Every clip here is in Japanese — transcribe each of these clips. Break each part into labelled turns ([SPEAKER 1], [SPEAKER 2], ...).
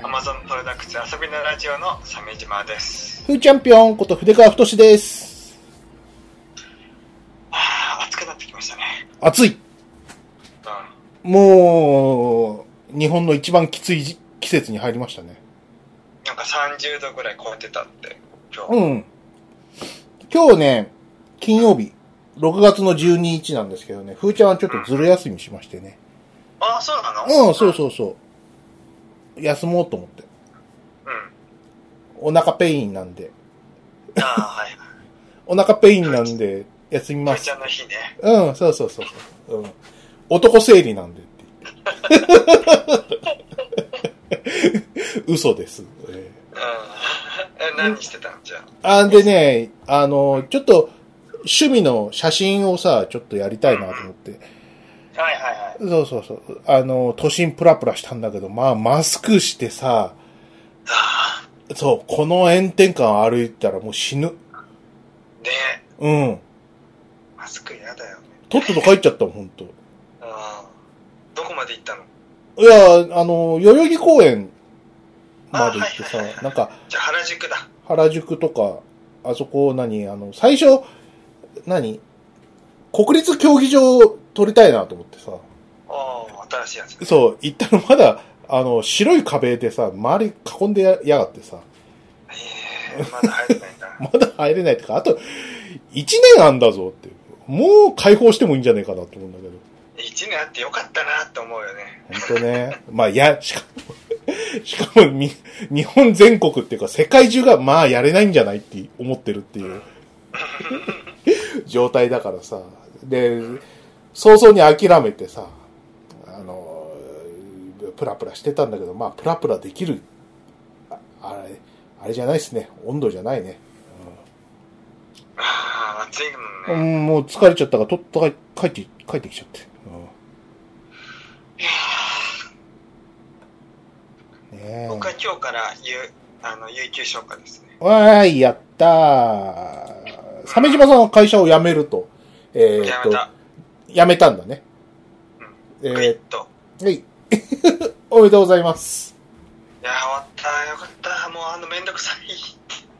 [SPEAKER 1] ロダクツ遊びのラジオの鮫島です。
[SPEAKER 2] フーチャンピオンこと筆川太です。
[SPEAKER 1] はあ、暑くなってきましたね。
[SPEAKER 2] 暑い。
[SPEAKER 1] う
[SPEAKER 2] もう、日本の一番きつい時季節に入りましたね。
[SPEAKER 1] ん。なんか30度ぐらい超えてたって、今日。
[SPEAKER 2] うん。今日ね、金曜日、6月の12日なんですけどね、ふーちゃんはちょっとずる休みしましてね。
[SPEAKER 1] あ、そうなの
[SPEAKER 2] うん、そう
[SPEAKER 1] う。
[SPEAKER 2] そうそう。休もうと思って。
[SPEAKER 1] うん。
[SPEAKER 2] お腹ペインなんで。
[SPEAKER 1] あはい。
[SPEAKER 2] お腹ペインなんで、休 みま
[SPEAKER 1] お
[SPEAKER 2] す。
[SPEAKER 1] 茶の日ね。
[SPEAKER 2] うん、そうそうそうそう。うん。男生理なんでって。 嘘です。えー
[SPEAKER 1] うん。 え、何してたんじゃん。
[SPEAKER 2] あんでね、あの、ちょっと、趣味の写真をさ、ちょっとやりたいなと思って。
[SPEAKER 1] はいはいはい。
[SPEAKER 2] そうそうそう。あの、都心プラプラしたんだけど、まあ、マスクしてさ、
[SPEAKER 1] あ
[SPEAKER 2] そう、この炎天下を歩いたらもう死ぬ。
[SPEAKER 1] で、
[SPEAKER 2] うん。
[SPEAKER 1] マスク嫌だよね。
[SPEAKER 2] とっとと帰っちゃったもん、ほんと。
[SPEAKER 1] うん。どこまで行ったの
[SPEAKER 2] いや、あの、代々木公園まで行って
[SPEAKER 1] あ
[SPEAKER 2] さ
[SPEAKER 1] はいはいは、い
[SPEAKER 2] なんか、
[SPEAKER 1] じゃあ原宿だ。
[SPEAKER 2] 原宿とか、あそこ何、あの、最初、何国立競技場を撮りたいなと思ってさ、
[SPEAKER 1] おー、新しいやつ。
[SPEAKER 2] そう、行ったのまだ、あの、白い壁でさ、周り囲んでややがってさ、
[SPEAKER 1] ええまだ入れないんだ。
[SPEAKER 2] まだ入れないとか、あと、1年あんだぞっていう。もう解放してもいいんじゃねえかなと思うんだけど。
[SPEAKER 1] 1年あってよかったなって思うよね。
[SPEAKER 2] 本当ね。まあ、や、しかも、 しかもみ、日本全国っていうか、世界中が、まあ、やれないんじゃないって思ってるっていう状態だからさ。で、早々に諦めてさ、あの、プラプラしてたんだけど、まあ、プラプラできる、ああれ、あれじゃないですね。温度じゃないね。
[SPEAKER 1] ああ、暑いもんね。
[SPEAKER 2] うん、もう疲れちゃったから、とっと帰帰って、帰ってきちゃって。うん、ねえ。
[SPEAKER 1] 僕は今日から有あの有給消化ですね。
[SPEAKER 2] わーい、やったー。鮫島さんは会社を辞めると。えー、
[SPEAKER 1] やめ
[SPEAKER 2] っと、
[SPEAKER 1] た。
[SPEAKER 2] 辞めたんだね。
[SPEAKER 1] グイッ
[SPEAKER 2] え
[SPEAKER 1] と。
[SPEAKER 2] ー、はい。 おめでとうございます。
[SPEAKER 1] いや、終わった。よかった。もうあの、めんどくさ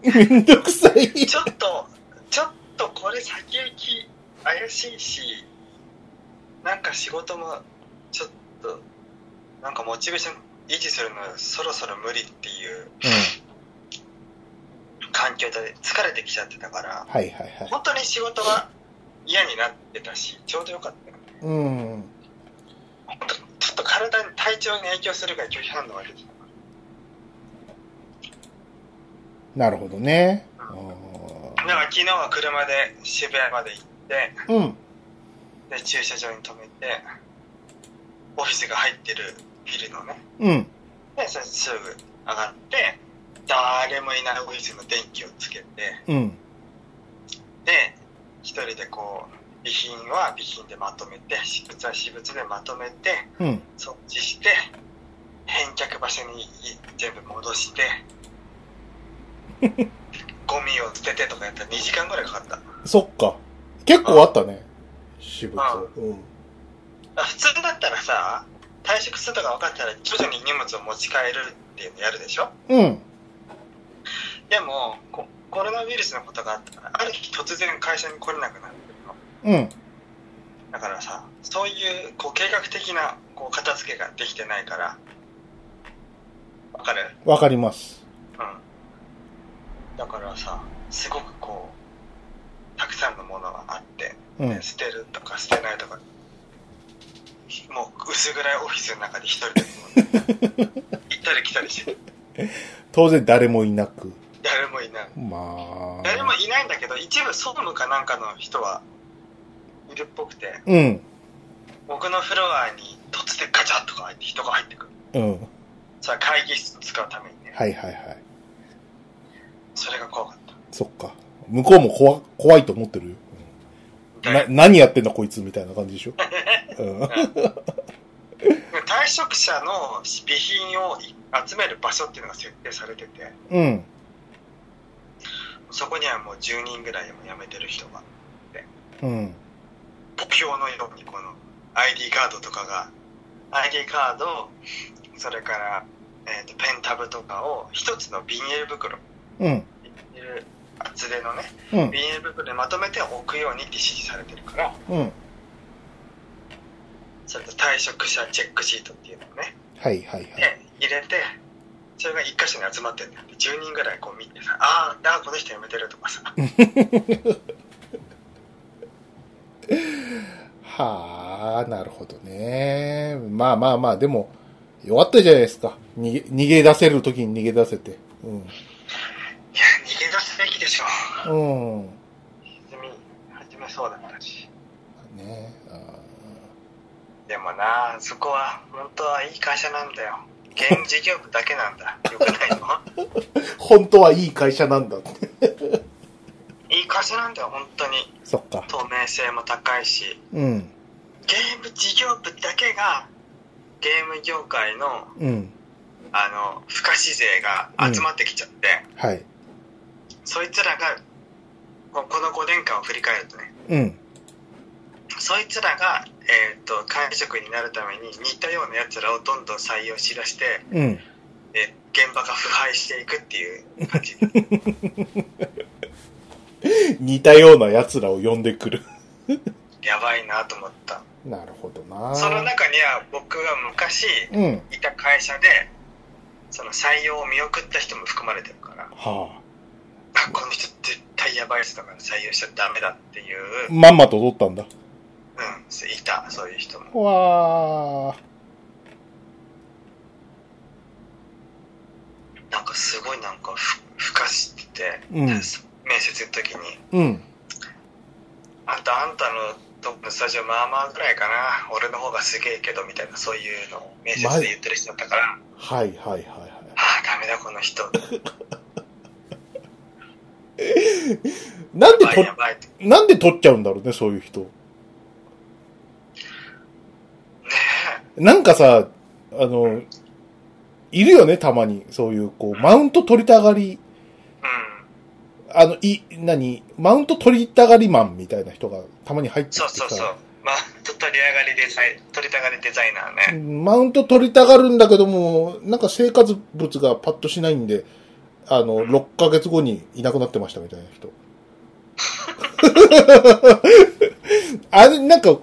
[SPEAKER 1] い。
[SPEAKER 2] めんどくさい。
[SPEAKER 1] ちょっと、ちょっとこれ先行き怪しいし、なんか仕事もちょっと、なんかモチベーション維持するのそろそろ無理っていう環境で疲れてきちゃってたから、
[SPEAKER 2] はいはいはい。
[SPEAKER 1] 本当に仕事が嫌になってたし、ちょうどよかったよ。
[SPEAKER 2] うん。
[SPEAKER 1] 本当ちょっと体に体調に影響するから拒否反応が出てた。
[SPEAKER 2] なるほどね。
[SPEAKER 1] だから昨日は車で渋谷まで行って
[SPEAKER 2] うん。うん。
[SPEAKER 1] で駐車場に止めてオフィスが入ってるビルのね
[SPEAKER 2] うん。
[SPEAKER 1] でそれすぐ上がって誰もいないオフィスの電気をつけて
[SPEAKER 2] うん。
[SPEAKER 1] で一人でこう備品は備品でまとめて私物は私物でまとめて
[SPEAKER 2] うん。
[SPEAKER 1] 掃除して返却場所にい全部戻してゴミを捨ててとかやったら2時間ぐらいかかった
[SPEAKER 2] そっか。結構あったね。私物
[SPEAKER 1] あ。
[SPEAKER 2] うん。
[SPEAKER 1] あ普通だったらさ退職するとか分かったら徐々に荷物を持ち帰るっていうのやるでしょ
[SPEAKER 2] うん。
[SPEAKER 1] でもこコロナウイルスのことがあったからある日突然会社に来れなくなるの
[SPEAKER 2] うん。
[SPEAKER 1] だからさそういうこう計画的なこう片付けができてないから分かる
[SPEAKER 2] わかります。
[SPEAKER 1] うんだからさすごくこうたくさんのものがあって、
[SPEAKER 2] うん。
[SPEAKER 1] 捨てるとか捨てない とかもう薄暗いオフィスの中で一人でこう行ったり来たりして
[SPEAKER 2] 当然誰もいなく。
[SPEAKER 1] 誰もいない
[SPEAKER 2] まあ。
[SPEAKER 1] 誰もいないんだけど一部総務かなんかの人はいるっぽくて
[SPEAKER 2] うん。
[SPEAKER 1] 僕のフロアに突然ガチャッとか入って人が入ってくる
[SPEAKER 2] うん。
[SPEAKER 1] それは会議室を使うためにね
[SPEAKER 2] はいはいはい。
[SPEAKER 1] それが怖かった
[SPEAKER 2] そっか。向こうも怖怖いと思ってるよ。な
[SPEAKER 1] で
[SPEAKER 2] 何やってんだこいつみたいな感じで しょ。うん、
[SPEAKER 1] 退職者の備品を集める場所っていうのが設定されてて
[SPEAKER 2] うん。
[SPEAKER 1] そこにはもう10人ぐらいも辞めてる人が
[SPEAKER 2] うん。
[SPEAKER 1] 目標のようにこの ID カードとかが ID カードそれからえー、とペンタブとかを一つのビニール袋
[SPEAKER 2] うん。
[SPEAKER 1] ビニール厚手のね
[SPEAKER 2] うん
[SPEAKER 1] ビ。ニール袋でまとめて置くようにって指示されてるから
[SPEAKER 2] うん。
[SPEAKER 1] それと退職者チェックシートっていうのをね
[SPEAKER 2] はいはいはい。
[SPEAKER 1] で入れてそれが一箇所に集まってるんだよ10人ぐらいこう見てさあーあーこの人辞めてるとかさ
[SPEAKER 2] はあ、なるほどね。まあまあまあ、でも、よかったじゃないですか。逃げ、逃げ出せる時に逃げ出せて。
[SPEAKER 1] いや逃げ出すべきでしょ
[SPEAKER 2] うん。うん。
[SPEAKER 1] 沈み始めそうだったし
[SPEAKER 2] ねあ
[SPEAKER 1] でもなそこは本当はいい会社なんだよ現事業部だけなんだよくないの
[SPEAKER 2] ー本当はいい会社なんだって。
[SPEAKER 1] いい会社なんだよ本当に
[SPEAKER 2] そっか。
[SPEAKER 1] 透明性も高いし
[SPEAKER 2] うん。
[SPEAKER 1] ゲーム事業部だけがゲーム業界の
[SPEAKER 2] うん。
[SPEAKER 1] あの不可視勢が集まってきちゃって、
[SPEAKER 2] はい。
[SPEAKER 1] そいつらがここの5年間を振り返るとね
[SPEAKER 2] うん。
[SPEAKER 1] そいつらが、えー、と管理職になるために似たようなやつらをどんどん採用しだして
[SPEAKER 2] うん。
[SPEAKER 1] え現場が腐敗していくっていう感じ
[SPEAKER 2] 似たような奴らを呼んでくる。
[SPEAKER 1] やばいなと思った
[SPEAKER 2] なるほどな。
[SPEAKER 1] その中には僕が昔
[SPEAKER 2] うん。
[SPEAKER 1] いた会社でその採用を見送った人も含まれてるから
[SPEAKER 2] は
[SPEAKER 1] あこの人絶対やばいやつだから採用しちゃダメだっていう、う
[SPEAKER 2] あ。
[SPEAKER 1] ん、
[SPEAKER 2] まんまと取ったんだ。
[SPEAKER 1] いたそういう人も
[SPEAKER 2] わあ。
[SPEAKER 1] なんかすごいなんかふふかしてて、
[SPEAKER 2] うん
[SPEAKER 1] 面接の時に
[SPEAKER 2] うん。
[SPEAKER 1] 「あんたあんたのトップのスタジオまあまあぐらいかな俺の方がすげえけど」みたいなそういうのを面接で言ってる人だったから「
[SPEAKER 2] はいはいはいは
[SPEAKER 1] ああダメだこの人
[SPEAKER 2] い。なんで
[SPEAKER 1] やばいや
[SPEAKER 2] と、
[SPEAKER 1] ばい」ってね
[SPEAKER 2] なんで取っちゃうんだろうね、そういう人。なんかさ、あの、いるよね、たまに。そういう、こう、マウント取りたがり、
[SPEAKER 1] えうん
[SPEAKER 2] あの、い、何マウント取りたがりマンみたいな人がたまに入ってきて
[SPEAKER 1] そう
[SPEAKER 2] さ。
[SPEAKER 1] そうそうまあ取り上がりデザイン取りたがりデザイナーね
[SPEAKER 2] マウント取りたがるんだけども、なんか生活物がパッとしないんで、あの、6ヶ月後にいなくなってましたみたいな人。あれ、なんか、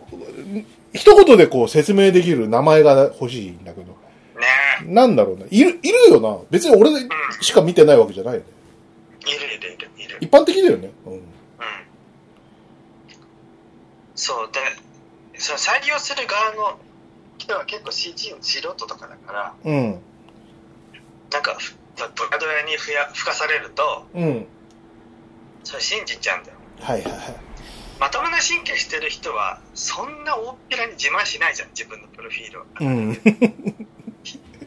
[SPEAKER 2] 一言でこう説明できる名前が欲しいんだけど。
[SPEAKER 1] ね
[SPEAKER 2] なんだろうな。いる、いるよな。別に俺しか見てないわけじゃないよね。
[SPEAKER 1] えいるいるいるいる
[SPEAKER 2] 一般的だよね。うん。
[SPEAKER 1] うんそうでその採用する側の人は結構 CG の素人とかだから
[SPEAKER 2] うん。
[SPEAKER 1] なんかふドヤドヤにふやふかされると
[SPEAKER 2] うん。
[SPEAKER 1] それ信じちゃうんだよ
[SPEAKER 2] はいはいはい。
[SPEAKER 1] まともな神経してる人はそんな大っぴらに自慢しないじゃん自分のプロフィールは
[SPEAKER 2] うん。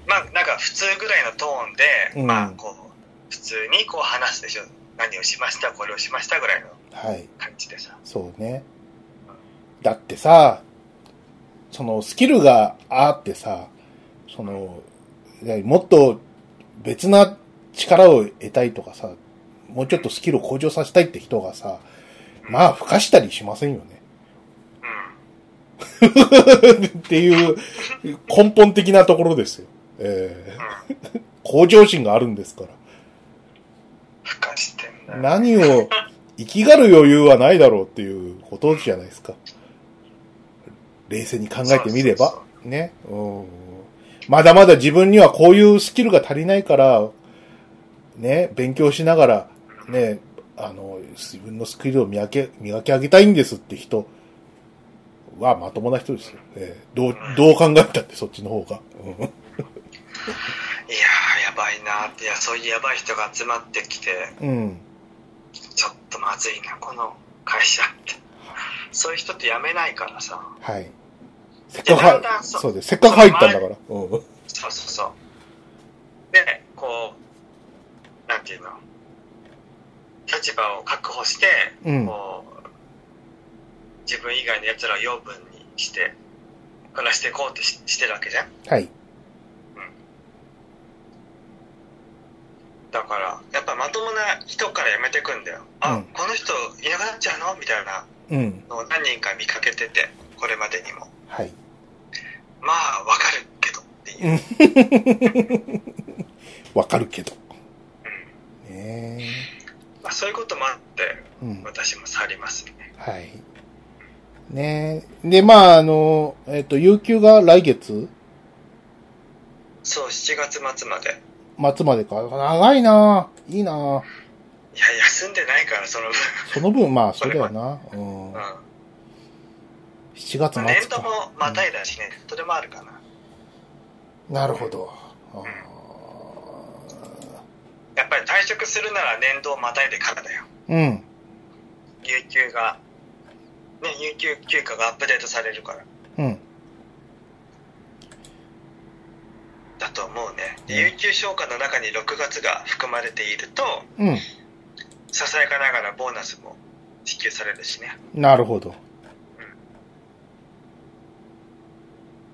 [SPEAKER 1] まあなんか普通ぐらいのトーンで、
[SPEAKER 2] うん
[SPEAKER 1] まあこう普通にこう話すでしょ何をしましたこれをしましたぐらいの
[SPEAKER 2] はい。
[SPEAKER 1] 感じでさ
[SPEAKER 2] そうね。だってさ、そのスキルがあってさ、その、いやもっと別な力を得たいとかさ、もうちょっとスキルを向上させたいって人がさ、まあ、ふかしたりしませんよね。
[SPEAKER 1] うん
[SPEAKER 2] っていう根本的なところですよ。ええ向上心があるんですから。
[SPEAKER 1] ふかしてんだよ
[SPEAKER 2] 何を、生きがる余裕はないだろうっていうことじゃないですか。冷静に考えてみれば。
[SPEAKER 1] そうそう
[SPEAKER 2] ね。うん。まだまだ自分にはこういうスキルが足りないから、ね、勉強しながら、ね、あの、自分のスキルを磨け、磨き上げたいんですって人はまともな人ですよ。ええどう、どう考えたってそっちの方が。うん
[SPEAKER 1] いやーやばいなーっていやそういうやばい人が集まってきて
[SPEAKER 2] うん。
[SPEAKER 1] ちょっとまずいなこの会社ってそういう人って辞めないからさ
[SPEAKER 2] はい。せっかく入
[SPEAKER 1] だんだんそう
[SPEAKER 2] そうです。せっかく入ったんだから。うん。
[SPEAKER 1] そうそうそうでこうなんていうの立場を確保して、
[SPEAKER 2] うん
[SPEAKER 1] こう自分以外のやつらを養分にして暮らしていこうとししてるわけじゃん
[SPEAKER 2] はい。
[SPEAKER 1] だからやっぱまともな人から辞めてくんだよあ、
[SPEAKER 2] うん
[SPEAKER 1] この人いなくなっちゃうのみたいな
[SPEAKER 2] うん。
[SPEAKER 1] のを何人か見かけててこれまでにも
[SPEAKER 2] はい。
[SPEAKER 1] まあわかるけどっていう
[SPEAKER 2] わかるけど。ね
[SPEAKER 1] まあ、そういうこともあって、
[SPEAKER 2] え。うん。
[SPEAKER 1] 私も去りますね。
[SPEAKER 2] はい。ねえ。で、まあ、あの、えっ、と、有給が来月
[SPEAKER 1] そう、7月末まで。
[SPEAKER 2] 末までか。長いないいない
[SPEAKER 1] や、休んでないから、その分。
[SPEAKER 2] その分、まあ、そうだよな。うん
[SPEAKER 1] うん。。ま
[SPEAKER 2] 7月末
[SPEAKER 1] あ
[SPEAKER 2] か。
[SPEAKER 1] 年度もまたいだしね、それもあるかな。
[SPEAKER 2] なるほど。あー
[SPEAKER 1] やっぱり退職するなら年度をまたいでからだよ。
[SPEAKER 2] うん。
[SPEAKER 1] 有給が、ね、有給休暇がアップデートされるから。
[SPEAKER 2] うん。
[SPEAKER 1] だと思うね。で有給消化の中に6月が含まれていると、
[SPEAKER 2] うん。
[SPEAKER 1] ささやかながらボーナスも支給されるしね。
[SPEAKER 2] なるほど。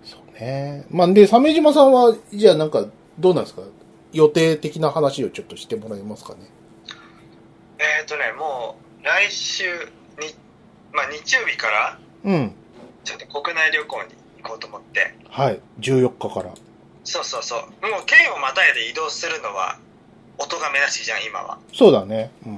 [SPEAKER 2] そうね。まあ、で、鮫島さんは、じゃあなんか、どうなんですか予定的な話をちょっとしてもらえますかね。
[SPEAKER 1] えっ、ー、とね、もう来週に、まあ日曜日から
[SPEAKER 2] うん。
[SPEAKER 1] ちょっと国内旅行に行こうと思って。
[SPEAKER 2] はい。14日から。
[SPEAKER 1] そうそうそう。もう県をまたいで移動するのはお咎めなしじゃん、今は。
[SPEAKER 2] そうだね。うん。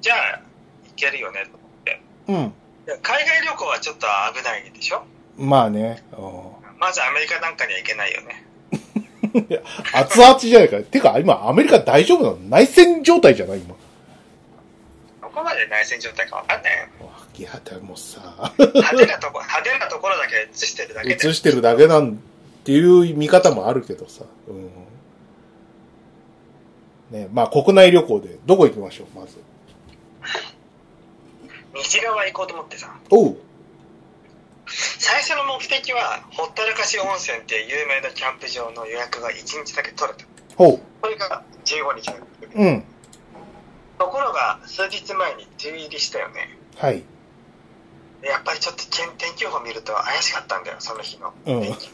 [SPEAKER 1] じゃあ、行けるよねと思って。
[SPEAKER 2] うん。
[SPEAKER 1] で海外旅行はちょっと危ないでしょ
[SPEAKER 2] まあね。うん
[SPEAKER 1] まずアメリカなんかには行けないよね。
[SPEAKER 2] 熱々じゃないか。てか、今、アメリカ大丈夫なの内戦状態じゃない今。
[SPEAKER 1] どこまで内戦状態かわかん ないよ。
[SPEAKER 2] いや、でもさ、
[SPEAKER 1] 派手なとこ、派手なところだけ映してるだけ
[SPEAKER 2] 映
[SPEAKER 1] で。
[SPEAKER 2] してるだけなんっていう見方もあるけどさ。うん。ね、まあ国内旅行で、どこ行きましょう、まず。
[SPEAKER 1] 西側行こうと思ってさ。
[SPEAKER 2] おう。
[SPEAKER 1] 最初の目的はほったらかし温泉っていう有名なキャンプ場の予約が1日だけ取れた
[SPEAKER 2] ほう。
[SPEAKER 1] これが15日なんだけど
[SPEAKER 2] うん。
[SPEAKER 1] ところが数日前に梅雨入りしたよね
[SPEAKER 2] はい。
[SPEAKER 1] でやっぱりちょっと天天気予報見ると怪しかったんだよその日の
[SPEAKER 2] うん
[SPEAKER 1] 天気が、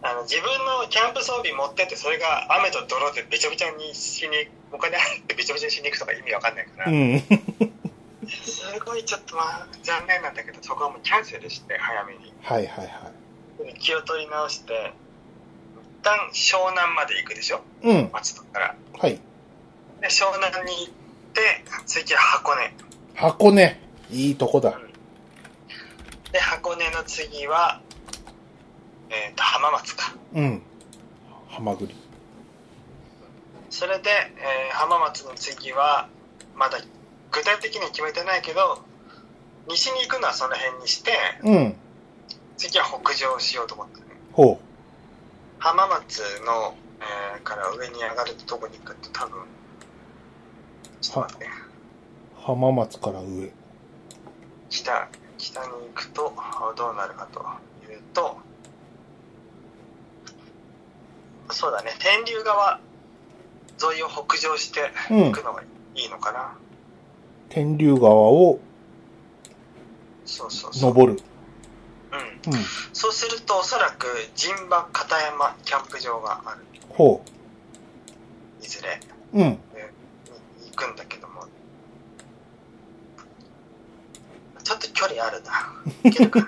[SPEAKER 1] あの自分のキャンプ装備持ってってそれが雨と泥でべちょべちょにしにお金入ってべちょべちょにしに行くとか意味わかんないから、
[SPEAKER 2] うん。
[SPEAKER 1] すごいちょっとまあ残念なんだけどそこはもうキャンセルして早めに
[SPEAKER 2] はいはいは
[SPEAKER 1] 気を取り直して一旦湘南まで行くでしょ
[SPEAKER 2] い。うん。
[SPEAKER 1] 松戸から
[SPEAKER 2] はい。
[SPEAKER 1] で湘南に行って次は箱根
[SPEAKER 2] 箱根。いいとこだ。
[SPEAKER 1] で箱根の次は、えー、と浜松か
[SPEAKER 2] うん。ハマグリ。
[SPEAKER 1] それで、えー浜松の次はまだ具体的には決めてないけど西に行くのはその辺にして
[SPEAKER 2] うん。
[SPEAKER 1] 次は北上しようと思ってね
[SPEAKER 2] ほ
[SPEAKER 1] 浜松の、えーから上に上がるとどこに行くって多分ちょっと待ってね
[SPEAKER 2] う。浜松から上。
[SPEAKER 1] 北北に行くとあどうなるかというとそうだね天竜川沿いを北上して
[SPEAKER 2] う
[SPEAKER 1] 行
[SPEAKER 2] ん
[SPEAKER 1] く。のがいいのかな、
[SPEAKER 2] 天竜川を
[SPEAKER 1] そうそうそう、うん、
[SPEAKER 2] 登る。うん。
[SPEAKER 1] そうするとおそらく陣馬片山キャンプ場がある
[SPEAKER 2] ほ
[SPEAKER 1] いずれ
[SPEAKER 2] う。うん。
[SPEAKER 1] に行くんだけどもちょっと距離あるな行けるかな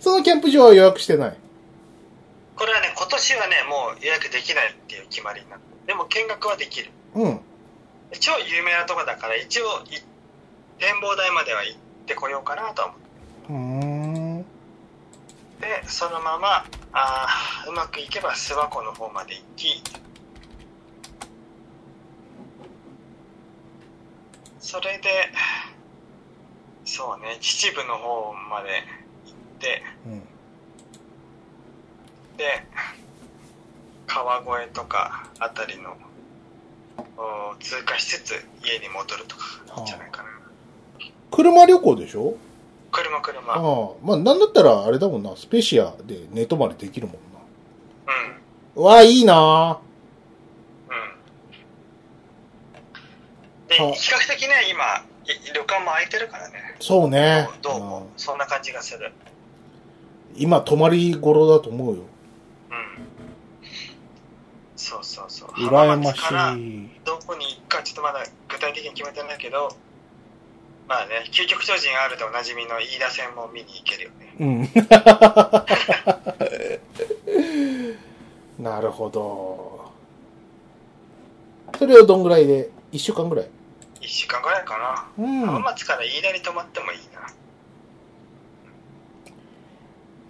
[SPEAKER 2] そのキャンプ場は予約してない。
[SPEAKER 1] これはね今年はねもう予約できないっていう決まりになってでも見学はできる
[SPEAKER 2] うん。
[SPEAKER 1] 超有名なとこだから一応い展望台までは行ってこようかなと思っ
[SPEAKER 2] うーん。
[SPEAKER 1] てそのままあーうまくいけば諏訪湖の方まで行きそれでそうね秩父の方まで行って
[SPEAKER 2] うん。
[SPEAKER 1] で川越とかあたりのお通過しつつ家に戻るとかいいんじゃないかな
[SPEAKER 2] 車旅行でしょ
[SPEAKER 1] 車車
[SPEAKER 2] ああ。まあ、なんだったらあれだもんな。スペシアで寝泊まりできるもんな。
[SPEAKER 1] うん
[SPEAKER 2] うわあ、いいな
[SPEAKER 1] で比
[SPEAKER 2] は
[SPEAKER 1] 較
[SPEAKER 2] い
[SPEAKER 1] 的ね今い旅館も空いてるからね
[SPEAKER 2] そうね。
[SPEAKER 1] どうもそんな感じがする
[SPEAKER 2] うん今、泊まり頃だと思うよ。
[SPEAKER 1] うんそうそうそう
[SPEAKER 2] 羨ま
[SPEAKER 1] 浜松から
[SPEAKER 2] しい。
[SPEAKER 1] どこに行くかちょっとまだ具体的に決めてないけどまあね「究極超人 R」でおなじみの飯田線も見に行けるよね
[SPEAKER 2] うん。ななるほど。それをどんぐらいで ?1 週間ぐらい
[SPEAKER 1] 1週間ぐらいかな
[SPEAKER 2] うん。
[SPEAKER 1] 浜松から飯田に泊まってもいい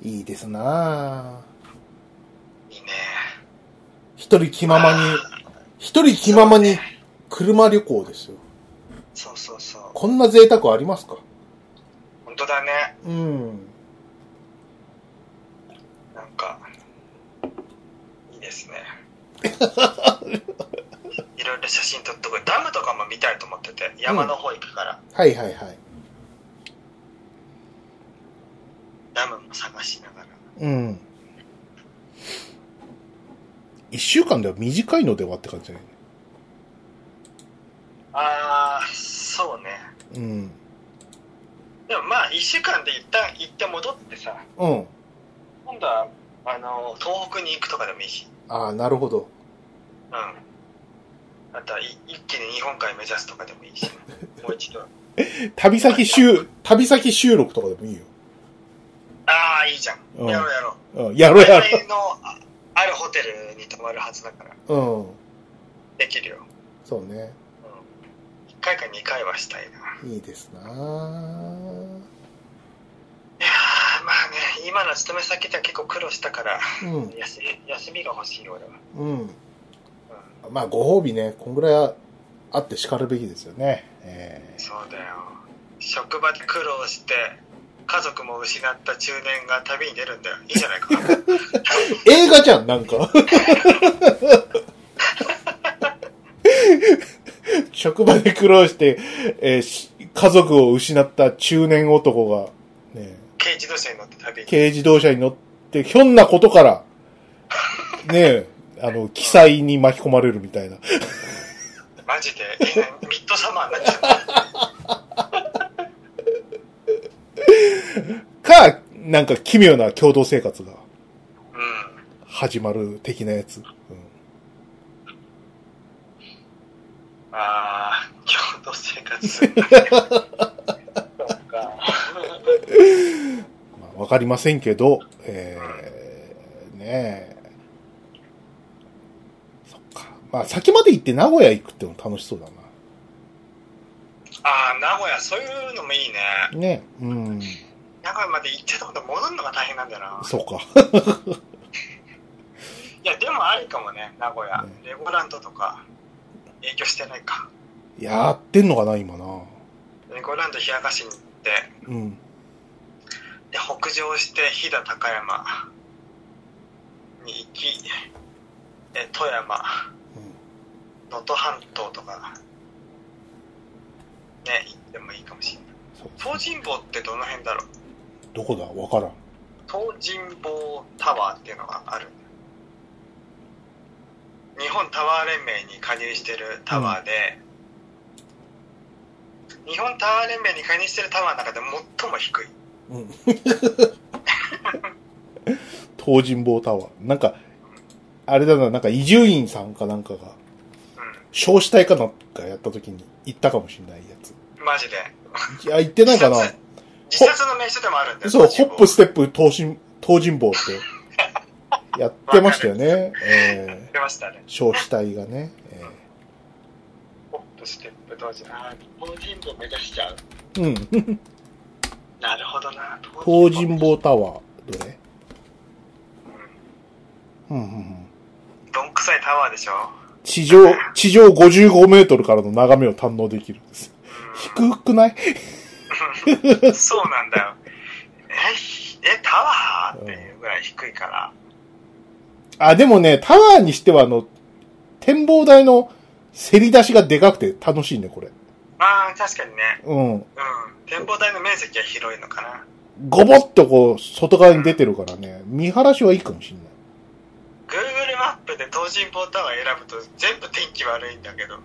[SPEAKER 1] ない
[SPEAKER 2] いですなあ
[SPEAKER 1] いいね
[SPEAKER 2] 一人気ままに、一人気ままに車旅行ですよ。
[SPEAKER 1] そうそうそう
[SPEAKER 2] こんな贅沢ありますか
[SPEAKER 1] 本当だね
[SPEAKER 2] うん。
[SPEAKER 1] なんかいいですね いろいろ写真撮っとくダムとかも見たいと思ってて山の方行くから、
[SPEAKER 2] はいはいはい。
[SPEAKER 1] ダムも探しながら
[SPEAKER 2] うん。一週間では短いのではって感じじゃない
[SPEAKER 1] ああそうね
[SPEAKER 2] うん。
[SPEAKER 1] でもまあ1週間で一旦行って戻ってさ
[SPEAKER 2] うん。
[SPEAKER 1] 今度はあの東北に行くとかでもいいし
[SPEAKER 2] ああ、なるほど。
[SPEAKER 1] うんあとはい一気に日本海目指すとかでもいいし もう一度
[SPEAKER 2] 旅先収、旅先収録とかでもいいよ。
[SPEAKER 1] ああいいじゃん
[SPEAKER 2] うん
[SPEAKER 1] やろうやろう
[SPEAKER 2] うん。やろうや
[SPEAKER 1] 海のああるホテルに泊まるはずだから
[SPEAKER 2] ろう。うん。
[SPEAKER 1] できるよ
[SPEAKER 2] そうね。
[SPEAKER 1] 1回か2回はしたいない
[SPEAKER 2] いですなあ
[SPEAKER 1] やーまあね今の勤め先では結構苦労したから
[SPEAKER 2] うん。
[SPEAKER 1] 休み休みが欲しいよ俺は
[SPEAKER 2] うん。まあ、ご褒美ね、こんぐらいはあって叱るべきですよね。ええ
[SPEAKER 1] そうだよ職場で苦労して家族も失った中年が旅に出るんだよいいじゃない か
[SPEAKER 2] 映画じゃん、なんか。職場で苦労して、えーし家族を失った中年男が、ね、
[SPEAKER 1] 軽自動車に乗って旅に
[SPEAKER 2] 軽自動車に乗って、ひょんなことから、ね、あの、記載に巻き込まれるみたいな。
[SPEAKER 1] マジでいいねミッドサマーになっちゃう
[SPEAKER 2] か、なんか奇妙な共同生活が
[SPEAKER 1] うん
[SPEAKER 2] 始まる的なやつ。うん
[SPEAKER 1] ああ共同生活するんだねそうか
[SPEAKER 2] まあわかりませんけど、えー、ねえ。そっか。まあ、先まで行って名古屋行くってのも楽しそうだな。
[SPEAKER 1] ああ名古屋そういうのもいいね
[SPEAKER 2] ねえ。うん。
[SPEAKER 1] 名古屋まで行っちゃったこと戻るのが大変なんだよな
[SPEAKER 2] そうか。
[SPEAKER 1] いやでもありかもね名古屋
[SPEAKER 2] ね
[SPEAKER 1] レゴランドとか影響してないか
[SPEAKER 2] やってんのかな、今な。
[SPEAKER 1] レゴランド冷やかしに行って
[SPEAKER 2] うん。
[SPEAKER 1] で北上して飛騨高山に行きえ富山能登半島とかね行ってもいいかもしれない
[SPEAKER 2] そう
[SPEAKER 1] 東尋坊ってどの辺だろう
[SPEAKER 2] どこだわからん。
[SPEAKER 1] 東尋坊タワーっていうのがある日本タワー連盟に加入してるタワーで、日本タワー連盟に加入してるタワーの中で最も低い
[SPEAKER 2] うん。 東尋坊タワー。なんか、あれだな、なんか伊集院さんかなんかが、少子体かなんかやった時に行ったかもしれないやつ。
[SPEAKER 1] うんマジで
[SPEAKER 2] いや、行ってないかな。
[SPEAKER 1] 自殺の名所でもあるんだよ
[SPEAKER 2] そう、
[SPEAKER 1] 東尋
[SPEAKER 2] ホッ
[SPEAKER 1] 坊
[SPEAKER 2] プ、ステップ、東進、東尋坊って、やってましたよね。え
[SPEAKER 1] 出ましたね
[SPEAKER 2] ー、少子体がね。え
[SPEAKER 1] ホップステップ東尋坊あー東尋坊目指しちゃう
[SPEAKER 2] ーうん。
[SPEAKER 1] なるほどな
[SPEAKER 2] 東尋坊タワー、どれうんうんう
[SPEAKER 1] う
[SPEAKER 2] ん。
[SPEAKER 1] んどんくさいタワーで しょ
[SPEAKER 2] 地上、地上55メートルからの眺めを堪能できるんです。低くない
[SPEAKER 1] うんそうなんだよえひえタワーっていうぐらい低いから
[SPEAKER 2] あ、でもね、タワーにしてはあの、展望台のせり出しがでかくて楽しいね、これ。
[SPEAKER 1] まあ確かにね
[SPEAKER 2] う
[SPEAKER 1] う
[SPEAKER 2] ん。
[SPEAKER 1] ん展望台の面積は広いのかな
[SPEAKER 2] ごぼっとこう、外側に出てるからね、見晴らしはいいかもしれない。
[SPEAKER 1] Google マップで東尋坊タワー選ぶと全部天気悪いんだけ ど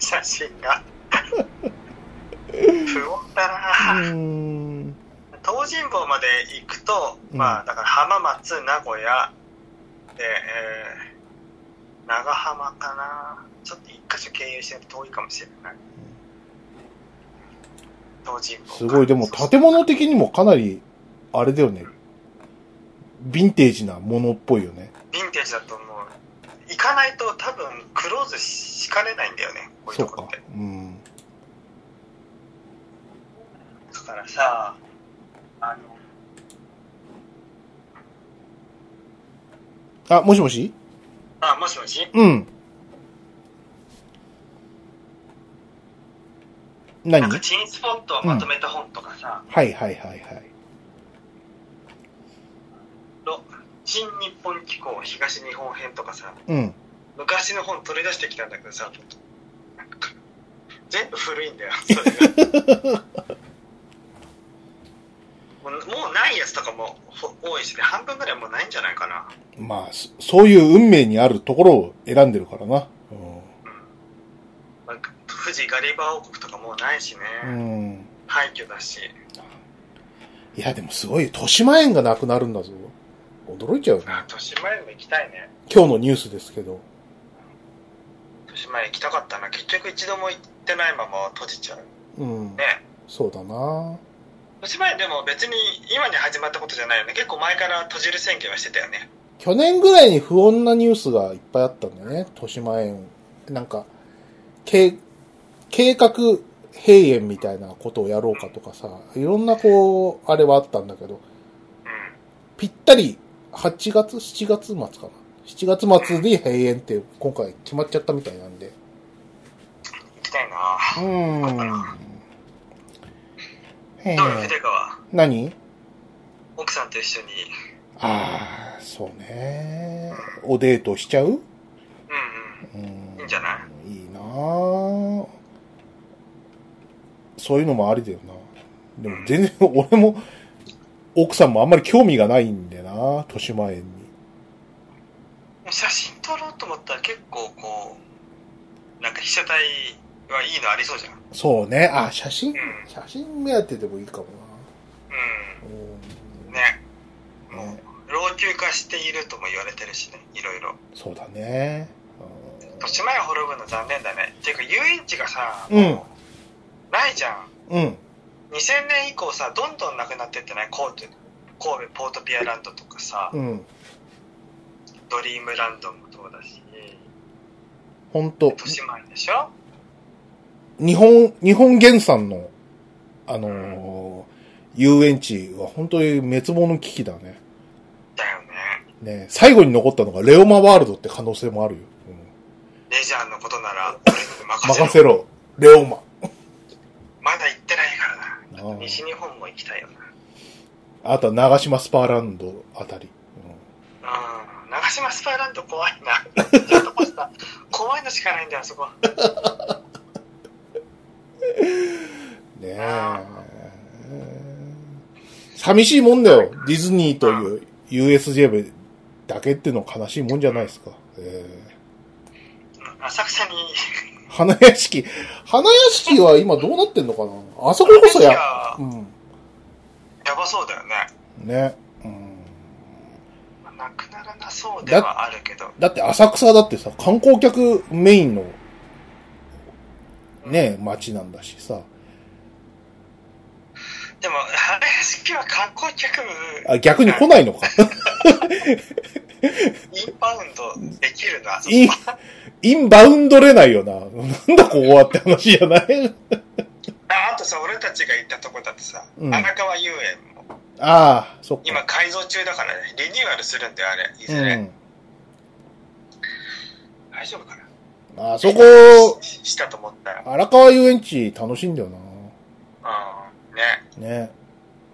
[SPEAKER 1] 写真が不穏だな
[SPEAKER 2] うーん。
[SPEAKER 1] 東尋坊まで行くと、
[SPEAKER 2] うん
[SPEAKER 1] まあだから浜松名古屋で、えー長浜かなちょっと一箇所経由してると遠いかもしれない、東尋坊
[SPEAKER 2] すごい、でも
[SPEAKER 1] そう
[SPEAKER 2] 建物的にもかなり、あれだよね。ヴィンテージなものっぽいよね。
[SPEAKER 1] ヴィンテージだと思う行かないと多分クローズしかねないんだよねこういうと
[SPEAKER 2] そう
[SPEAKER 1] こ
[SPEAKER 2] か
[SPEAKER 1] って。
[SPEAKER 2] うん。
[SPEAKER 1] だからさあの
[SPEAKER 2] あ、もしもし
[SPEAKER 1] あもしもし
[SPEAKER 2] うん。何
[SPEAKER 1] なん
[SPEAKER 2] は
[SPEAKER 1] か
[SPEAKER 2] い
[SPEAKER 1] チンスポットをまとめた本とかさ、
[SPEAKER 2] はいはいはい。
[SPEAKER 1] ロ新日本機構東日本編とかさ
[SPEAKER 2] うん。
[SPEAKER 1] 昔の本取り出してきたんだけどさなんか全部古いんだよそれがもうもうないやつとかもほ多いしで半分ぐらいもうないんじゃないかな
[SPEAKER 2] まあ、そそういう運命にあるところを選んでるからな。
[SPEAKER 1] まあ富士ガリバー王国とかもうないしね、
[SPEAKER 2] うん。うん、
[SPEAKER 1] 廃墟だし
[SPEAKER 2] いや、でもすごい、豊島園がなくなるんだぞ。驚いちゃうよね。
[SPEAKER 1] あ豊島園も行きたいね
[SPEAKER 2] 今日のニュースですけど。
[SPEAKER 1] 豊島園行きたかったな結局一度も行ってないまま閉じちゃう
[SPEAKER 2] うん。
[SPEAKER 1] ね
[SPEAKER 2] そうだな。
[SPEAKER 1] 豊島園でも別に今に始まったことじゃないよね結構前から閉じる宣言はしてたよね
[SPEAKER 2] 去年ぐらいに不穏なニュースがいっぱいあったんだよね。豊島園。なんか、計、計画閉園みたいなことをやろうかとかさ、いろんなこう、あれはあったんだけど、
[SPEAKER 1] うん
[SPEAKER 2] ぴったり8月、7月末かな。7月末で閉園って今回決まっちゃったみたいなん
[SPEAKER 1] 行
[SPEAKER 2] で。
[SPEAKER 1] きたいな
[SPEAKER 2] うーん。え
[SPEAKER 1] どうよ
[SPEAKER 2] ー、
[SPEAKER 1] 筆川
[SPEAKER 2] 何
[SPEAKER 1] 奥さんと一緒に
[SPEAKER 2] ああ、そうね。おデートしちゃう
[SPEAKER 1] うんうん
[SPEAKER 2] うん
[SPEAKER 1] いいんじゃない
[SPEAKER 2] いいなぁそういうのもありだよな。でも全然、俺も、奥さんもあんまり興味がないんだよな豊島園に。
[SPEAKER 1] もう写真撮ろうと思ったら結構こうなんか被写体はいいのありそうじゃんうん
[SPEAKER 2] そうね。あ、写真、写真目当てでもいいかも
[SPEAKER 1] う
[SPEAKER 2] な。
[SPEAKER 1] んね
[SPEAKER 2] うん
[SPEAKER 1] もう
[SPEAKER 2] ね
[SPEAKER 1] 老朽化しているとも言われてるしねいろいろ
[SPEAKER 2] そうだね。
[SPEAKER 1] 豊島園滅ぶの残念だねっていうか遊園地がさ、
[SPEAKER 2] うん
[SPEAKER 1] もうないじゃん
[SPEAKER 2] うん。
[SPEAKER 1] 2000年以降さどんどんなくなってってないこう神戸ポートピアランドとかさ、
[SPEAKER 2] うん。
[SPEAKER 1] ドリームランドもそうだし
[SPEAKER 2] ほんと
[SPEAKER 1] 豊、島園でしょ
[SPEAKER 2] 日本、日本原産の、あのー遊園地は本当に滅亡の危機だね。
[SPEAKER 1] だよね
[SPEAKER 2] ね、最後に残ったのがレオマワールドって可能性もあるよ。うん
[SPEAKER 1] レジャーのことなら俺に任せろ
[SPEAKER 2] 任せろ、レオマ。
[SPEAKER 1] まだ行ってないから
[SPEAKER 2] あ
[SPEAKER 1] な
[SPEAKER 2] ー
[SPEAKER 1] 西日本も行きたいよな
[SPEAKER 2] あとは長島スパーランドあたり。
[SPEAKER 1] うん長島スパイランド怖い なちょっとポスター怖いのしかないんだよあそこ
[SPEAKER 2] うん、ね
[SPEAKER 1] あ
[SPEAKER 2] え。寂しいもんだよ。ディズニーという USJ だけっていうのは悲しいもんじゃないですか。え
[SPEAKER 1] うん浅草に
[SPEAKER 2] え花屋敷。花屋敷は今どうなってんのかなあそここそ
[SPEAKER 1] レジャ
[SPEAKER 2] や。
[SPEAKER 1] ー
[SPEAKER 2] うん。
[SPEAKER 1] やばそうだよね
[SPEAKER 2] ね。うん。
[SPEAKER 1] なくならなそうではあるけど
[SPEAKER 2] だって浅草だってさ、観光客メインの、ね、街なんだしさ。
[SPEAKER 1] でもあれ好きは観光客
[SPEAKER 2] あ、逆に来ない のか。
[SPEAKER 1] インバウンドできるのあそこ
[SPEAKER 2] イン、インバウンドれないよな。なんだここはって話じゃない
[SPEAKER 1] ああとさ俺たちが行ったとこだってさ、
[SPEAKER 2] うん
[SPEAKER 1] 荒川遊園も
[SPEAKER 2] ああ、そっ
[SPEAKER 1] 今
[SPEAKER 2] か。
[SPEAKER 1] 改造中だからねリニューアルするんだよあれいうずれ、
[SPEAKER 2] ん。
[SPEAKER 1] 大丈夫かな
[SPEAKER 2] あそこ、
[SPEAKER 1] ししたと思ったら
[SPEAKER 2] 荒川遊園地楽しいんだよな。
[SPEAKER 1] うんね
[SPEAKER 2] ね。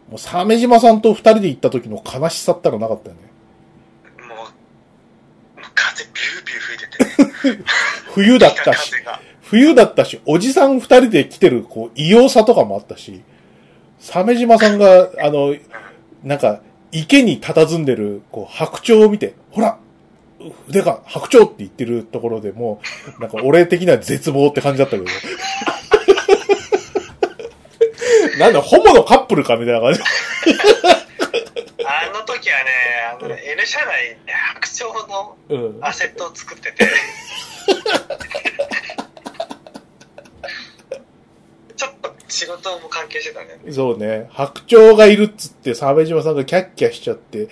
[SPEAKER 2] もう、鮫島さんと二人で行った時の悲しさったらなかったよね。
[SPEAKER 1] もうもう風ビュービュー吹いて てね
[SPEAKER 2] 冬だったし
[SPEAKER 1] 北、風が
[SPEAKER 2] 冬だったし、おじさん二人で来てる、こう、異様さとかもあったし、鮫島さんが、あの、なんか、池に佇んでる、こう、白鳥を見て、ほら筆が白鳥って言ってるところでもう、なんか俺的な絶望って感じだったけど。 なんだ、ホモのカップルかみたいな感じ。
[SPEAKER 1] あの時はねあの L 社内で白鳥の
[SPEAKER 2] うん。
[SPEAKER 1] アセットを作って てちょっと仕事も関係してたね
[SPEAKER 2] そうね。白鳥がいるっつって、沢部島さんがキャッキャしちゃって、
[SPEAKER 1] うん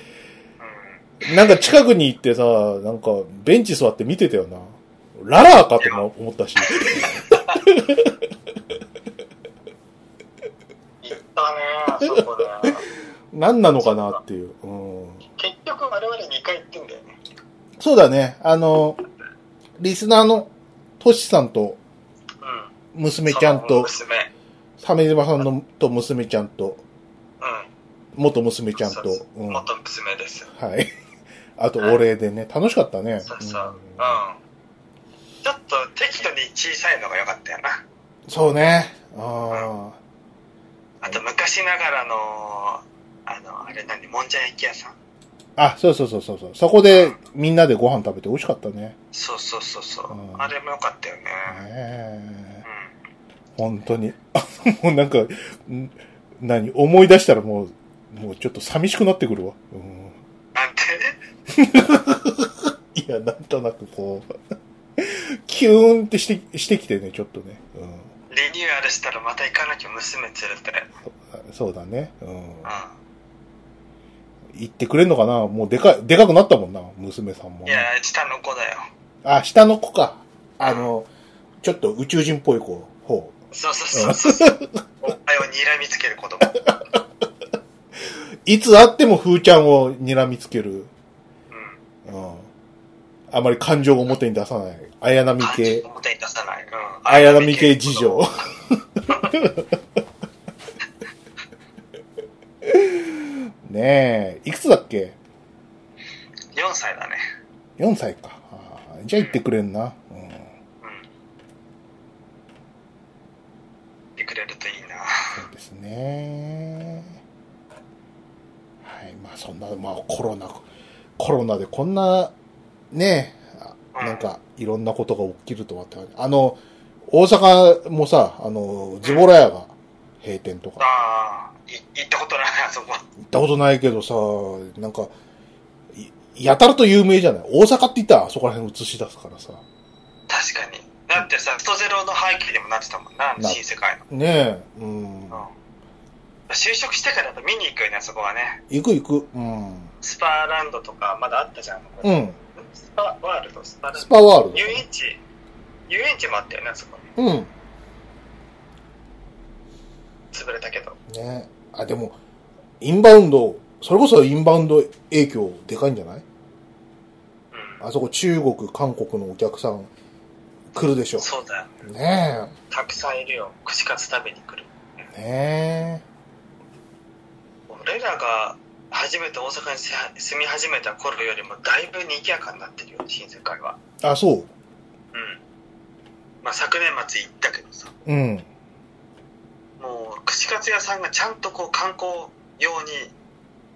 [SPEAKER 2] なんか近くに行ってさ、なんかベンチ座って見てたよな。ララーかとも思ったし。
[SPEAKER 1] 行ったね、そこね。
[SPEAKER 2] 何なのかなっていう。うん。
[SPEAKER 1] 結局我々2回行ってんだよね。
[SPEAKER 2] そうだね。あの、リスナーのトシさんと
[SPEAKER 1] うん。
[SPEAKER 2] 娘ちゃんと、
[SPEAKER 1] その娘。
[SPEAKER 2] 鮫島さんのと娘ちゃんと、
[SPEAKER 1] う
[SPEAKER 2] 元娘ちゃん
[SPEAKER 1] そ
[SPEAKER 2] と
[SPEAKER 1] うそう、。
[SPEAKER 2] うんん、は
[SPEAKER 1] 元娘です。
[SPEAKER 2] い。 あと、お礼でね、楽しかったね。
[SPEAKER 1] そうそう。
[SPEAKER 2] う
[SPEAKER 1] う
[SPEAKER 2] ん
[SPEAKER 1] ん。ちょっと適度に小さいのが良かったよな。
[SPEAKER 2] そうね。あ
[SPEAKER 1] あと昔ながらの、あの、あれ何、もんじゃ焼き屋さん。
[SPEAKER 2] あ。あ、そうそうそうそうそう。そこでみんなでご飯食べて美味しかったね。
[SPEAKER 1] そうそうそうそうう。
[SPEAKER 2] ん
[SPEAKER 1] あれも良かったよね。
[SPEAKER 2] ねえ
[SPEAKER 1] う
[SPEAKER 2] 本当に。 あもうなんか、ん何思い出したらもう、もうちょっと寂しくなってくるわ。うん
[SPEAKER 1] ん。なんて
[SPEAKER 2] いや、なんとなくこう、 キューンってしてしてきてね、ちょっとね。う
[SPEAKER 1] リニューアルしたらまた行かなきゃ娘連れて。
[SPEAKER 2] ん、そうだね。うん
[SPEAKER 1] う。ん。
[SPEAKER 2] 言ってくれんのかなもうでかい、でかくなったもんな、娘さんも
[SPEAKER 1] い。や、下の子だよ。
[SPEAKER 2] あ、下の子か。あの、ちょっと宇宙人っぽい子、方。
[SPEAKER 1] そうそうそうそう。お前を睨みつける子供。
[SPEAKER 2] いつあっても風ちゃんを睨みつける。
[SPEAKER 1] うん。
[SPEAKER 2] うん。あまり感情を表に出さない。綾波系、
[SPEAKER 1] 表に出さない。うん。
[SPEAKER 2] 綾波系事情。 ねえ、いくつだっけ
[SPEAKER 1] 4歳だね。
[SPEAKER 2] 4歳か。あーじゃあ行ってくれんな。うん、
[SPEAKER 1] うん。言ってくれるといいな。
[SPEAKER 2] そうですね。はい。まあそんな、まあコロナ、コロナでこんな、ねえ、あなんかいろんなことが起きるとはって感じ。あの、大阪もさ、あの、ズボラ屋が閉店とか、
[SPEAKER 1] ああ、い行ったことない、あそこ。
[SPEAKER 2] 行ったことないけどさ、なんか、いやたらと有名じゃない大阪って言ったらあそこら辺映し出すからさ。
[SPEAKER 1] 確かに。だってさ、ストゼロの背景にもなってたもんな、
[SPEAKER 2] な
[SPEAKER 1] 新世界の。
[SPEAKER 2] ねえ、うん。
[SPEAKER 1] うん。就職してからやっぱ見に行くよね、あそこはね。
[SPEAKER 2] 行く行く、うん。
[SPEAKER 1] スパーランドとか、まだあったじゃん。
[SPEAKER 2] うん。
[SPEAKER 1] スパワールド、スパラン
[SPEAKER 2] スパワール
[SPEAKER 1] ド。遊園地、遊園地もあったよね、あそこ。
[SPEAKER 2] ド。うん。
[SPEAKER 1] 潰れたけど。
[SPEAKER 2] ねあ、でも、インバウンド、それこそインバウンド影響でかいんじゃない
[SPEAKER 1] うん。
[SPEAKER 2] あそこ中国、韓国のお客さん来るでしょ。
[SPEAKER 1] そうだよ。
[SPEAKER 2] ね
[SPEAKER 1] たくさんいるよ。串カツ食べに来る。
[SPEAKER 2] え。ね
[SPEAKER 1] 俺らが初めて大阪にせ住み始めた頃よりもだいぶ賑やかになってるよ新世界は
[SPEAKER 2] え。あ、そう。
[SPEAKER 1] うんまあ昨年末行ったけどさ
[SPEAKER 2] うん。
[SPEAKER 1] もう串カツ屋さんがちゃんとこう観光用に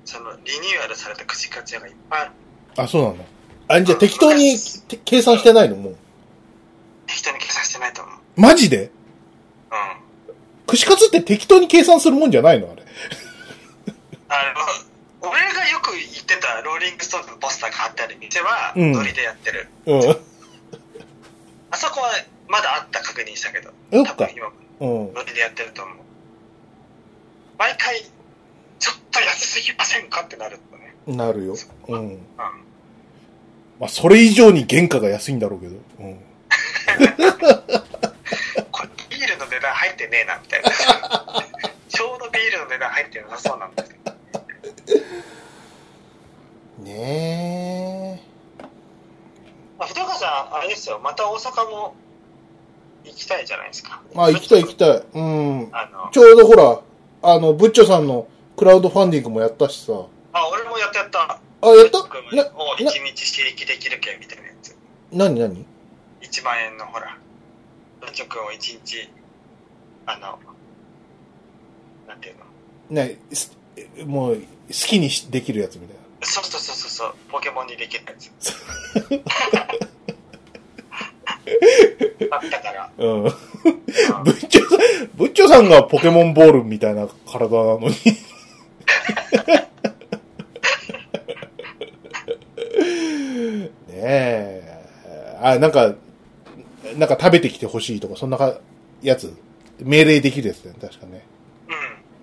[SPEAKER 1] そのリニューアルされた串カツ屋がいっぱいある
[SPEAKER 2] あ、そうなんだ。あ、じゃあ適当にて計算してないのもう。
[SPEAKER 1] 適当に計算してないと思う
[SPEAKER 2] マジで
[SPEAKER 1] うん
[SPEAKER 2] 串カツって適当に計算するもんじゃないのあれ。
[SPEAKER 1] あの俺がよく行ってたローリングストーンズのポスターが貼ってある店は
[SPEAKER 2] うん
[SPEAKER 1] ノリでやってる、
[SPEAKER 2] う
[SPEAKER 1] あそこはまだあった確認したけど
[SPEAKER 2] ん。そ
[SPEAKER 1] 多
[SPEAKER 2] っか
[SPEAKER 1] 分。今も
[SPEAKER 2] うん。
[SPEAKER 1] ノリでやってると思う毎回ちょっと安すぎませんかってなるとね
[SPEAKER 2] なるよ。うん。
[SPEAKER 1] うん
[SPEAKER 2] まあ、それ以上に原価が安いんだろうけど。うん。
[SPEAKER 1] これビールの値段入ってねえなみたい なちょうどビールの値段入ってなさそうなんだけど
[SPEAKER 2] ね
[SPEAKER 1] まあ、川さんあれですよまた大阪も行きたいじゃないですか
[SPEAKER 2] え。まあ、行きたい行きたい。うん。
[SPEAKER 1] あの
[SPEAKER 2] ちょうどほら、あの、ブッチョさんのクラウドファンディングもやったしさ。
[SPEAKER 1] あ俺もやったやった
[SPEAKER 2] あ、やった
[SPEAKER 1] 僕も
[SPEAKER 2] な、
[SPEAKER 1] もう一日刺激できる券みたいなやつ
[SPEAKER 2] なになに
[SPEAKER 1] 1万円のほら文直君を一日あのなんていうの
[SPEAKER 2] ね、すもう、好きにしできるやつみたいな。
[SPEAKER 1] そうそうそうそうそうポケモンにできるや つあったから
[SPEAKER 2] うん。 ブッチョさん、ブッチョさんがポケモンボールみたいな体なのに。 ねえ。あ、なんか、なんか食べてきてほしいとか、そんなかやつ、命令できるやつだよね、確かね。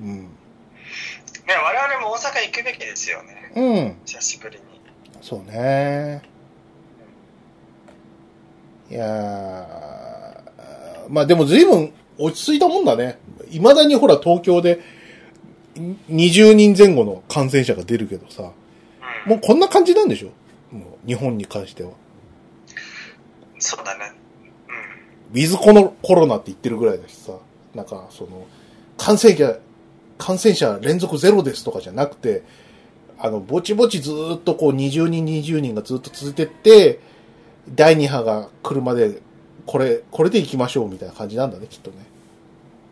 [SPEAKER 1] うん
[SPEAKER 2] うん。
[SPEAKER 1] ね我々も大阪行くべきですよね
[SPEAKER 2] うん。
[SPEAKER 1] 久しぶりに
[SPEAKER 2] そうね。いやーまあでも随分落ち着いたもんだね。未だにほら東京でん20人前後の感染者が出るけどさ、
[SPEAKER 1] うん、
[SPEAKER 2] もうこんな感じなんでしょもう日本に関しては。
[SPEAKER 1] そうだね。うん。
[SPEAKER 2] ウィズコのコロナって言ってるぐらいだしさ、なんかその、感染者、感染者連続ゼロですとかじゃなくて、あの、ぼちぼちずーっとこう20人20人がずっと続いてって、第2波が来るまで、これ、これで行きましょうみたいな感じなんだね、きっとね。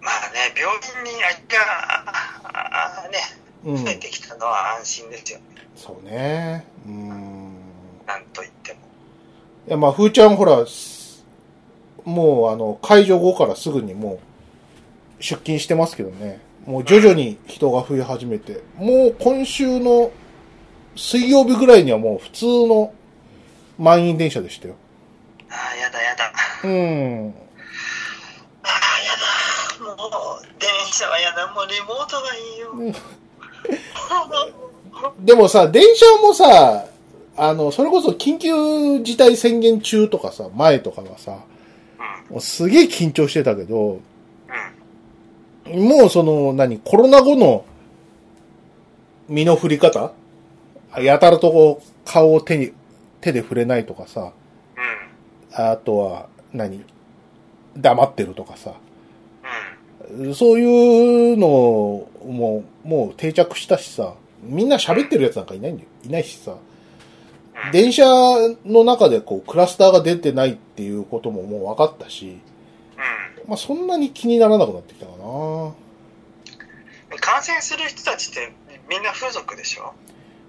[SPEAKER 1] まあね、病院に空きが、ああね、
[SPEAKER 2] うん。
[SPEAKER 1] 増えてきたのは安心ですよね。
[SPEAKER 2] そうね。うーん。
[SPEAKER 1] なんといっても。
[SPEAKER 2] いや、まあ、ふーちゃんほら、すもうあの、解除後からすぐにもう、出勤してますけどね。もう徐々に人が増え始めて、もう今週の水曜日ぐらいにはもう普通の満員電車でしたよ。
[SPEAKER 1] ああ、やだやだ。
[SPEAKER 2] うん。
[SPEAKER 1] ああ、やだ。もう、電車はやだ。もうリモートがいいよ。
[SPEAKER 2] でもさ、電車もさ、あの、それこそ緊急事態宣言中とかさ、前とかはさ、
[SPEAKER 1] うん、
[SPEAKER 2] もうすげえ緊張してたけど、
[SPEAKER 1] うん。
[SPEAKER 2] もうその、何、コロナ後の身の振り方やたらとこう、顔を手に、手で触れないとかさ、
[SPEAKER 1] うん、
[SPEAKER 2] あとは、何、黙ってるとかさ、
[SPEAKER 1] う
[SPEAKER 2] そういうのも、もう定着したしさ、みんな喋ってるやつなんかいないんだよ。いないしさ、
[SPEAKER 1] ん。
[SPEAKER 2] 電車の中でこう、クラスターが出てないっていうことももう分かったし、
[SPEAKER 1] う
[SPEAKER 2] まあそんなに気にならなくなってきたかな。
[SPEAKER 1] ん。感染する人たちってみんな風俗でしょ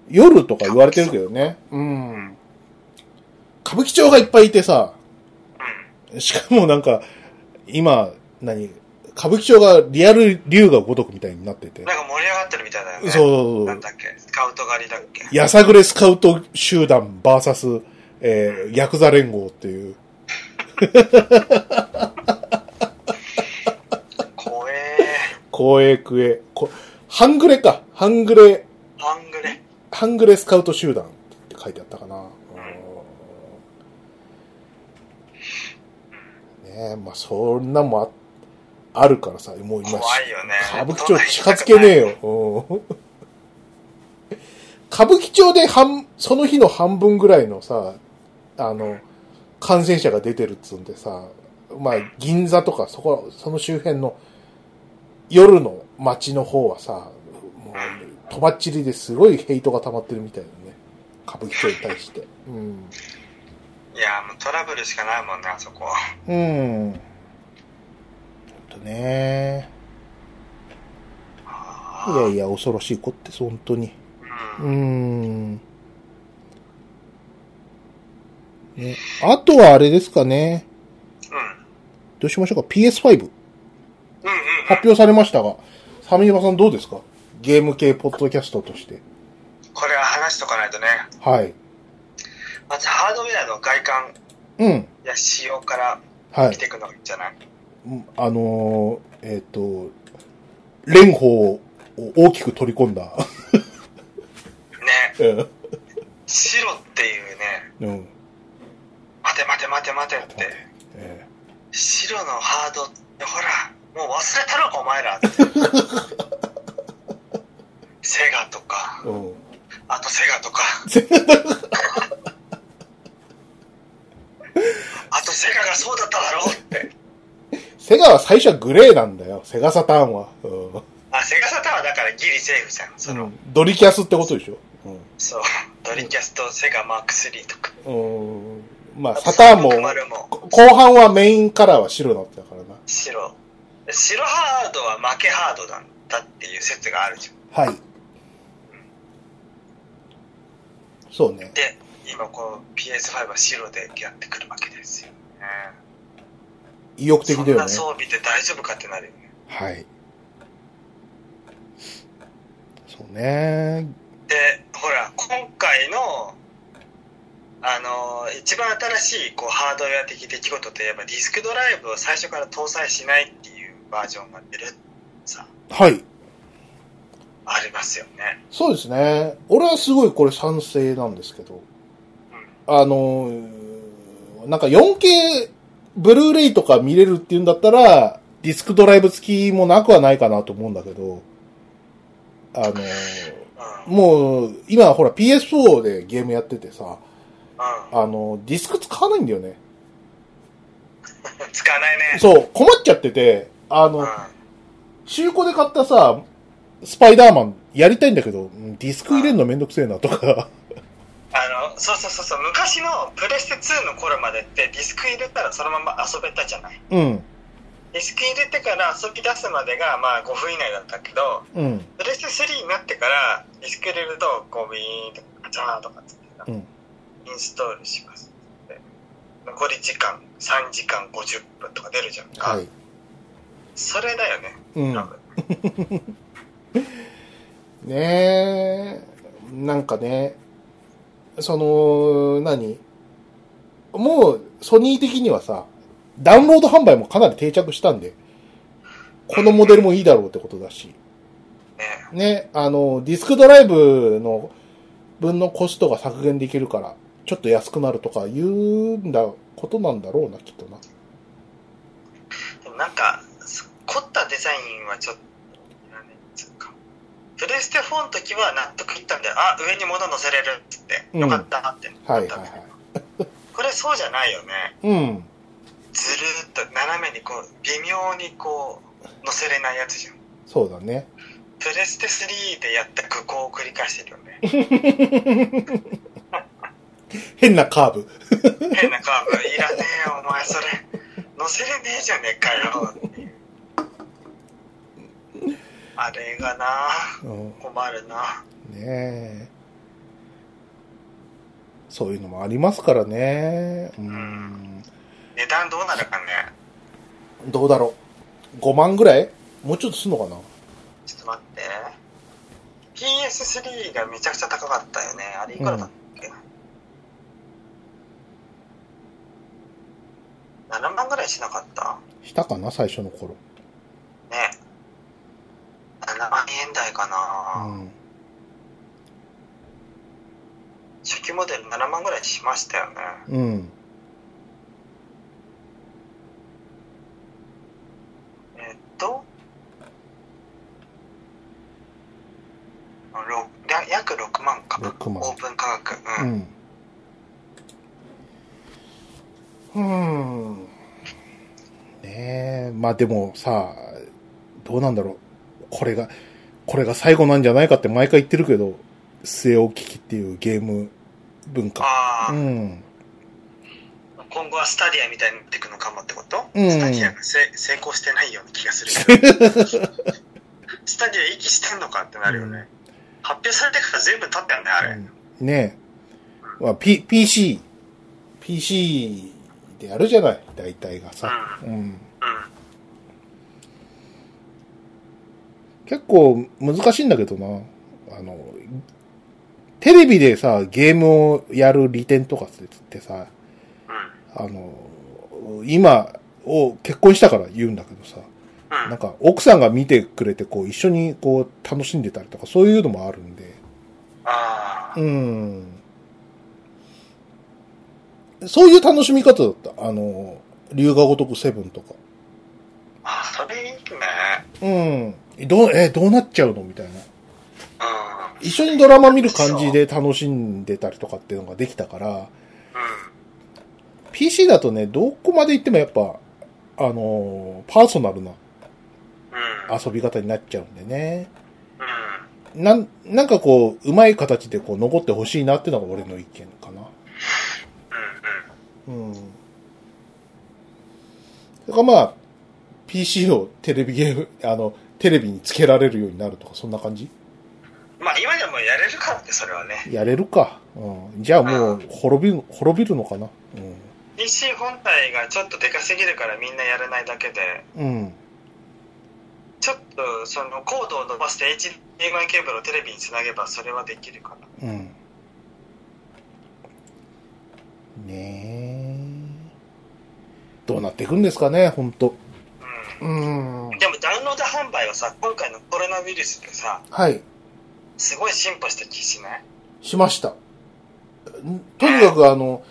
[SPEAKER 2] 夜とか言われてるけどね。うん。歌舞伎町がいっぱいいてさ、
[SPEAKER 1] う
[SPEAKER 2] しかもなんか、今、何、歌舞伎町がリアル竜が如くみたいになってて
[SPEAKER 1] ん。。なんか盛り上がってるみたいだよ
[SPEAKER 2] そう
[SPEAKER 1] ね。
[SPEAKER 2] そうそ
[SPEAKER 1] な。
[SPEAKER 2] うん
[SPEAKER 1] だっけスカウト狩りだっけ
[SPEAKER 2] やさぐれスカウト集団バーサス、えー、ヤクザ連合っていう。
[SPEAKER 1] 怖え
[SPEAKER 2] 光栄クエ、こ半グレか。半グレ、
[SPEAKER 1] ー。ハングレ。
[SPEAKER 2] 半グレスカウト集団って書いてあったかな。うんねえ、まあそんなんもああるからさ、もう今、
[SPEAKER 1] 怖いよね。
[SPEAKER 2] 歌舞伎町近づけねえよ。うん歌舞伎町で半、その日の半分ぐらいのさ、あの、感染者が出てるっつうんでさ、まあ、銀座とか、そこ、その周辺の、夜の街の方はさ、もう、とばっちりですごいヘイトが溜まってるみたいなね。歌舞伎町に対して。うん。
[SPEAKER 1] いや、もうトラブルしかないもんね、あそこ。
[SPEAKER 2] うん。ほんとね。いやいや、恐ろしい子って、本当に。
[SPEAKER 1] うん。
[SPEAKER 2] う
[SPEAKER 1] う
[SPEAKER 2] ー
[SPEAKER 1] ん。
[SPEAKER 2] ん。ね、あとはあれですかね。どうしましょうか。PS5
[SPEAKER 1] うんうん。
[SPEAKER 2] 発表されましたが、サミーバさんどうですかゲーム系ポッドキャストとして。
[SPEAKER 1] これは話しとかないとね。
[SPEAKER 2] はい。
[SPEAKER 1] まずハードウェアの外観
[SPEAKER 2] うん。
[SPEAKER 1] や仕様から
[SPEAKER 2] は
[SPEAKER 1] 見
[SPEAKER 2] い。
[SPEAKER 1] ていくのがいいんじゃない
[SPEAKER 2] うんあのー、えっ、と、蓮舫を大きく取り込んだ。
[SPEAKER 1] ね。
[SPEAKER 2] うん
[SPEAKER 1] 白っていうね、
[SPEAKER 2] うん。
[SPEAKER 1] 待て待て待て待てって。
[SPEAKER 2] え
[SPEAKER 1] 白のハードってほら、もう忘れたのかお前 らって。セガとか
[SPEAKER 2] え。、うん。
[SPEAKER 1] あとセガとか。あとセガがそうだっただろうって。
[SPEAKER 2] セガは最初はグレーなんだよ。セガサターンは。うん。
[SPEAKER 1] あ、セガサターンはだからギリセーフじゃん。その、
[SPEAKER 2] うんドリキャスってことでしょ。うん。
[SPEAKER 1] そう、ドリキャスト、セガマーク3とか。
[SPEAKER 2] うーんまあ、サターンも、
[SPEAKER 1] 360も
[SPEAKER 2] こ後半はメインカラーは白だったからな。
[SPEAKER 1] 白。白ハードは負けハードなんだっていう説があるじゃん。
[SPEAKER 2] はい。そうね。
[SPEAKER 1] で、今こう PS5 は白でやってくるわけですよ。うん
[SPEAKER 2] 意欲的だよね。
[SPEAKER 1] そんな装備で大丈夫かってなるよね。
[SPEAKER 2] はい。そうね。
[SPEAKER 1] で、ほら、今回の、あのー一番新しいこうハードウェア的出来事といえばディスクドライブを最初から搭載しないっていうバージョンが出るさ、
[SPEAKER 2] はい。
[SPEAKER 1] ありますよね。
[SPEAKER 2] そうですね。俺はすごいこれ賛成なんですけど。あのーなんか 4K、ブルーレイとか見れるっていうんだったら、ディスクドライブ付きもなくはないかなと思うんだけど、あのー
[SPEAKER 1] うん。
[SPEAKER 2] もう、今ほら PS4 でゲームやっててさ、
[SPEAKER 1] う
[SPEAKER 2] あのーディスク使わないんだよね。
[SPEAKER 1] ん。 使わないね。
[SPEAKER 2] そう、困っちゃってて、あ
[SPEAKER 1] う
[SPEAKER 2] の
[SPEAKER 1] ん。、
[SPEAKER 2] 中古で買ったさ、スパイダーマンやりたいんだけど、うんディスク入れるのめんどくせえなとか。
[SPEAKER 1] あの、そうそうそうそう、昔のプレステ2の頃までってディスク入れたらそのまま遊べたじゃない。
[SPEAKER 2] うん、
[SPEAKER 1] ディスク入れてから遊び出すまでがまあ5分以内だったけど、
[SPEAKER 2] うん。
[SPEAKER 1] プレステ3になってからディスク入れると、こうビーンとガチャーンとかつって、
[SPEAKER 2] うん
[SPEAKER 1] インストールしますって。残り時間3時間50分とか出るじゃんか。
[SPEAKER 2] はい。
[SPEAKER 1] それだよね、
[SPEAKER 2] うん
[SPEAKER 1] 多。分。
[SPEAKER 2] ねえ、なんかね、その、何もう、ソニー的にはさ、ダウンロード販売もかなり定着したんで、このモデルもいいだろうってことだし、
[SPEAKER 1] ね
[SPEAKER 2] ね、あの、ディスクドライブの分のコストが削減できるから、ちょっと安くなるとか言うんだ、ことなんだろうな、きっとな。
[SPEAKER 1] でもなんかそ凝ったデザインはちょっとなんつうかプレステ4の時は納得いったんであ上に物乗せれるっつって
[SPEAKER 2] うん
[SPEAKER 1] よかったってなった
[SPEAKER 2] は
[SPEAKER 1] ん
[SPEAKER 2] い
[SPEAKER 1] だけ
[SPEAKER 2] は
[SPEAKER 1] ど、
[SPEAKER 2] いはい。
[SPEAKER 1] これそうじゃないよね
[SPEAKER 2] うん。
[SPEAKER 1] ずるーっと斜めにこう微妙にこう乗せれないやつじゃん
[SPEAKER 2] そうだね。
[SPEAKER 1] プレステ3でやった愚行を繰り返してるよ ね
[SPEAKER 2] 変なカーブ。
[SPEAKER 1] 変なカーブいらねえよお前それ乗せれねえじゃねえかよって いうあれがな
[SPEAKER 2] うん
[SPEAKER 1] 困るな
[SPEAKER 2] ねえ。そういうのもありますからね。うん。
[SPEAKER 1] 値段どうなるかね
[SPEAKER 2] どうだろう。5万ぐらいもうちょっとすんのかな
[SPEAKER 1] ちょっと待って PS3 がめちゃくちゃ高かったよねあれいくらだったっけ、7万ぐらいしなかった
[SPEAKER 2] したかな最初の頃。
[SPEAKER 1] ね7万円台か
[SPEAKER 2] う
[SPEAKER 1] な、
[SPEAKER 2] ん。
[SPEAKER 1] 初期モデル7万ぐらいしましたよね
[SPEAKER 2] うん。
[SPEAKER 1] えっとろや約6万か
[SPEAKER 2] 6万
[SPEAKER 1] オープン価格
[SPEAKER 2] う
[SPEAKER 1] うん
[SPEAKER 2] ん。うん。ねえ。まあでもさ、どうなんだろう。これが、これが最後なんじゃないかって毎回言ってるけど、末置き機っていうゲーム文化。
[SPEAKER 1] ああ、
[SPEAKER 2] うん。
[SPEAKER 1] 今後はスタディアみたいになっていくのかもってこと、
[SPEAKER 2] うん
[SPEAKER 1] スタディアがせ成功してないような気がする けどスタディア息してんのかってなるよね、
[SPEAKER 2] うん
[SPEAKER 1] 発表されてから全部経ったよねあれ、
[SPEAKER 2] うんねえ。まあ、P、PC。PC でやるじゃない大体がさ。うん。
[SPEAKER 1] う
[SPEAKER 2] 結構難しいんだけどな。あの、テレビでさ、ゲームをやる利点とかってさ、
[SPEAKER 1] んうん
[SPEAKER 2] あの、今を結婚したから言うんだけどさ、
[SPEAKER 1] うん
[SPEAKER 2] なんか奥さんが見てくれてこう一緒にこう楽しんでたりとかそういうのもあるんで。
[SPEAKER 1] ああ
[SPEAKER 2] うん。そういう楽しみ方だった。あの、龍が如くセブンとか。
[SPEAKER 1] ああそれいいね
[SPEAKER 2] うん。どう、え、どうなっちゃうのみたいな。
[SPEAKER 1] う
[SPEAKER 2] 一緒にドラマ見る感じで楽しんでたりとかっていうのができたから、
[SPEAKER 1] んうん
[SPEAKER 2] PC だとね、どこまで行ってもやっぱ、あの、パーソナルな
[SPEAKER 1] うん
[SPEAKER 2] 遊び方になっちゃうんでね。
[SPEAKER 1] うん
[SPEAKER 2] なん、なんかこう、うまい形でこう残ってほしいなっていうのが俺の意見かな。
[SPEAKER 1] うん
[SPEAKER 2] うん。だからまあ、PC をテレビゲーム、あの、テレビにつけられるようになるとか、そんな感じ
[SPEAKER 1] うんまあ今でもやれるからってそれはね
[SPEAKER 2] やれるか。うん。じゃあもう、滅びる、滅びるのかな。
[SPEAKER 1] PC 本体がちょっとでかすぎるからみんなやらないだけで
[SPEAKER 2] うん。うん。
[SPEAKER 1] ちょっとそのコードを伸ばして HDMI ケーブルをテレビにつなげばそれはできるかな
[SPEAKER 2] うん。ねえ。どうなっていくんですかね、ほんと。
[SPEAKER 1] う
[SPEAKER 2] うん。
[SPEAKER 1] んでもダウンロード販売はさ今回のコロナウイルスでさ
[SPEAKER 2] はい。
[SPEAKER 1] すごい進歩した気しない
[SPEAKER 2] しました。んとにかくあの、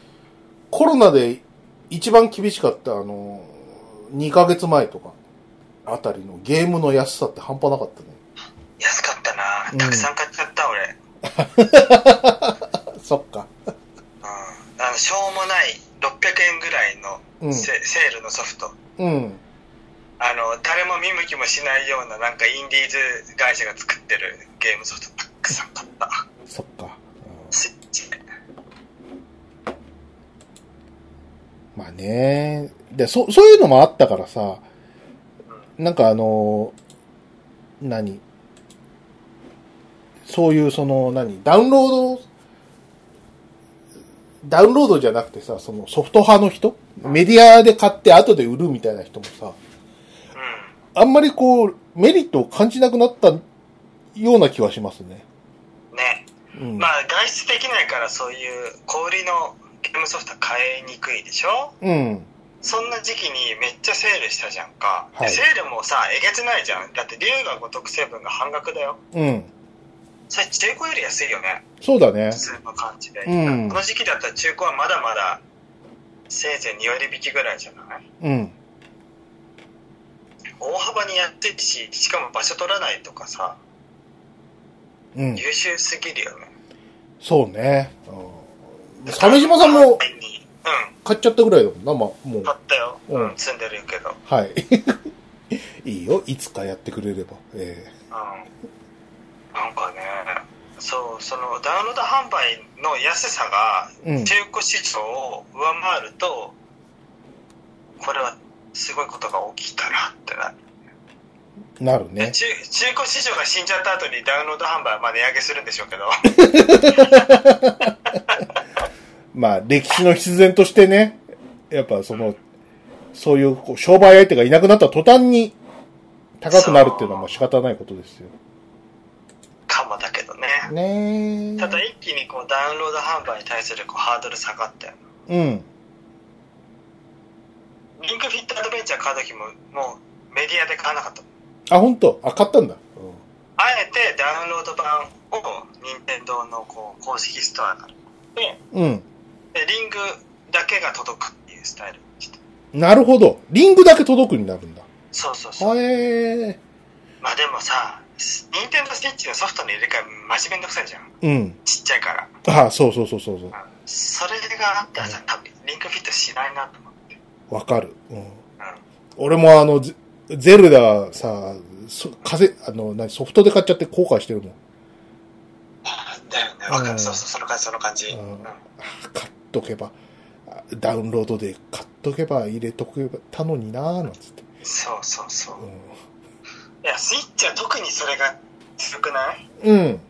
[SPEAKER 2] コロナで一番厳しかったあの、2ヶ月前とか、あたりのゲームの安さって半端なかったね。
[SPEAKER 1] 安かった
[SPEAKER 2] うん
[SPEAKER 1] なたくさん買っちゃった、俺、うん、
[SPEAKER 2] あそっか。
[SPEAKER 1] あのしょうもない600円ぐらいの
[SPEAKER 2] うん。
[SPEAKER 1] セ,、セールのソフト
[SPEAKER 2] うん。
[SPEAKER 1] あの誰も見向きもしないようななんかインディーズ会社が作ってるゲームソフトたくさん買った
[SPEAKER 2] そっか。うん
[SPEAKER 1] スイッチ
[SPEAKER 2] まあね。で、そ、そういうのもあったからさ、なんかあの、何そういうその、何ダウンロード、ダウンロードじゃなくてさ、そのソフト派の人メディアで買って後で売るみたいな人もさ、
[SPEAKER 1] う
[SPEAKER 2] あんまりこう、メリットを感じなくなったような気はしますね。
[SPEAKER 1] んね
[SPEAKER 2] うん。
[SPEAKER 1] まあ外出できないからそういう小売りのゲームソフト買いにくいでしょ
[SPEAKER 2] うん。
[SPEAKER 1] そんな時期にめっちゃセールしたじゃんか、
[SPEAKER 2] はい
[SPEAKER 1] でセールもさえげつないじゃんだって龍が如く成分が半額だよ
[SPEAKER 2] うん。
[SPEAKER 1] それ中古より安いよね
[SPEAKER 2] そうだね
[SPEAKER 1] 普。通の感じで、
[SPEAKER 2] うん
[SPEAKER 1] この時期だったら中古はまだまだせいぜい2割引きぐらいじゃない
[SPEAKER 2] うん。
[SPEAKER 1] 大幅にやってるししかも場所取らないとかさ
[SPEAKER 2] うん。
[SPEAKER 1] 優秀すぎるよね
[SPEAKER 2] そうね。うん。鮫島さんも
[SPEAKER 1] うん
[SPEAKER 2] 買っちゃったぐらいだもんな、まあ、もう。
[SPEAKER 1] 買ったよ、
[SPEAKER 2] うん
[SPEAKER 1] うん、住んでるけどうん
[SPEAKER 2] はい。 いいよ、いつかやってくれれば。え
[SPEAKER 1] なんかねそうそのダウンロード販売の安さが
[SPEAKER 2] えうん
[SPEAKER 1] 中古市場を上回ると、これはすごいことが起きたなってな、
[SPEAKER 2] なるね。
[SPEAKER 1] 中中古市場が死んじゃった後にダウンロード販売はまあ値上げするんでしょう けど
[SPEAKER 2] まあ、歴史の必然としてね、やっぱその、そういうこう商売相手がいなくなった途端に高くなるっていうのはまあ仕方ないことですよ。
[SPEAKER 1] かもだけどね
[SPEAKER 2] ねえ。
[SPEAKER 1] ただ一気にこうダウンロード販売に対するこうハードル下がったよ
[SPEAKER 2] うん。
[SPEAKER 1] リンクフィットアドベンチャー買う時ももうメディアで買わなかった
[SPEAKER 2] あ、本当あ、買ったんだ。
[SPEAKER 1] あえてダウンロード版を任天堂のこう公式ストアからで
[SPEAKER 2] うん。
[SPEAKER 1] でリングだけが届くっていうスタイルにして
[SPEAKER 2] うん。なるほど。リングだけ届くになるんだ。
[SPEAKER 1] そうそうそう、
[SPEAKER 2] へえ。
[SPEAKER 1] まあでもさ任天堂スイッチのソフトの入れ替えマジめんどくさいじゃん
[SPEAKER 2] うん。
[SPEAKER 1] ちっちゃいから
[SPEAKER 2] あそうそうそうそうそ
[SPEAKER 1] それがあったらさ多分リンクフィットしないなと思って
[SPEAKER 2] う。わかる。うん。
[SPEAKER 1] うん
[SPEAKER 2] 俺もあの、ゼゼルダさ、そカセあの、何、ソフトで買っちゃって後悔してるもん。
[SPEAKER 1] だよねわか
[SPEAKER 2] うん
[SPEAKER 1] るそうそうその感じその感じ
[SPEAKER 2] う
[SPEAKER 1] うんん
[SPEAKER 2] あ買っとけば、あダウンロードで買っとけば入れとけばたのになーなんつって。
[SPEAKER 1] そうそうそう
[SPEAKER 2] うん
[SPEAKER 1] いやスイッチは特にそれが強くない
[SPEAKER 2] うん。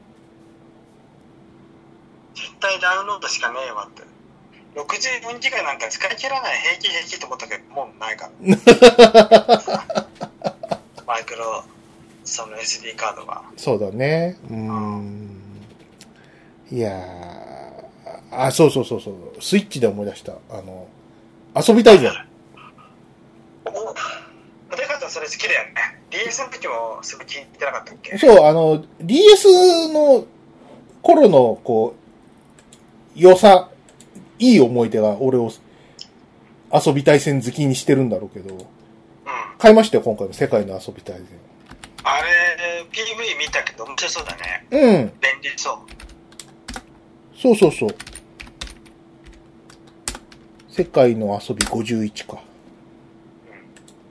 [SPEAKER 1] 絶対ダウンロードしかねえわって64ギガなんか使い切らない平気平気と思ったけどもうない からマイクロその SD カードは
[SPEAKER 2] そうだね。うーん。いやーあ、そうそうそうそう。スイッチで思い出した。あの、遊びたいじゃん。
[SPEAKER 1] お出方それ好きだよね DS の時もすごい聞いてなかったっけ
[SPEAKER 2] そう、あの、DS の頃の、こう、良さ、いい思い出が俺を遊び対戦好きにしてるんだろうけど、
[SPEAKER 1] うん
[SPEAKER 2] 買いましたよ、今回の世界の遊び対戦。
[SPEAKER 1] あれ PV 見たけど面白そうだね
[SPEAKER 2] うん、
[SPEAKER 1] 便利そう
[SPEAKER 2] そうそうそう。世界の遊び51か。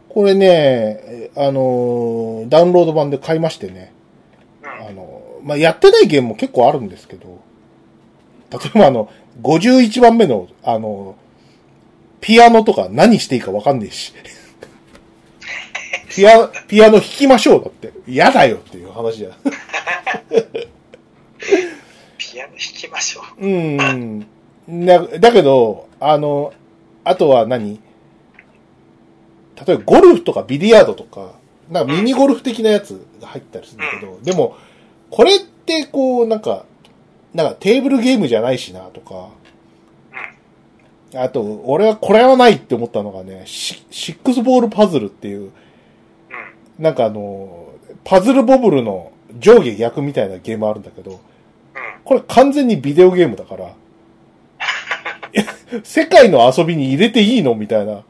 [SPEAKER 2] これね、えあのーダウンロード版で買いましてね。
[SPEAKER 1] うん
[SPEAKER 2] あの、まあ、やってないゲームも結構あるんですけど、例えばあの、51番目の、あの、ピアノとか何していいかわかんねえし。ピア、ピアノ弾きましょうだって。嫌だよっていう話じゃん。
[SPEAKER 1] ピアノ弾きましょう
[SPEAKER 2] うん。だ、だけど、あの、あとは何例えばゴルフとかビリヤードとか、なんかミニゴルフ的なやつが入ったりするんだけど、でも、これってこう、なんか、なんかテーブルゲームじゃないしなとか、あと、俺はこれはないって思ったのがね、シシックスボールパズルっていう、
[SPEAKER 1] うん
[SPEAKER 2] なんかあの、パズルボブルの上下逆みたいなゲームあるんだけど、
[SPEAKER 1] うん
[SPEAKER 2] これ完全にビデオゲームだから、世界の遊びに入れていいのみたいな。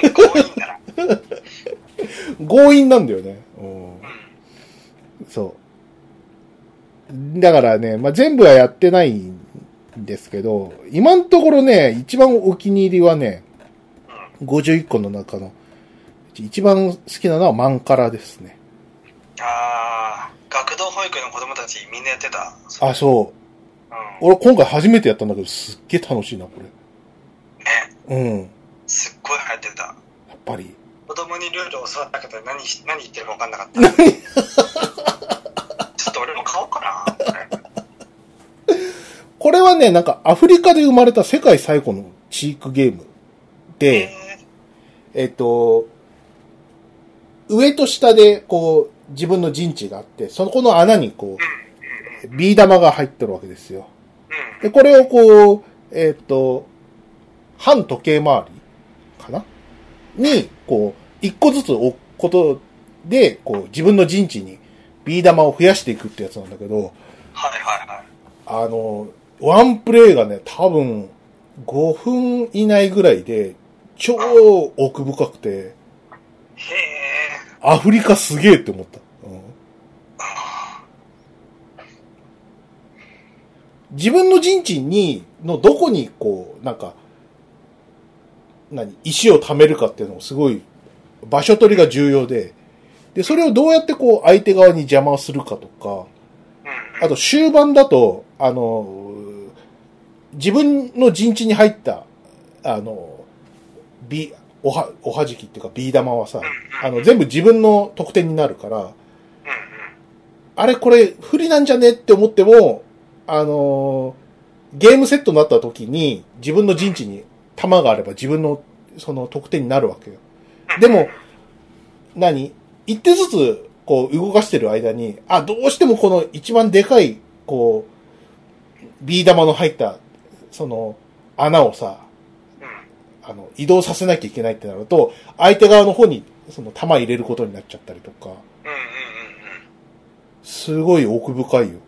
[SPEAKER 1] 強引だな。
[SPEAKER 2] 強引なんだよね。うん
[SPEAKER 1] うん。
[SPEAKER 2] そう。だからね、まあ、全部はやってないんですけど、今のところね、一番お気に入りはね、51個の中の、一番好きなのはマンカラですね。
[SPEAKER 1] ああ、学童保育の子供たちみんなやってた。
[SPEAKER 2] あ、そう。
[SPEAKER 1] うん。
[SPEAKER 2] 俺今回初めてやったんだけど、すっげえ楽しいな、こ
[SPEAKER 1] ね、
[SPEAKER 2] れ。うん。や
[SPEAKER 1] すっごい流行ってた。
[SPEAKER 2] っぱり。
[SPEAKER 1] 子供にルールを教わったけど何し何言ってるか分かんなかった。 ちょっと俺も買おうかな。
[SPEAKER 2] これはね、なんかアフリカで生まれた世界最古のチークゲーム
[SPEAKER 1] え
[SPEAKER 2] で、えっと、上と下で、こう、自分の陣地があって、そこの穴に、こう、ビー玉が入ってるわけですよ。
[SPEAKER 1] うん。
[SPEAKER 2] で、これをこう、えっと、反時計回りかなに、こう、一個ずつ置くことで、こう、自分の陣地にビー玉を増やしていくってやつなんだけど、
[SPEAKER 1] はいはいはい。
[SPEAKER 2] あの、ワンプレイがね、多分、5分以内ぐらいで、超奥深くて、
[SPEAKER 1] へえ。
[SPEAKER 2] アフリカすげえって思った、うん自分の陣地に、のどこにこう、なんか、何、石を貯めるかっていうのもすごい、場所取りが重要で、で、それをどうやってこう相手側に邪魔をするかとか、
[SPEAKER 1] うん。
[SPEAKER 2] あと終盤だと、あの、自分の陣地に入った、あの、ビ、おは、おはじきっていうかビー玉はさ、あの、全部自分の得点になるから、
[SPEAKER 1] うんうん。
[SPEAKER 2] あれこれ不利なんじゃねって思っても、あのーゲームセットになった時に自分の陣地に弾があれば自分のその得点になるわけよ。でも、何一手ずつこう動かしてる間に、あ、どうしてもこの一番でかい、こう、ビー玉の入った、その穴をさ、
[SPEAKER 1] うん。
[SPEAKER 2] あの、移動させなきゃいけないってなると、相手側の方にその弾入れることになっちゃったりと
[SPEAKER 1] う
[SPEAKER 2] か、
[SPEAKER 1] んうんうん
[SPEAKER 2] すごい奥深いよ。
[SPEAKER 1] うん。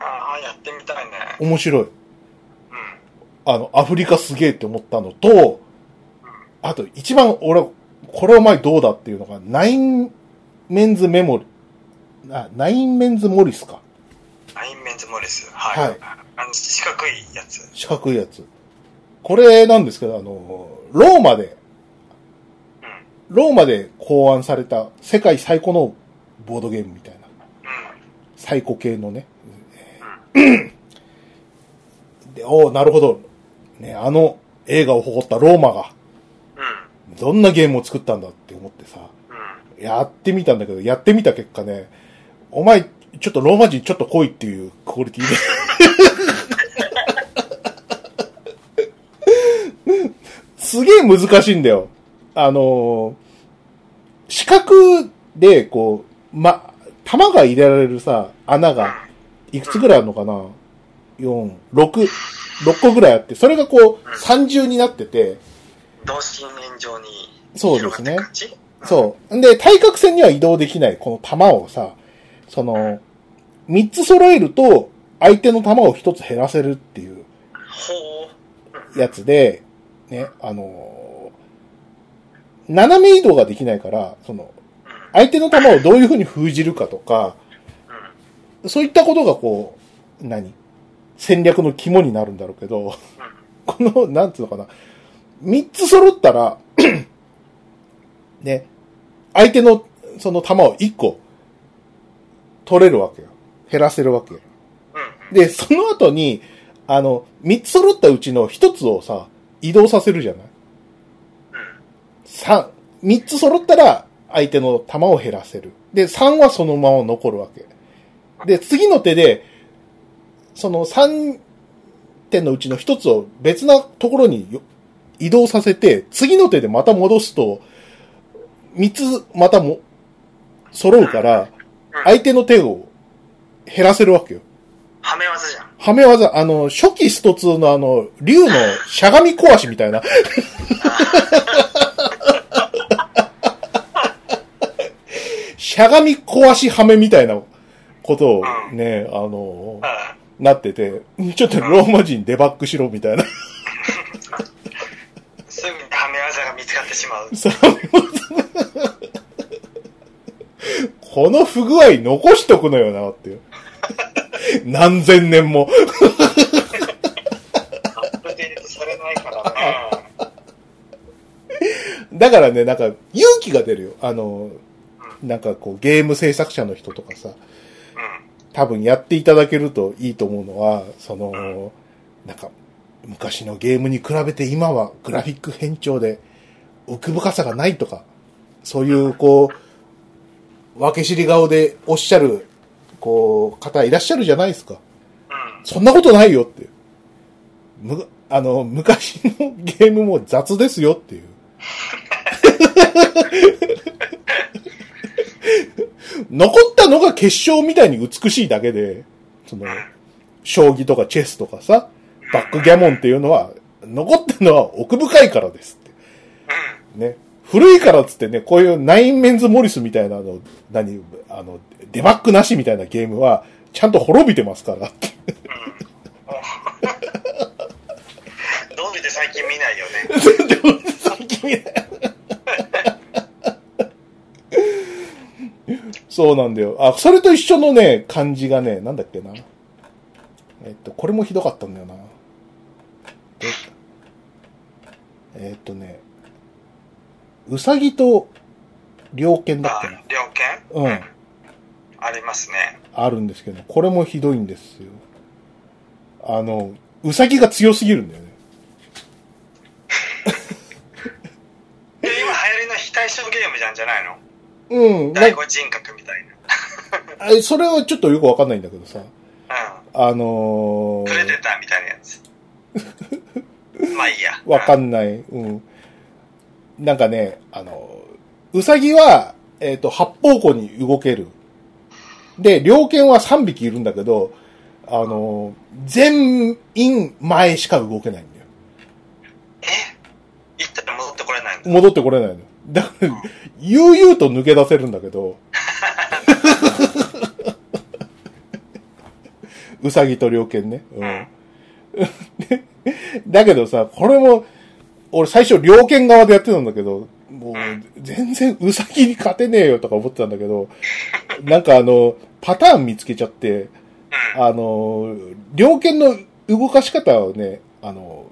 [SPEAKER 1] ああ、やってみたいね。
[SPEAKER 2] 面白い。
[SPEAKER 1] うん。
[SPEAKER 2] あの、アフリカすげえって思ったのと、あと一番俺、これお前どうだっていうのが、ナインメンズメモリ、あ、ナインメンズモリスか。
[SPEAKER 1] アインメンズモレス。はい。
[SPEAKER 2] はい
[SPEAKER 1] あの、四角いやつ。
[SPEAKER 2] 四角いやつ。これなんですけど、あの、ローマで、ローマで考案された世界最古のボードゲームみたいな。
[SPEAKER 1] うん。
[SPEAKER 2] 最古系のね。で、おうなるほど。ね、あの映画を誇ったローマが、
[SPEAKER 1] う
[SPEAKER 2] どんなゲームを作ったんだって思ってさ、
[SPEAKER 1] ん。うん。
[SPEAKER 2] やってみたんだけど、やってみた結果ね、お前、ちょっとローマ人ちょっと来いっていうクオリティですげえ難しいんだよ。あのー四角で、こう、ま、玉が入れられるさ、穴が、いくつぐらいあるのかな ?4、6、6個ぐらいあって、それがこう、三重になってて、
[SPEAKER 1] 同心円状に
[SPEAKER 2] そうですね
[SPEAKER 1] 広がっていく感じ。
[SPEAKER 2] そう。んで、対角線には移動できない、この弾をさ、その、三つ揃えると、相手の弾を一つ減らせるっていう
[SPEAKER 1] ほう。
[SPEAKER 2] やつで、ね、あのー斜め移動ができないから、その、
[SPEAKER 1] うん。うん。
[SPEAKER 2] 相手の弾をどういう風に封じるかとか、
[SPEAKER 1] うん。
[SPEAKER 2] そういったことがこう、何戦略の肝になるんだろうけど、この、なんつうのかな、三つ揃ったら、ね、相手のその弾を一個取れるわけよ。減らせるわけよ。
[SPEAKER 1] うん。うん。
[SPEAKER 2] で、その後に、あの、三つ揃ったうちの一つをさ、移動させるじゃない三、三つ揃ったら相手の弾を減らせる。で、三はそのまま残るわけ。で、次の手で、その三点のうちの一つを別なところによ移動させて、次の手でまた戻すと、三つまたも、揃うから、相手の手を減らせるわけよ。
[SPEAKER 1] はめ技じゃん。
[SPEAKER 2] はめ技、あの、初期スト2のあの、竜のしゃがみ壊しみたいな。 しゃがみ壊しはめみたいなことをね、あの、
[SPEAKER 1] う
[SPEAKER 2] なってて、ちょっとローマ人デバッグしろみたいな。
[SPEAKER 1] すぐにはめ技が見つかってしまう。
[SPEAKER 2] そうこの不具合残しとくのよなっていう。何千年も。
[SPEAKER 1] アップデートされない からね。
[SPEAKER 2] だからね、なんか勇気が出るよ。あの、なんかこうゲーム制作者の人とかさ、
[SPEAKER 1] う
[SPEAKER 2] 多分やっていただけるといいと思うのは、その、なんか昔のゲームに比べて今はグラフィック変調で奥深さがないとか、そういうこう、分け知り顔でおっしゃる、こう、方いらっしゃるじゃないですか。
[SPEAKER 1] ん。うん。
[SPEAKER 2] そんなことないよっていう。む、あの、昔のゲームも雑ですよっていう。残ったのが結晶みたいに美しいだけで、その、将棋とかチェスとかさ、バックギャモンっていうのは、残ったのは奥深いからですって。ね。古いからっつってね、こういうナインメンズモリスみたいなの、何、あの、デバッグなしみたいなゲームは、ちゃんと滅びてますからって。
[SPEAKER 1] うん。どう見て最近見ないよね。
[SPEAKER 2] そうなんだよ。あ、それと一緒のね、感じがね、なんだっけな。えっと、これもひどかったんだよな。ええっとね、うさぎと猟犬だっ
[SPEAKER 1] あ
[SPEAKER 2] けな。、
[SPEAKER 1] 猟犬
[SPEAKER 2] うん。
[SPEAKER 1] ありますね。
[SPEAKER 2] あるんですけど、これもひどいんですよ。あの、うさぎが強すぎるんだよね。
[SPEAKER 1] で、今流行りの非対称ゲームじゃんじゃないの
[SPEAKER 2] うん。な
[SPEAKER 1] 第五人格みたい
[SPEAKER 2] あそれはちょっとよくわかんないんだけどさ。
[SPEAKER 1] な。う
[SPEAKER 2] あの
[SPEAKER 1] ん。
[SPEAKER 2] ー
[SPEAKER 1] プレデターみたいなや つ。まあいいや。
[SPEAKER 2] わか
[SPEAKER 1] うん
[SPEAKER 2] ない。うん。なんかね、あの、うさぎは、えっ、と、八方向に動ける。で、猟犬は3匹いるんだけど、あの、全員前しか動けないんだよ。
[SPEAKER 1] え行ったら戻ってこれないんだ。
[SPEAKER 2] 戻ってこれないの。だから、悠々と抜け出せるんだけど、うさぎと猟犬ね。う
[SPEAKER 1] うんん。。
[SPEAKER 2] だけどさ、これも、俺最初、猟犬側でやってたんだけど、もう
[SPEAKER 1] うん、
[SPEAKER 2] 全然ウサギに勝てねえよとか思ってたんだけ ど、なんかあの、パターン見つけちゃって、あの、猟犬の動かし方をね、あの、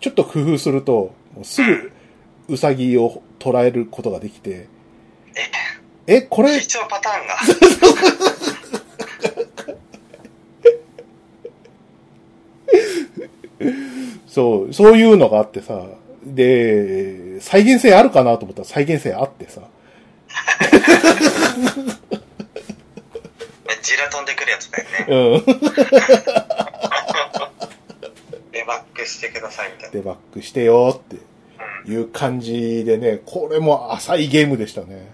[SPEAKER 2] ちょっと工夫すると、もうすぐ、ウサギを捕らえることができて、え、こ
[SPEAKER 1] うん。
[SPEAKER 2] れ、
[SPEAKER 1] 一応パターン が。
[SPEAKER 2] そう、そういうのがあってさ、で、再現性あるかなと思ったら再現性あってさ、
[SPEAKER 1] ジラ飛んでくるやつだよね。
[SPEAKER 2] うん。
[SPEAKER 1] デバッグしてくださいみたいな。
[SPEAKER 2] デバッグしてよっていう感じでね、これも浅いゲームでしたね。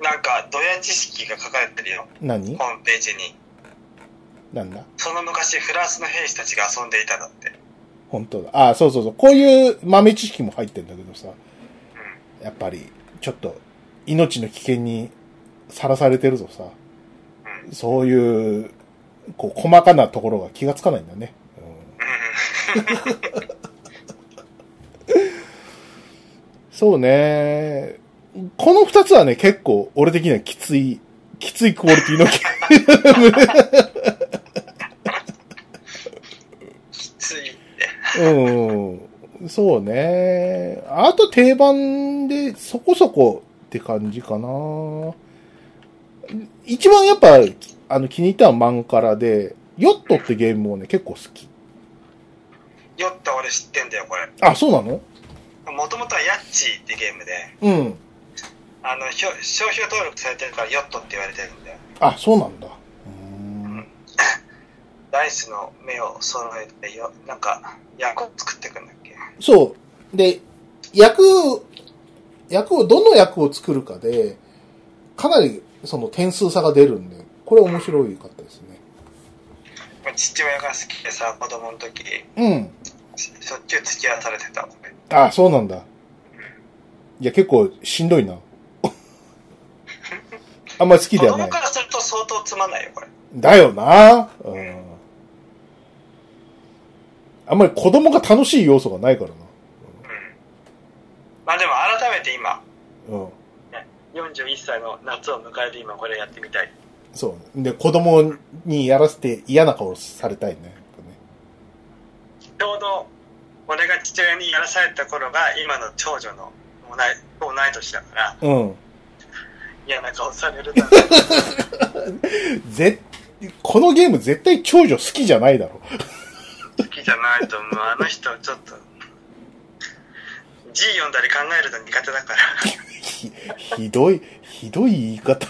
[SPEAKER 1] なんか、ドヤ知識が書かれてるよ。
[SPEAKER 2] 何
[SPEAKER 1] ホームページに。
[SPEAKER 2] なんだ
[SPEAKER 1] その昔、フランスの兵士たちが遊んでいただって。
[SPEAKER 2] 本当だ。あ、そうそうそう。こういう豆知識も入ってんだけどさ、やっぱりちょっと命の危険にさらされてるとさ、そういう、こう、細かなところが気がつかないんだね。うん
[SPEAKER 1] う
[SPEAKER 2] そうね。この二つはね、結構、俺的にはきつい、きついクオリティのゲ
[SPEAKER 1] ん。ついって。
[SPEAKER 2] うん。そうね。あと定番でそこそこって感じかな。一番やっぱ、あの、気に入ったのはマンカラで、ヨットってゲームもね、結構好き。
[SPEAKER 1] 酔った俺知ってんだよ、これ。
[SPEAKER 2] あ、そうなの
[SPEAKER 1] もともとはヤッチーってゲームで、
[SPEAKER 2] うん。
[SPEAKER 1] あの、ひょ商標登録されてるからヨットって言われてるんだよ。
[SPEAKER 2] あ、そうなんだ。うん。
[SPEAKER 1] ダイスの目を揃えてよ、なんか、役を作ってくんだっけ。
[SPEAKER 2] そう。で、役、役を、どの役を作るかで、かなりその点数差が出るんで、これ面白いかったですね。
[SPEAKER 1] 父親が好きでさ、子供の時、
[SPEAKER 2] うん。
[SPEAKER 1] ししょっちゅう付き合わされてた、これ。
[SPEAKER 2] ああ、そうなんだ。 いや、結構しんどいな。あんまり好き
[SPEAKER 1] 子
[SPEAKER 2] ではな
[SPEAKER 1] 供
[SPEAKER 2] い
[SPEAKER 1] か。らすると好相当つまんないよ、これ。
[SPEAKER 2] だよな。うん。あんまり子供が楽しい要素がないからな。
[SPEAKER 1] まあでも改めて今、
[SPEAKER 2] うん。
[SPEAKER 1] 41歳の夏を迎えて今これやってみたい。
[SPEAKER 2] そう。で、子供にやらせて嫌な顔されたいね。やっぱね
[SPEAKER 1] ちょうど、俺が父親にやらされた頃が今の長女の同い同い年だから、
[SPEAKER 2] うん。
[SPEAKER 1] 嫌な顔されるだろう。
[SPEAKER 2] ぜ、このゲーム絶対長女好きじゃないだろ。
[SPEAKER 1] 好きじゃないと思う。あの人ちょっと、字読んだり考えるの苦手だから。
[SPEAKER 2] ひ、ひどい、ひどい言い方。
[SPEAKER 1] い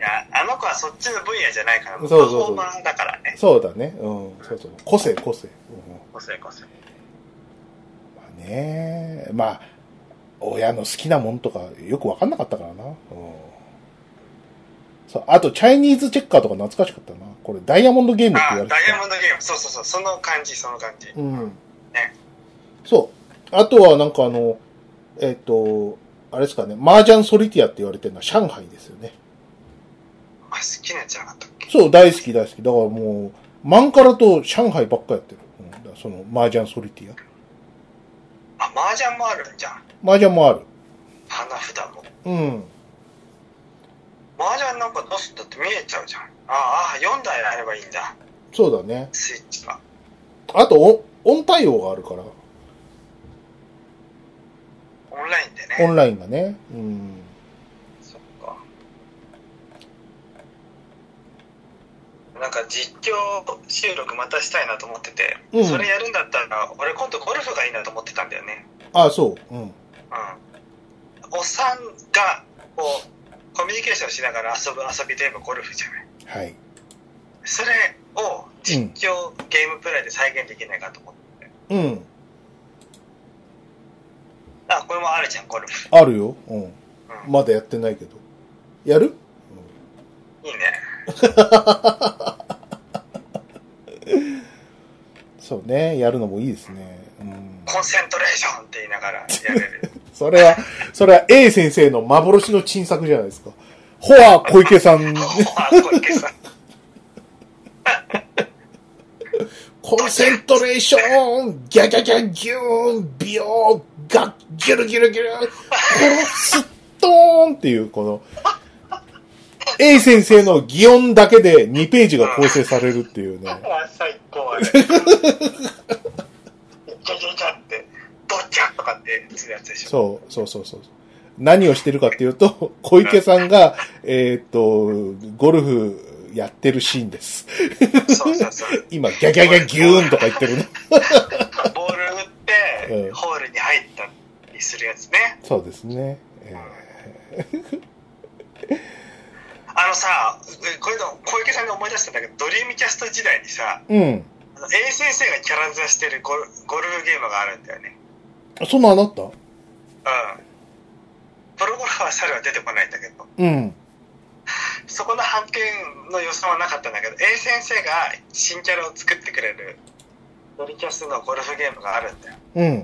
[SPEAKER 1] や、あの子はそっちの分野じゃないから、
[SPEAKER 2] そ
[SPEAKER 1] パ
[SPEAKER 2] うそ
[SPEAKER 1] フ
[SPEAKER 2] うそう
[SPEAKER 1] ォーマーだからね。
[SPEAKER 2] そうだね。うん。そうそう。個性、個性。うん
[SPEAKER 1] 個性個性。
[SPEAKER 2] まあねまあ、親の好きなもんとかよくわかんなかったからな。うん。そう、あと、チャイニーズチェッカーとか懐かしかったな。これ、ダイヤモンドゲームって
[SPEAKER 1] あ
[SPEAKER 2] 言われて
[SPEAKER 1] ダイヤ
[SPEAKER 2] た。
[SPEAKER 1] モンドゲーム。そうそうそう。その感じ、その感じ。
[SPEAKER 2] うん。
[SPEAKER 1] ね
[SPEAKER 2] そう。あとは、なんかあの、えっ、と、あれですかね、麻雀ソリティアって言われてるのは上海ですよね。
[SPEAKER 1] あ、好きなやつじゃなかったっけ
[SPEAKER 2] そう、大好き大好き。だからもう、マンカラと上海ばっかやってる。うん、だからその、麻雀ソリティア。
[SPEAKER 1] あ、麻雀もあるんじゃん。
[SPEAKER 2] 麻雀もある。
[SPEAKER 1] 花札も。
[SPEAKER 2] うん。
[SPEAKER 1] 麻雀なんかどうすんだって見えちゃうじゃん。ああ、4台あればいいんだ。
[SPEAKER 2] そうだね。
[SPEAKER 1] スイッチが。
[SPEAKER 2] あと、おオン対応があるから。
[SPEAKER 1] オンラインで
[SPEAKER 2] オ
[SPEAKER 1] ね。
[SPEAKER 2] ンラインがね。うん。
[SPEAKER 1] そっか。なんか実況収録またしたいなと思ってて、
[SPEAKER 2] うん
[SPEAKER 1] それやるんだったら、俺今度ゴルフがいいなと思ってたんだよね。
[SPEAKER 2] ああ、そう。うん。
[SPEAKER 1] うん。おっさんが、こう、コミュニケーションしながら遊ぶ遊びといえばゴルフじゃない。
[SPEAKER 2] はい。
[SPEAKER 1] それを実況、ゲームプレイで再現できないかと思って。
[SPEAKER 2] うん。
[SPEAKER 1] あ、これもあるじゃん、ゴルフ。
[SPEAKER 2] あるよ。うん。
[SPEAKER 1] うん
[SPEAKER 2] まだやってないけど。やる
[SPEAKER 1] いいね。
[SPEAKER 2] そうね。やるのもいいですね。うん。
[SPEAKER 1] コンセントレーションって言いながらやれ る。
[SPEAKER 2] それは、それは A 先生の幻の珍作じゃないですか。ホア小池さん、
[SPEAKER 1] あ、小池さん。
[SPEAKER 2] コンセントレーション、ギャギャギャギューン、ビヨー、ガッ、ギュルギュルギュル、このスットーンっていう、この、A 先生の擬音だけで2ページが構成されるっていうね。
[SPEAKER 1] あ、最高 あれ。ちゃちゃちゃって、どっちゃとかってするやつでしょ。
[SPEAKER 2] そう、そうそうそう。何をしてるかっていうと、 小池さんが、えーっと、ゴルフやってるシーンです。
[SPEAKER 1] そうそうそう。
[SPEAKER 2] 今、ギャギャギャギューンとか言ってるね。
[SPEAKER 1] ボール打って、
[SPEAKER 2] うん
[SPEAKER 1] ホールに入ったりするやつね。
[SPEAKER 2] そうですね。え
[SPEAKER 1] あのさ、これの小池さんで思い出したんだけど、ドリームキャスト時代にさ、
[SPEAKER 2] ーうん。
[SPEAKER 1] あの A 先生がキャラ座してるゴルゴルフゲームがあるんだよね。
[SPEAKER 2] あそんなのあった
[SPEAKER 1] うん。プロゴルファー猿は出てこないんだけど、
[SPEAKER 2] うん。
[SPEAKER 1] そこの判件の予算はなかったんだけど、A 先生が新キャラを作ってくれるドリキャスのゴルフゲームがあるんだよ。
[SPEAKER 2] うん。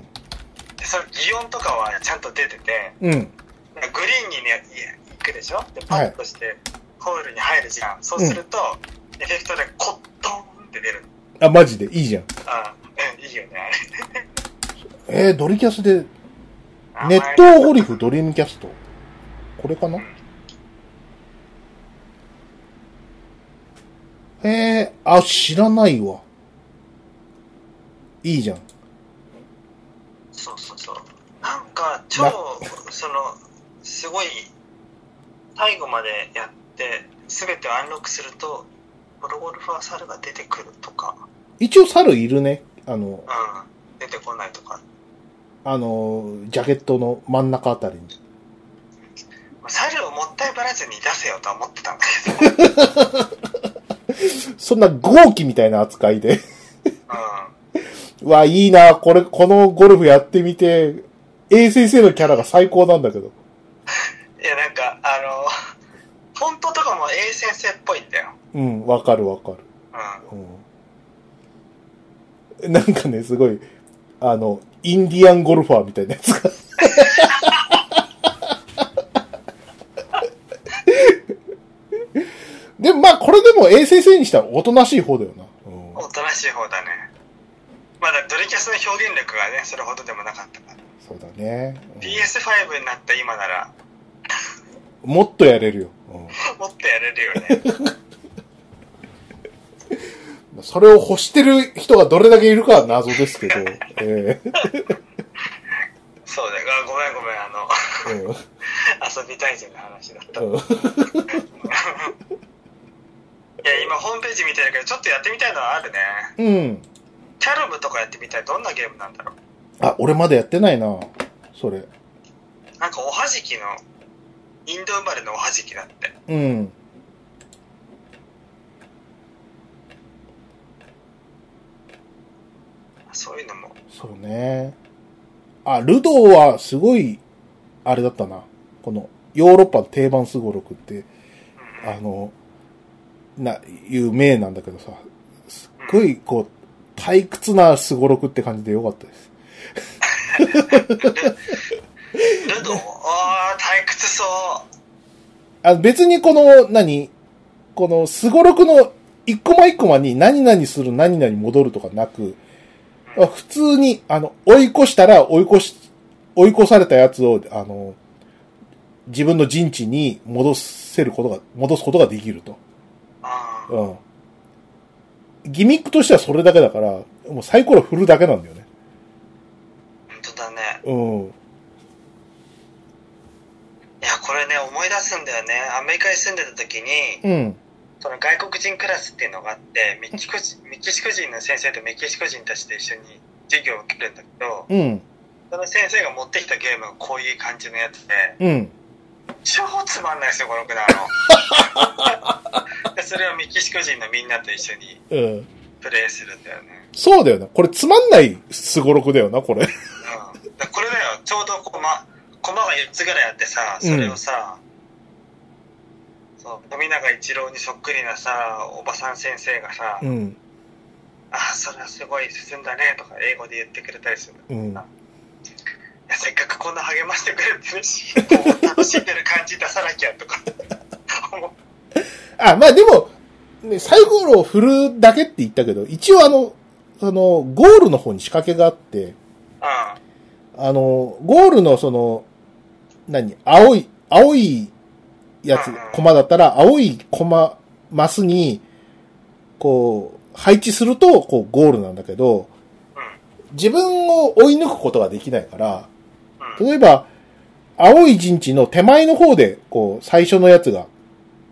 [SPEAKER 1] で、その擬音とかはちゃんと出てて、
[SPEAKER 2] う
[SPEAKER 1] グ
[SPEAKER 2] ん。
[SPEAKER 1] リーンにね、い行くでしょで、パッとして、ホールに入るじゃん。そうすると、エフェクトでコットンって出る。
[SPEAKER 2] あ、マジでいいじゃん。
[SPEAKER 1] あうん、いいよね、あれ。
[SPEAKER 2] えー、ドリキャスで、
[SPEAKER 1] あ
[SPEAKER 2] 熱湯ゴルフドリームキャスト。これかなえー、あ、知らないわ。いいじゃん。
[SPEAKER 1] そうそうそう。なんか、超、その、すごい、最後までやって、すべてをアンロックすると、プロゴルファー猿が出てくるとか、
[SPEAKER 2] 一応猿いるね。あの、
[SPEAKER 1] うん、出てこないとか。
[SPEAKER 2] あの、ジャケットの真ん中あたりに。
[SPEAKER 1] 猿をもったいぶらずに出せよとは思ってたんだけど、うん。
[SPEAKER 2] そんな豪気みたいな扱いで。 うわ、いいな、これ、このゴルフやってみて、A 先生のキャラが最高なんだけど。
[SPEAKER 1] いや、なんか、あの、フォントとかも A 先生っぽいんだよ。
[SPEAKER 2] うん、わかるわかる。
[SPEAKER 1] うん。
[SPEAKER 2] うん。なんかね、すごい、あの、インディアンゴルファーみたいなやつが。 でもまあ、これでも衛生性にしたらおとなしい方だよな。うん
[SPEAKER 1] おとなしい方だね。まだドリキャスの表現力がね、それほどでもなかったから。
[SPEAKER 2] そうだね。うん
[SPEAKER 1] PS5 になった今なら、
[SPEAKER 2] もっとやれるよ。うん
[SPEAKER 1] もっとやれるよね。
[SPEAKER 2] それを欲してる人がどれだけいるかは謎ですけど。ええ
[SPEAKER 1] そうだよ。あごめんごめん、あの、
[SPEAKER 2] うん
[SPEAKER 1] 遊び大全の話だった。い
[SPEAKER 2] うん
[SPEAKER 1] や、今ホームページ見てるけど、ちょっとやってみたいのはあるね。
[SPEAKER 2] うん。
[SPEAKER 1] キャルムとかやってみたい。どんなゲームなんだろう。
[SPEAKER 2] あ、俺まだやってないな。それ。
[SPEAKER 1] なんかおはじきの、インド生まれのおはじきだって。
[SPEAKER 2] うん。
[SPEAKER 1] そういうのも。
[SPEAKER 2] そうね。あ、ルドーはすごい、あれだったな。この、ヨーロッパの定番スゴロクって、
[SPEAKER 1] うん
[SPEAKER 2] あの、な、有名なんだけどさ、すっごい、こう、退屈なスゴロクって感じでよかったです。
[SPEAKER 1] ルドーあー、退屈そう。
[SPEAKER 2] あ別にこの、何この、スゴロクの一コマ一コマに何々する何々戻るとかなく、あ普通に、あの、追い越したら追い越し、追い越されたやつを、あの、自分の陣地に戻せることが、戻すことができると。
[SPEAKER 1] あー
[SPEAKER 2] うん。ギミックとしてはそれだけだから、もうサイコロ振るだけなんだよね。
[SPEAKER 1] 本当だね。
[SPEAKER 2] うん。
[SPEAKER 1] いや、これね、思い出すんだよね。アメリカに住んでた時に、
[SPEAKER 2] うん。
[SPEAKER 1] その外国人クラスっていうのがあって、メキコ人メキシコ人の先生とメキシコ人たちと一緒に授業を受けるんだけど、
[SPEAKER 2] うん。
[SPEAKER 1] その先生が持ってきたゲームがこういう感じのやつで、
[SPEAKER 2] うん。
[SPEAKER 1] 超つまんないですよ、このくらの。でそれをメキシコ人のみんなと一緒に
[SPEAKER 2] うん。
[SPEAKER 1] プレイするんだよね。
[SPEAKER 2] そうだよな。これつまんないスゴロクだよな、これ。
[SPEAKER 1] うん、だこれだよ、ちょうどコマ、コマが4つぐらいあってさ、それをさ、そう富永一郎にそっくりなさ、おばさん先生がさ、
[SPEAKER 2] ん。
[SPEAKER 1] ああ、それはすごい進んだねとか英語で言ってくれたりするの。い
[SPEAKER 2] うん。
[SPEAKER 1] や、せっかくこんな励ましてくれてるし、こう楽しんでる感じ出さなきゃとか。思う
[SPEAKER 2] あ、まあでも、ね、サイコロを振るだけって言ったけど、一応あの、その、ゴールの方に仕掛けがあって、
[SPEAKER 1] うん。
[SPEAKER 2] あの、ゴールのその、何、青い、青いやつ
[SPEAKER 1] うんうん、
[SPEAKER 2] コマだったら、青いコマ、マスに、こう、配置すると、こう、ゴールなんだけど、自分を追い抜くことができないから、
[SPEAKER 1] うん。うん。
[SPEAKER 2] 例えば、青い陣地の手前の方で、こう、最初のやつが、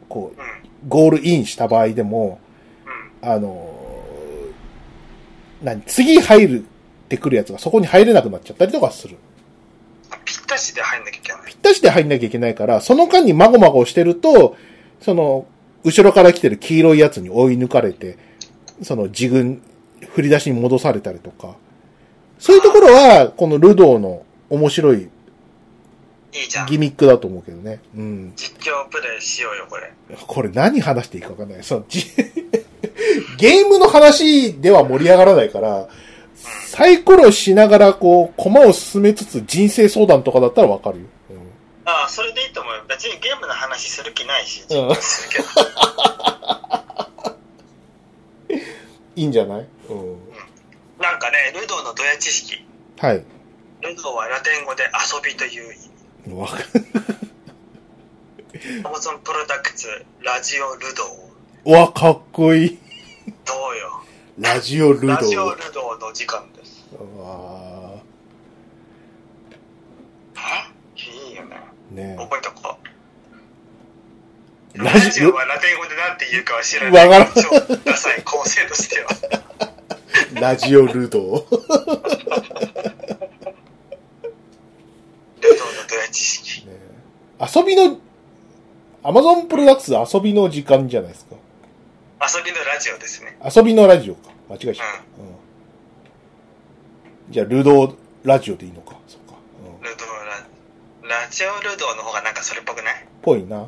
[SPEAKER 2] こう、
[SPEAKER 1] うん。
[SPEAKER 2] ゴールインした場合でも、
[SPEAKER 1] うん。
[SPEAKER 2] あのー何、次入るってくるやつがそこに入れなくなっちゃったりとかする。
[SPEAKER 1] あぴったしで入んなきゃいけない。
[SPEAKER 2] 出して入んなきゃいけないから、その間にまごまごしてると、その、後ろから来てる黄色いやつに追い抜かれて、その自軍、振り出しに戻されたりとか。そういうところは、このルドーの面白
[SPEAKER 1] い
[SPEAKER 2] い
[SPEAKER 1] いじゃん。
[SPEAKER 2] ギミックだと思うけどね。うん。
[SPEAKER 1] 実況プレイしようよ、これ。
[SPEAKER 2] これ何話していいかわかんない。その、じ ゲームの話では盛り上がらないから、サイコロしながらこう、駒を進めつつ人生相談とかだったらわかるよ。うん
[SPEAKER 1] ああ、それでいいと思うよ。別にゲームの話する気ないし、
[SPEAKER 2] うん
[SPEAKER 1] 実況するけど。
[SPEAKER 2] いいんじゃないうん。
[SPEAKER 1] なんかね、ルドーのドヤ知識。
[SPEAKER 2] はい。
[SPEAKER 1] ルドーはラテン語で遊びという意味。
[SPEAKER 2] わか
[SPEAKER 1] アマゾンプロダクツ、ラジオルドー。
[SPEAKER 2] うわ、かっこいい。
[SPEAKER 1] どうよ。
[SPEAKER 2] ラジオルドー。
[SPEAKER 1] ラジオルドーの時間です。
[SPEAKER 2] うわ
[SPEAKER 1] いいよね。
[SPEAKER 2] ーね
[SPEAKER 1] 覚えとこ
[SPEAKER 2] え
[SPEAKER 1] う。
[SPEAKER 2] ラ
[SPEAKER 1] ラ
[SPEAKER 2] ジ
[SPEAKER 1] ジ
[SPEAKER 2] オ
[SPEAKER 1] オ、はラテン語でなんて言うかは知らない。
[SPEAKER 2] わか
[SPEAKER 1] 超ダサい構成と しては。
[SPEAKER 2] ラジオ ルドー。
[SPEAKER 1] ルドーのドヤ知識。
[SPEAKER 2] ね遊びの、アマゾンプロダクツ遊びの時間じゃないですか。
[SPEAKER 1] 遊びのラジオですね。
[SPEAKER 2] 遊びのラジオか。間違えちゃっ
[SPEAKER 1] うん。
[SPEAKER 2] た。うん。じゃあ、ルドーラジオでいいのか。そうか。うん。
[SPEAKER 1] ルドーラ、ラジオルドーの方がなんかそれっぽくない
[SPEAKER 2] ぽいな。
[SPEAKER 1] うん。
[SPEAKER 2] う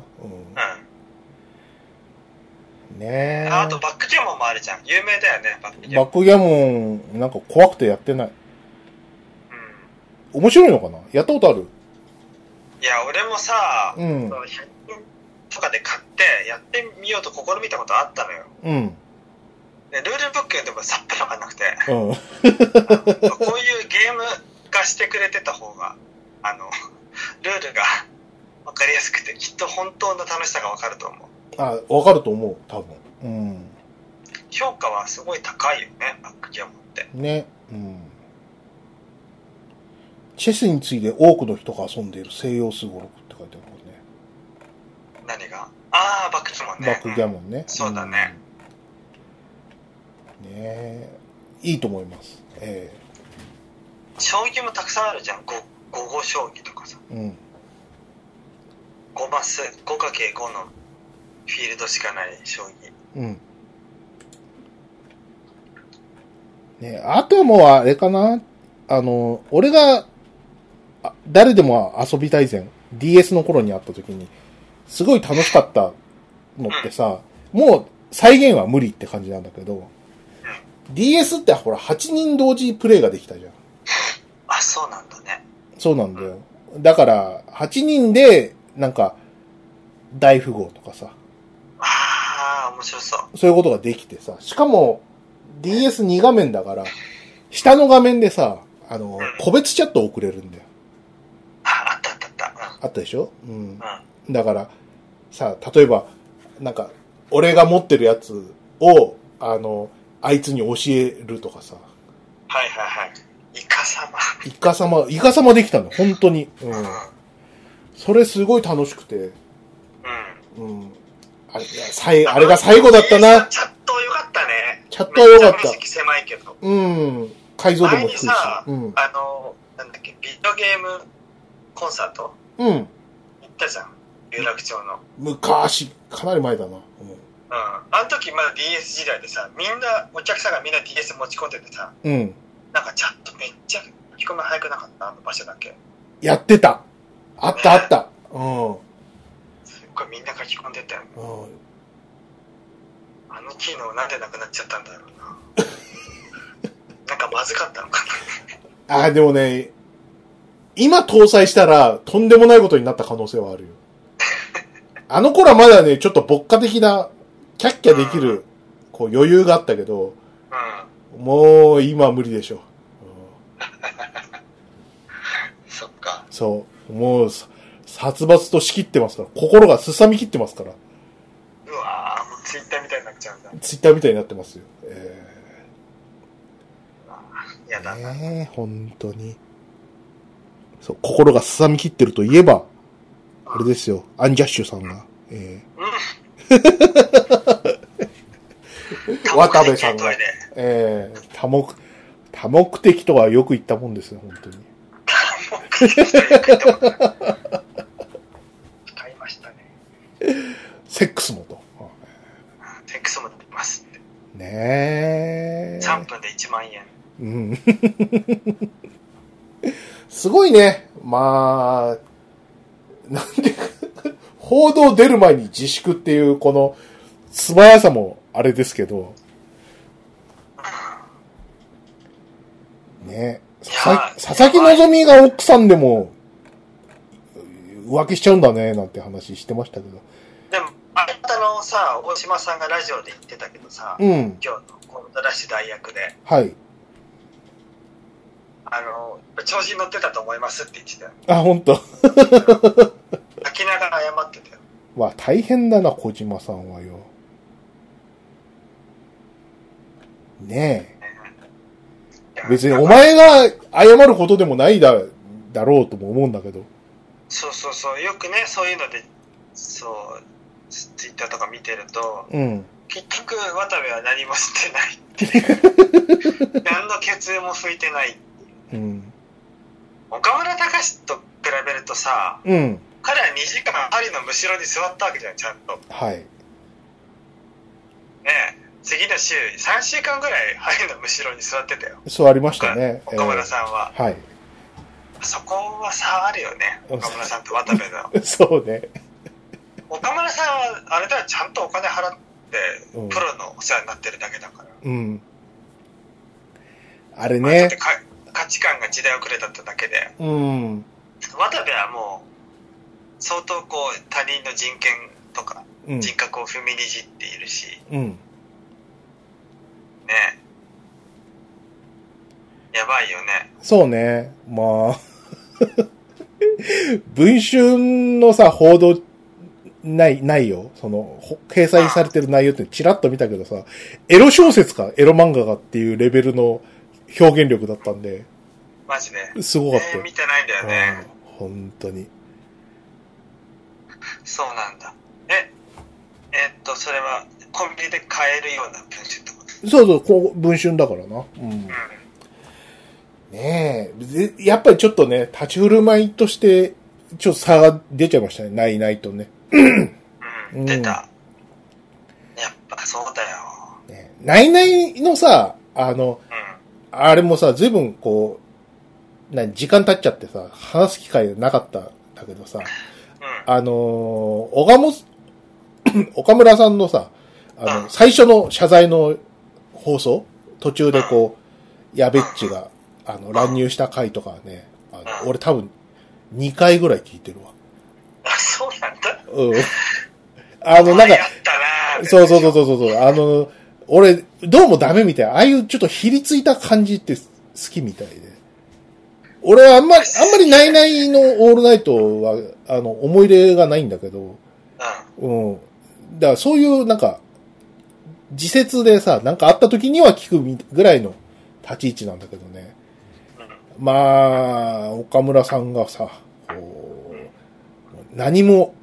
[SPEAKER 2] ん。ねえ。
[SPEAKER 1] ああとバックギャモンもあるじゃん。有名だよね、バックギャモ
[SPEAKER 2] バ
[SPEAKER 1] ン。
[SPEAKER 2] ックギャモン、なんか怖くてやってない。面白いのかなやったことある
[SPEAKER 1] うん。いや、俺もさ、
[SPEAKER 2] うん
[SPEAKER 1] そ。の100均とかで買っってやってみようと試みたことあったのよ
[SPEAKER 2] うん。
[SPEAKER 1] でルールブック読んでもさっぱりわかんなくて
[SPEAKER 2] うん。
[SPEAKER 1] こういうゲーム化してくれてた方があのルールが わかりやすくてきっと本当の楽しさがわかると思う
[SPEAKER 2] あ、わかると思う、多分。うん。
[SPEAKER 1] 評価はすごい高いよねバックギアモンって
[SPEAKER 2] ね。うん。チェスに次いで多くの人が遊んでいる西洋数語録って書いてあるもんね。
[SPEAKER 1] 何がああバックギアモンね
[SPEAKER 2] バックギャモンね。
[SPEAKER 1] そうだね
[SPEAKER 2] うん。ねえ。いいと思います。え
[SPEAKER 1] うん将棋もたくさんあるじゃん五五五将棋とかさ
[SPEAKER 2] えうん。
[SPEAKER 1] 5マス 5×5 のフィールドしかない将棋
[SPEAKER 2] うん。ねあとはもうあれかなあの、俺が、あ誰でも遊びたいぜ DS の頃にあった時に、すごい楽しかったのってさ、もう再現は無理って感じなんだけど、DS ってほら8人同時プレイができたじゃん。
[SPEAKER 1] あそうなんだね
[SPEAKER 2] そうなんだよ。だから、8人で、なんか、大富豪とかさ、
[SPEAKER 1] ああ面白そう
[SPEAKER 2] そういうことができてさ、しかも DS2 画面だから、下の画面でさ、あの、個別チャット送れるんだよ。
[SPEAKER 1] ああったあったあった
[SPEAKER 2] あったでしょうん。
[SPEAKER 1] うんうん
[SPEAKER 2] だから、さ、例えば、なんか、俺が持ってるやつを、あの、あいつに教えるとかさ、
[SPEAKER 1] はいはいはいイカ様
[SPEAKER 2] イカ様、イカ様できたの、本当に。う
[SPEAKER 1] うんん、。
[SPEAKER 2] それすごい楽しくて、
[SPEAKER 1] うん、
[SPEAKER 2] うん。あれ、いや最、あれが最後だったな。
[SPEAKER 1] チャットよかったね
[SPEAKER 2] チャットよかった
[SPEAKER 1] めちゃ面積狭いけど
[SPEAKER 2] うん。改造で
[SPEAKER 1] 前
[SPEAKER 2] も
[SPEAKER 1] に
[SPEAKER 2] 低いし。
[SPEAKER 1] さ、
[SPEAKER 2] うん。
[SPEAKER 1] あのなんだっけビデオゲームコンサート
[SPEAKER 2] うん。
[SPEAKER 1] 行ったじゃん有楽町の
[SPEAKER 2] 昔、かなり前だな。
[SPEAKER 1] うんあの時まだ DS 時代でさみんなお客さんがみんな DS 持ち込んでてさ
[SPEAKER 2] うん。うん。
[SPEAKER 1] なんかチャットめっちゃ聞くの早くなかったあの場所だけ
[SPEAKER 2] やってた。あったあった。うん。
[SPEAKER 1] すっごいみんな書き込んでたよね
[SPEAKER 2] うん
[SPEAKER 1] あの機能なんでなくなっちゃったんだろうななんかまずかったのか
[SPEAKER 2] あ、でもね、今搭載したら、とんでもないことになった可能性はある よ。あの頃はまだね、ちょっと牧歌的な、キャッキャできる、こう余裕があったけど、
[SPEAKER 1] なうん
[SPEAKER 2] もう今は無理でしょ。うん
[SPEAKER 1] そっか
[SPEAKER 2] そう。もうさ、殺伐と仕切ってますから、心がすさみ切ってますから。
[SPEAKER 1] うわーもうツイッターみたいになっちゃうんだ
[SPEAKER 2] ツイッターみたいになってますよ。え
[SPEAKER 1] や
[SPEAKER 2] ー、
[SPEAKER 1] だな、
[SPEAKER 2] ねえ本当に。そう、心がすさみ切ってるといえば、あれですよ、アンジャッシュさんが、え
[SPEAKER 1] うん
[SPEAKER 2] 渡部さんが
[SPEAKER 1] トイレ
[SPEAKER 2] ー、えー、多目、多目的とはよく言ったもんですね、本当に。
[SPEAKER 1] もう帰ってきたよ帰ってもらった買いましたね
[SPEAKER 2] セックスもと。
[SPEAKER 1] セックスも出てますって
[SPEAKER 2] ねえ。
[SPEAKER 1] 3分で1万円
[SPEAKER 2] うん。 すごいね。まあ、なんで、報道出る前に自粛っていう、この、素早さもあれですけど、ね。佐々木佐々木希が奥さんでも、浮気しちゃうんだね、なんて話してましたけど。
[SPEAKER 1] でもあなたのさ大島さんがラジオで言ってたけどさ、
[SPEAKER 2] うん。
[SPEAKER 1] 今日のコントラッシュ大役で
[SPEAKER 2] はい。
[SPEAKER 1] あの調子に乗ってたと思いますって言ってたよ
[SPEAKER 2] あ、本当。
[SPEAKER 1] 泣きながら謝ってたよ
[SPEAKER 2] わ、大変だな、小島さんはよ。ねえ。
[SPEAKER 1] い や
[SPEAKER 2] 別にお前が謝ることでもないだだろうとも思うんだけど。
[SPEAKER 1] そうそうそうよくねそういうのでそうツイッターとか見てると
[SPEAKER 2] うん。
[SPEAKER 1] 結局渡部は何もしてない っていう何の血縁も拭いてない
[SPEAKER 2] うん。
[SPEAKER 1] 岡村隆史と比べるとさ
[SPEAKER 2] うん。
[SPEAKER 1] 彼は2時間パリのむしろに座ったわけじゃんちゃんと
[SPEAKER 2] はい。
[SPEAKER 1] ねえ次の週3週間ぐらいパリのむしろに座ってたよ
[SPEAKER 2] そうありましたね。
[SPEAKER 1] 岡村さんは、
[SPEAKER 2] ん。はい。
[SPEAKER 1] そこは差あるよね
[SPEAKER 2] うん
[SPEAKER 1] 岡村さんと渡部 の
[SPEAKER 2] そうね。
[SPEAKER 1] 岡村さんはあれだよちゃんとお金払って
[SPEAKER 2] うん
[SPEAKER 1] プロのお世話になってるだけだから、
[SPEAKER 2] うん。あれ
[SPEAKER 1] まあちょっ
[SPEAKER 2] ね
[SPEAKER 1] と。か価値観が時代遅れだっただけで
[SPEAKER 2] うん。
[SPEAKER 1] 渡部はもう相当こう他人の人権とか
[SPEAKER 2] うん。
[SPEAKER 1] 人格を踏みにじっているし、
[SPEAKER 2] うん。
[SPEAKER 1] ね。やばいよね。
[SPEAKER 2] そうね。まあ。 文春のさ、報道、ない、ないよ。その、ほ掲載されてる内容ってチラッと見たけどさ、エロ小説か、エロ漫画かっていうレベルの表現力だったんで、
[SPEAKER 1] マジで。
[SPEAKER 2] すごかった
[SPEAKER 1] えー
[SPEAKER 2] よ。
[SPEAKER 1] 見てないんだよね。
[SPEAKER 2] うん本当に。
[SPEAKER 1] そうなんだ。え、えっと、それはコンビニで買えるような文集ってこと
[SPEAKER 2] そうそう、こう、文春だからな。うん
[SPEAKER 1] う。ん。
[SPEAKER 2] ねえ。でやっぱりちょっとね、立ち振る舞いとして、ちょっと差が出ちゃいましたね。ないないとね。
[SPEAKER 1] う
[SPEAKER 2] うん
[SPEAKER 1] ん、出た。やっぱそうだよ。
[SPEAKER 2] ねないないのさ、あの、
[SPEAKER 1] う
[SPEAKER 2] あれもさ、随分こう、何、時間経っちゃってさ、話す機会なかったんだけどさ、
[SPEAKER 1] ん。うん。
[SPEAKER 2] あのー、小賀も、 岡村さんのさ、あ
[SPEAKER 1] う
[SPEAKER 2] の、
[SPEAKER 1] ん
[SPEAKER 2] 最初の謝罪の放送途中でこう、やべっちが、あの、乱入した回とかね、あ
[SPEAKER 1] うん
[SPEAKER 2] の俺多分、2回ぐらい聞いてるわ。
[SPEAKER 1] あ、 そうなんだ。
[SPEAKER 2] うん。あの、なん
[SPEAKER 1] や
[SPEAKER 2] か、
[SPEAKER 1] ったな
[SPEAKER 2] そうそうそうそうそうそう。あの、俺、どうもダメみたい。ああいうちょっとひりついた感じって好きみたいで。俺はあんまり、あんまりないないのオールナイトは、あの、思い入れがないんだけど、
[SPEAKER 1] う
[SPEAKER 2] うん。だからそういう、なんか、自説でさ、なんかあった時には聞くみぐらいの立ち位置なんだけどね。
[SPEAKER 1] ん。うん。
[SPEAKER 2] まあ、岡村さんがさ、こう、何も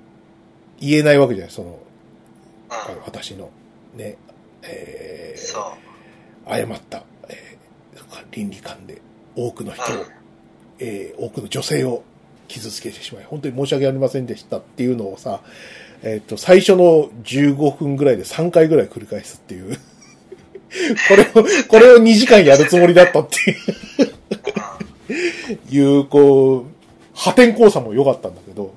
[SPEAKER 2] 言えないわけじゃない、その、
[SPEAKER 1] うん。
[SPEAKER 2] 私の、ね、えー
[SPEAKER 1] そう。
[SPEAKER 2] 誤った、えー倫理観で多くの人を、
[SPEAKER 1] うん
[SPEAKER 2] えー多くの女性を傷つけてしまい、本当に申し訳ありませんでしたっていうのをさ、えっ、と、最初の15分ぐらいで3回ぐらい繰り返すっていう。 これを、これを2時間やるつもりだったっていう
[SPEAKER 1] う
[SPEAKER 2] いう、こう、破天荒さも良かったんだけど、
[SPEAKER 1] ん。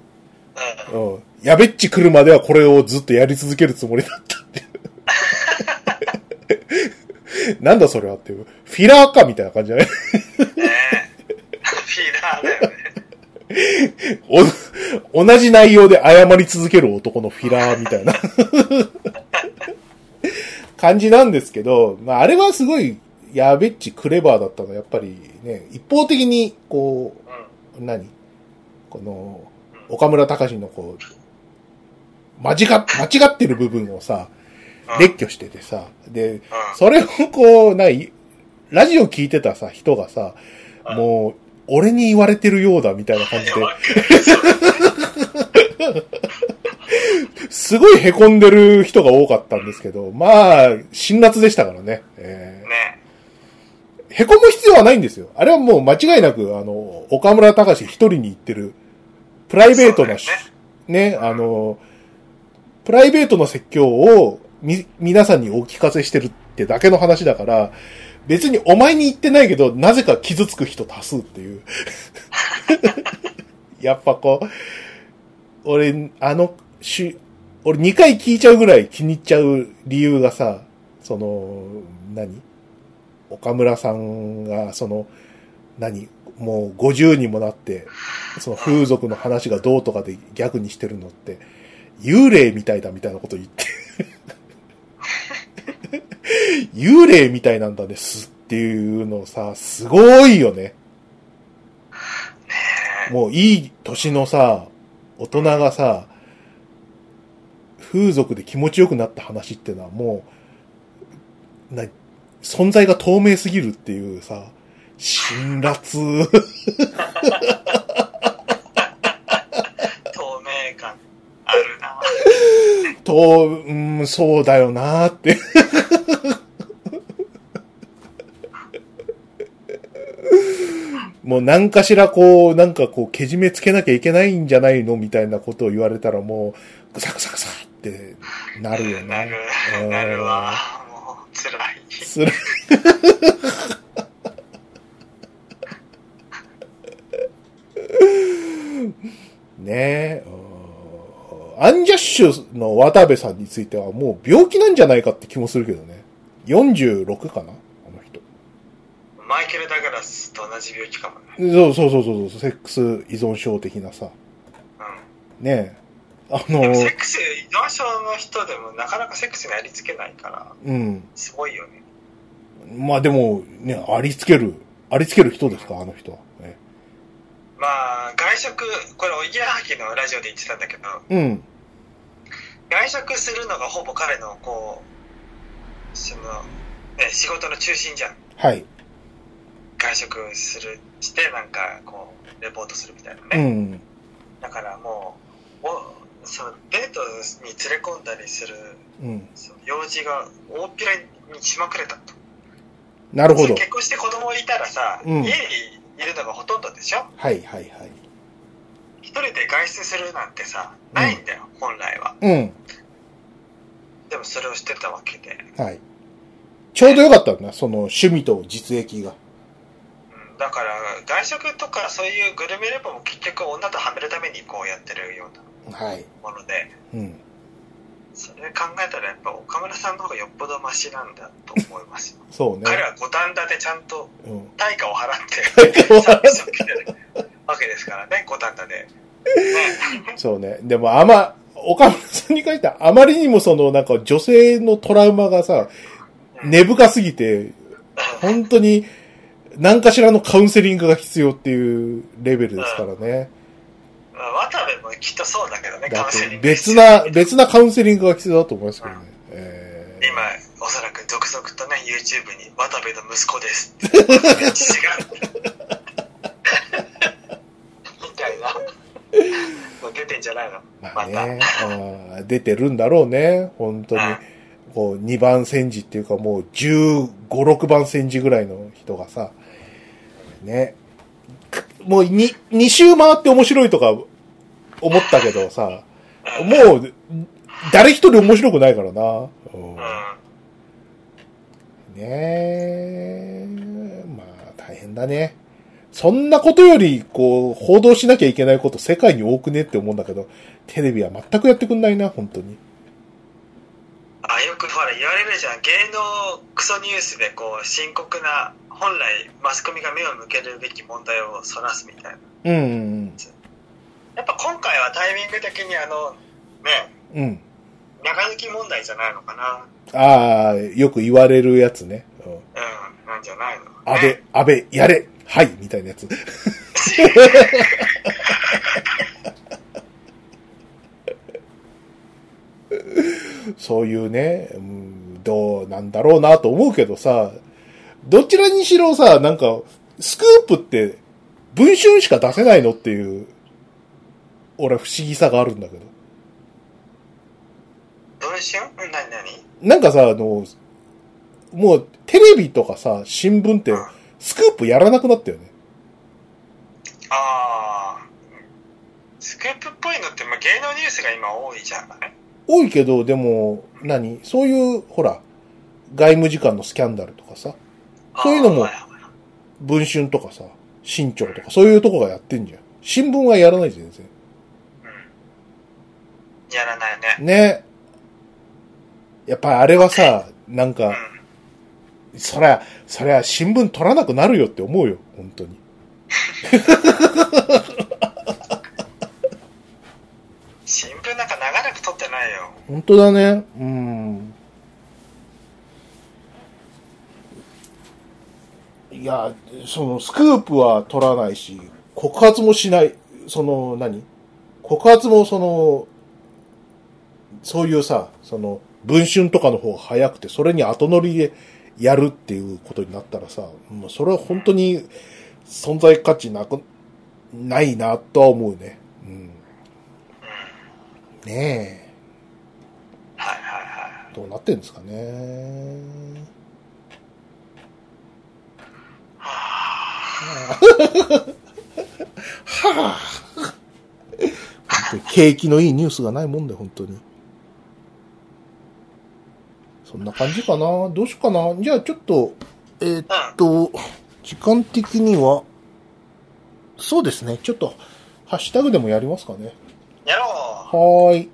[SPEAKER 1] うん。
[SPEAKER 2] うん。やべっち来るまではこれをずっとやり続けるつもりだったっていう。 なんだそれはっていう。フィラーかみたいな感じじゃない
[SPEAKER 1] ね え。フィラーだよね。
[SPEAKER 2] お同じ内容で謝り続ける男のフィラーみたいな 感じなんですけど、まあ、あれはすごい、やべっちクレバーだったのは、やっぱりね、一方的に、こう、
[SPEAKER 1] う
[SPEAKER 2] 何この、
[SPEAKER 1] ん。
[SPEAKER 2] 岡村隆史のこう、間違っ、間違ってる部分をさ、
[SPEAKER 1] うん
[SPEAKER 2] 列挙しててさ、で、
[SPEAKER 1] う
[SPEAKER 2] それをこう、ない、ラジオ聞いてたさ、人がさ、
[SPEAKER 1] うん
[SPEAKER 2] もう、俺に言われてるようだみたいな感
[SPEAKER 1] ん。
[SPEAKER 2] じ
[SPEAKER 1] い
[SPEAKER 2] で
[SPEAKER 1] や、わかるそう
[SPEAKER 2] すごい凹んでる人が多かったんですけど、まあ、辛辣でしたからね。え
[SPEAKER 1] ね
[SPEAKER 2] ー、凹む必要はないんですよ。あれはもう間違いなく、あの、岡村隆史一人に言ってる、プライベートなし
[SPEAKER 1] そうだよ、
[SPEAKER 2] ねあの、プライベートの説教を、み、皆さんにお聞かせしてるってだけの話だから、別にお前に言ってないけど、なぜか傷つく人多数っ ていう。やっぱこう、俺、あの、し、俺2回聞いちゃうぐらい気に入っちゃう理由がさ、その、何岡村さんが、その、何もう50にもなって、その風俗の話がどうとかでギャグにしてるのって、幽霊みたいだみたいなこと言って。幽霊みたいなんだですっていうのさ、すごいよね。
[SPEAKER 1] ねえ。
[SPEAKER 2] もういい年のさ、大人がさ、風俗で気持ちよくなった話ってのはもう、な、存在が透明すぎるっていうさ、辛辣。
[SPEAKER 1] 透明感あるな。
[SPEAKER 2] と、うん、そうだよなーって。もう何かしらこう、なんかこう、けじめつけなきゃいけないんじゃないのみたいなことを言われたらもう、ぐさぐさぐさってなるよね。
[SPEAKER 1] なる
[SPEAKER 2] う、ん
[SPEAKER 1] なるわ。もう、辛い。
[SPEAKER 2] する。ねえ。うんアンジャッシュの渡部さんについてはもう病気なんじゃないかって気もするけどね。46かなあの人。
[SPEAKER 1] マイケル・ダグラスと同じ病気かもね。
[SPEAKER 2] そうそうそうそうそう、セックス依存症的なさ。
[SPEAKER 1] うん。
[SPEAKER 2] ねあ
[SPEAKER 1] で
[SPEAKER 2] の
[SPEAKER 1] も、セックス依存症の人でもなかなかセックスにありつけないから
[SPEAKER 2] うん。
[SPEAKER 1] すごいよね
[SPEAKER 2] まあでも、ね、ありつける、ありつける人ですか、あの人は。ね、
[SPEAKER 1] まあ外食これおぎやはぎのラジオで言ってたんだけど
[SPEAKER 2] うん。
[SPEAKER 1] 外食するのがほぼ彼のこうその、ね、仕事の中心じゃん
[SPEAKER 2] はい。
[SPEAKER 1] 外食するしてなんかこうレポートするみたいなね、
[SPEAKER 2] うん。
[SPEAKER 1] だからもうおそのデートに連れ込んだりする
[SPEAKER 2] うん。
[SPEAKER 1] その用事が大っぴらにしまくれたと
[SPEAKER 2] なるほど。
[SPEAKER 1] 結婚して子供いたらさ、
[SPEAKER 2] うん
[SPEAKER 1] 家にいるのがほとんどでしょ
[SPEAKER 2] はいはいはい。
[SPEAKER 1] 一人で外出するなんてさないんだよ、本来は
[SPEAKER 2] うん。
[SPEAKER 1] でもそれをしてたわけで、
[SPEAKER 2] はい。ちょうどよかったんだ、その趣味と実益が。
[SPEAKER 1] うん、だから外食とかそういうグルメレポも結局女とはめるためにこうやってるような
[SPEAKER 2] はい。
[SPEAKER 1] もので
[SPEAKER 2] うん。
[SPEAKER 1] それ考えたらやっぱ岡村さんの方がよっぽどマシなんだと思いますよ
[SPEAKER 2] そう ね。
[SPEAKER 1] 彼は五反田でちゃんと
[SPEAKER 2] うん。
[SPEAKER 1] 対価を払 ってサービスを受けてるわけですからね五反田で、 ね、
[SPEAKER 2] そうね。でも、あま、岡村さんに関しては、あまりにもその、なんか女性のトラウマがさ、根深すぎて、本当に、何かしらのカウンセリングが必要っていうレベルですからね。
[SPEAKER 1] まあ渡部もきっとそうだけどねカ
[SPEAKER 2] だ
[SPEAKER 1] ウン
[SPEAKER 2] っ
[SPEAKER 1] セリ
[SPEAKER 2] て
[SPEAKER 1] ング
[SPEAKER 2] 別な、別なカウンセリングが必要だと思いますけどね。えー
[SPEAKER 1] 今おそらく続々とね YouTube に「渡部の息子 です」って違うみたいなもう出てんじゃないの
[SPEAKER 2] まあね、あー出てるんだろうね、本当に
[SPEAKER 1] うん。
[SPEAKER 2] こう、2番戦時っていうかもう15、6番戦時ぐらいの人がさ、ね、くもうに2周回って面白いとか思ったけどさ、
[SPEAKER 1] うん
[SPEAKER 2] もう、誰一人面白くないからな。うん
[SPEAKER 1] うんま
[SPEAKER 2] ねえ、まあ大変だね。そんなことより、こう、報道しなきゃいけないこと世界に多くねって思うんだけど、テレビは全くやってくんないな、本当に。
[SPEAKER 1] あよくほら言われるじゃん芸能クソニュースでこう深刻な本来マスコミが目を向けるべき問題をそらすみたいな
[SPEAKER 2] うんうん
[SPEAKER 1] やっぱ今回はタイミング的にあのね
[SPEAKER 2] うん。うん。
[SPEAKER 1] 長抜き問題じゃないのかな
[SPEAKER 2] ああ、よく言われるやつね。うん
[SPEAKER 1] うんなんじゃないの
[SPEAKER 2] 安
[SPEAKER 1] ね
[SPEAKER 2] 倍、安倍、やれはいみたいなやつ。そういうね、うんどうなんだろうなと思うけどさ、どちらにしろさ、なんか、スクープって、文春しか出せないのっていう、俺は不思議さがあるんだけど。
[SPEAKER 1] どうしよううん何何
[SPEAKER 2] なんかさ、あの、もう、テレビとかさ、新聞って、スクープやらなくなったよね。
[SPEAKER 1] ああ、スクープっぽいのって、まあ、芸能ニュースが今多いじゃない
[SPEAKER 2] 多いけど、でも、何そういう、ほら、外務次官のスキャンダルとかさ、そういうのも
[SPEAKER 1] あーはいはい
[SPEAKER 2] 文春とかさ、新潮とか、そういうとこがやってんじゃん。新聞はやらない全然。
[SPEAKER 1] うんやらないね。
[SPEAKER 2] ね。やっぱりあれはさ、なん
[SPEAKER 1] うん
[SPEAKER 2] か、。そりゃ、そりゃ新聞取らなくなるよって思うよ、本当に。
[SPEAKER 1] 新聞なんか長らく撮ってないよ。
[SPEAKER 2] 本当だね。うん。いや、そのスクープは取らないし、告発もしない。その何、告発もその、そういうさ、その、文春とかの方が早くて、それに後乗りでやるっていうことになったらさ、もうそれは本当に存在価値なく、ないなとは思うね。うん。
[SPEAKER 1] うん。
[SPEAKER 2] ねえ。
[SPEAKER 1] はいはいはい。
[SPEAKER 2] どうなってんですかね。はあ。景気のいいニュースがないもんで、本当に。そんな感じかな。どうしようかな。じゃあちょっと、えーっと、時間的には、そうですね。ちょっと、ハッシュタグでもやりますかね。
[SPEAKER 1] やろう。
[SPEAKER 2] はーい。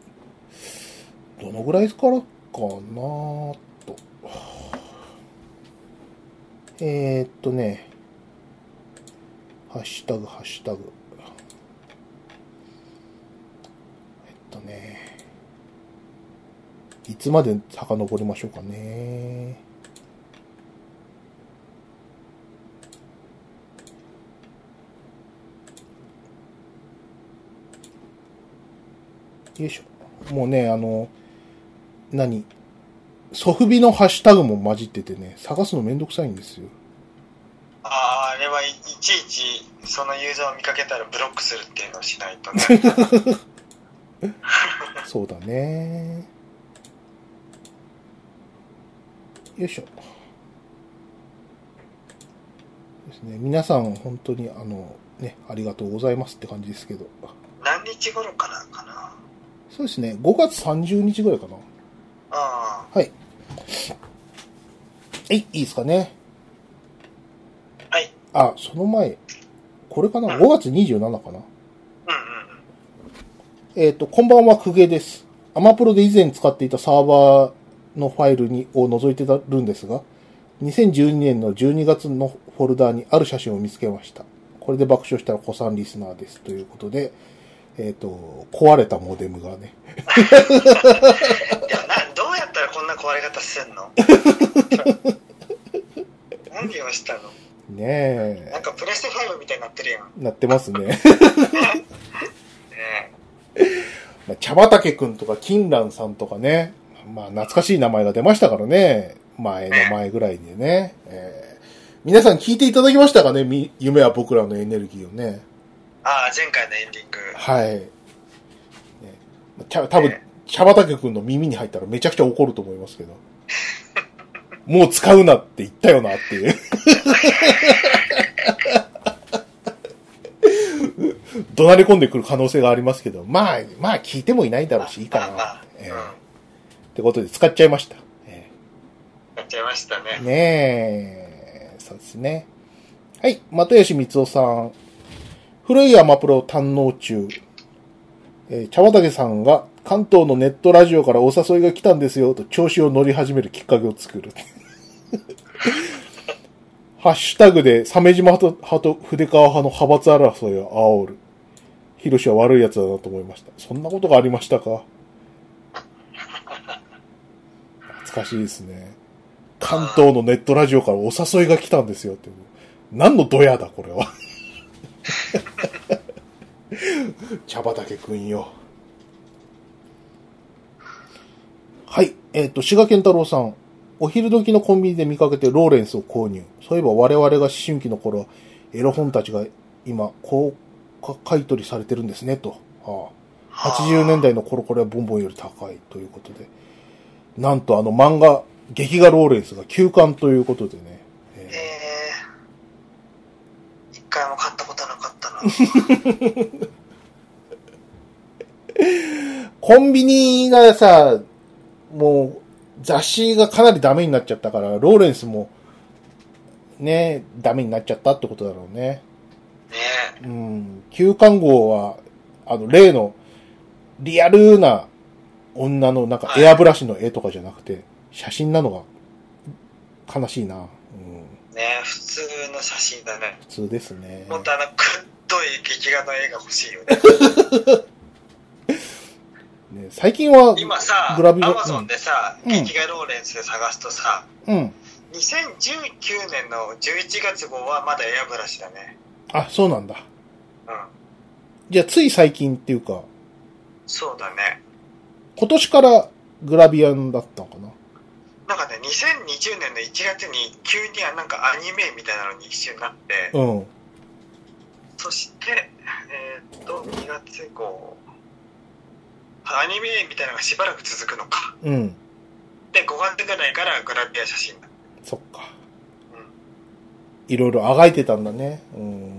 [SPEAKER 2] どのぐらいからかなーと。えー、っとね。ハッシュタグ、ハッシュタグ。えっとね。いつまで遡りましょうかね。よいしょ。もうね、あの、何ソフビのハッシュタグも混じっててね、探すのめんどくさいんですよ。
[SPEAKER 1] ああ、あれはいいちいち、そのユーザーを見かけたらブロックするっていうのをしないと ね。
[SPEAKER 2] そうだね。よいしょ。ですね。皆さん、本当に、あの、ね、ありがとうございますって感じですけど。
[SPEAKER 1] 何日頃からかな。
[SPEAKER 2] そうですね。5月30日ぐらいかな。
[SPEAKER 1] あ
[SPEAKER 2] はい。えい、いいですかね。
[SPEAKER 1] あ、はい。
[SPEAKER 2] あ、その前、これかな ?5 月27か
[SPEAKER 1] うんう
[SPEAKER 2] な
[SPEAKER 1] ん。
[SPEAKER 2] えっ、と、こんばんは、くげです。アマプロで以前使っていたサーバーのファイルにを覗いてるんですが、2012年の12月のフォルダーにある写真を見つけました。これで爆笑したら子さんリスナーです。ということで、えっ、と、壊れたモデムがね、
[SPEAKER 1] いやな、どうやったらこんな壊れ方す んの何をしたの
[SPEAKER 2] ね
[SPEAKER 1] な
[SPEAKER 2] え
[SPEAKER 1] ん、かプレステ5みたいになってるやん。
[SPEAKER 2] なってますね。
[SPEAKER 1] ね
[SPEAKER 2] まあ茶畑くんとか金蘭さんとかね、まあ懐かしい名前が出ましたからね、前の前ぐらいでね、えー皆さん聞いていただきましたかねみ夢は僕らのエネルギーをね。
[SPEAKER 1] ああ、前回のエンディング。
[SPEAKER 2] はい。ねた多分
[SPEAKER 1] ね
[SPEAKER 2] 茶畑くんの耳に入ったらめちゃくちゃ怒ると思いますけど。 もう使うなって言ったよなっていう。 怒鳴り込んでくる可能性がありますけど、まあ、まあ聞いてもいないだろうし、いいかな。
[SPEAKER 1] まあまあ、
[SPEAKER 2] ええ
[SPEAKER 1] うん。
[SPEAKER 2] ってことで使っちゃいました。え
[SPEAKER 1] やっちゃいました
[SPEAKER 2] え
[SPEAKER 1] ね。
[SPEAKER 2] ねえ、そうですね。はい、又吉光雄さん。古いアマプロ堪能中。えー茶畑さんが関東のネットラジオからお誘いが来たんですよと調子を乗り始めるきっかけを作る。 ハッシュタグで鮫島派と派と筆川派の派閥争いを煽る。ヒロシは悪い奴だなと思いました。そんなことがありましたか懐かしいですね。関東のネットラジオからお誘いが来たんですよって。何のドヤだ、これは。 茶畑くんよ。はい。えっ、と、滋賀健太郎さん。お昼時のコンビニで見かけてローレンスを購入。そういえば我々が思春期の頃は、エロ本たちが今、高価買い取りされてるんですね、と。はあ、80年代のコロコロやボンボンより高いということで。なんとあの漫画、劇画ローレンスが休刊ということでね。えー
[SPEAKER 1] えー、一回も買ったことなかったな。
[SPEAKER 2] コンビニがさ、もう雑誌がかなりダメになっちゃったから、ローレンスも、ね、ダメになっちゃったってことだろうね。
[SPEAKER 1] ね
[SPEAKER 2] うん。休刊号は、あの、例の、リアルな女のなんか
[SPEAKER 1] はい
[SPEAKER 2] エアブラシの絵とかじゃなくて、写真なのが悲しいな。うん。
[SPEAKER 1] え、ねえ、普通の写真だね。
[SPEAKER 2] 普通ですね。
[SPEAKER 1] もっとあの、くっとい劇画の絵が欲しいよね。
[SPEAKER 2] ね最近は、
[SPEAKER 1] 今さ、ア
[SPEAKER 2] グラビが
[SPEAKER 1] マゾンでさ、
[SPEAKER 2] うん
[SPEAKER 1] 劇画ローレンスで探すとさ、
[SPEAKER 2] うん。
[SPEAKER 1] 2019年の11月号はまだエアブラシだね。
[SPEAKER 2] あ、そうなんだ。
[SPEAKER 1] うん。
[SPEAKER 2] じゃあ、つい最近っていうか、
[SPEAKER 1] そうだね。
[SPEAKER 2] 今年からグラビアンだったのかな。
[SPEAKER 1] なんかね、2020年の1月に急になんかアニメみたいなのに一瞬なって、
[SPEAKER 2] うん。
[SPEAKER 1] そして、えーっと、2月以降、アニメみたいなのがしばらく続くのか。
[SPEAKER 2] うん。
[SPEAKER 1] で、5月ぐらいからグラビア写真だ。
[SPEAKER 2] そっか。いろいろあがいてたんだね。うん。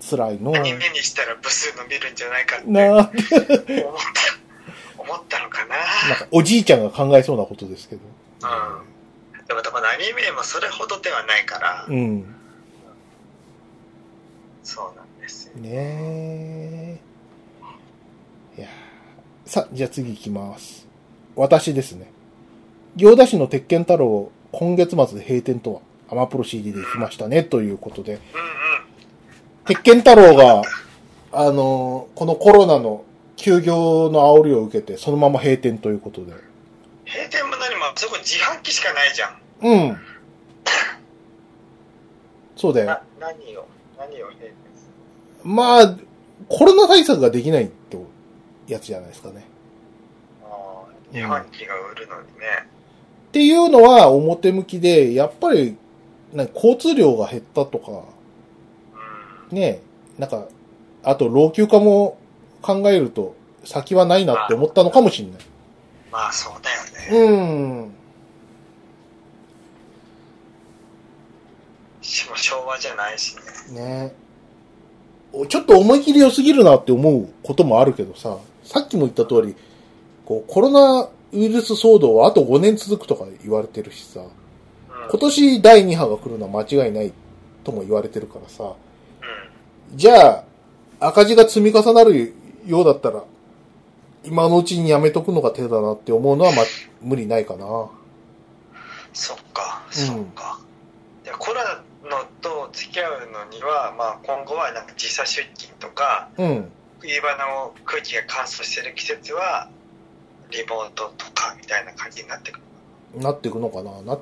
[SPEAKER 2] 辛いの
[SPEAKER 1] ア。ニメにしたら部数伸びるんじゃないかって思
[SPEAKER 2] なあ、
[SPEAKER 1] った、思ったのかな。
[SPEAKER 2] なんかおじいちゃんが考えそうなことですけど。
[SPEAKER 1] うん。でも、まだアニメもそれほどではないから、
[SPEAKER 2] うん。
[SPEAKER 1] そうなんですよ。
[SPEAKER 2] ねえ。いやーさ、じゃあ次行きます。私ですね。行田市の鉄拳太郎、今月末で閉店とは、アマプロ CD で行きましたね、ということで。
[SPEAKER 1] うんうん。
[SPEAKER 2] 鉄拳太郎が、あのーこのコロナの休業の煽りを受けて、そのまま閉店ということで。
[SPEAKER 1] 閉店も何も、あそこ自販機しかないじゃん。
[SPEAKER 2] うん。そうだよ。
[SPEAKER 1] な何を、何を閉店する
[SPEAKER 2] まあ、コロナ対策ができないってやつじゃないですかね。
[SPEAKER 1] あー自販機が売るのにね。
[SPEAKER 2] っていうのは表向きで、やっぱり、なんか交通量が減ったとか、
[SPEAKER 1] うん。
[SPEAKER 2] ね、なんか、あと老朽化も考えると先はないなって思ったのかもしれない。
[SPEAKER 1] まあそうだよね。
[SPEAKER 2] うん。
[SPEAKER 1] し も昭和じゃないしね。
[SPEAKER 2] ねおちょっと思い切り良すぎるなって思うこともあるけどさ、さっきも言った通り、こう、コロナウイルス騒動はあと5年続くとか言われてるしさ、
[SPEAKER 1] うん。
[SPEAKER 2] 今年第2波が来るのは間違いないとも言われてるからさ、
[SPEAKER 1] うん
[SPEAKER 2] じゃあ、赤字が積み重なるようだったら、今のうちにやめとくのが手だなって思うのは、ま、無理ないかな。
[SPEAKER 1] そっか、
[SPEAKER 2] ん
[SPEAKER 1] そっか。でコロナのと付き合うのには、まあ、今後はなんか時差出勤とか、
[SPEAKER 2] うん。
[SPEAKER 1] 冬場の空気が乾燥してる季節は、リモートとかみたいな感じになってくる。
[SPEAKER 2] なっていくのかな。
[SPEAKER 1] な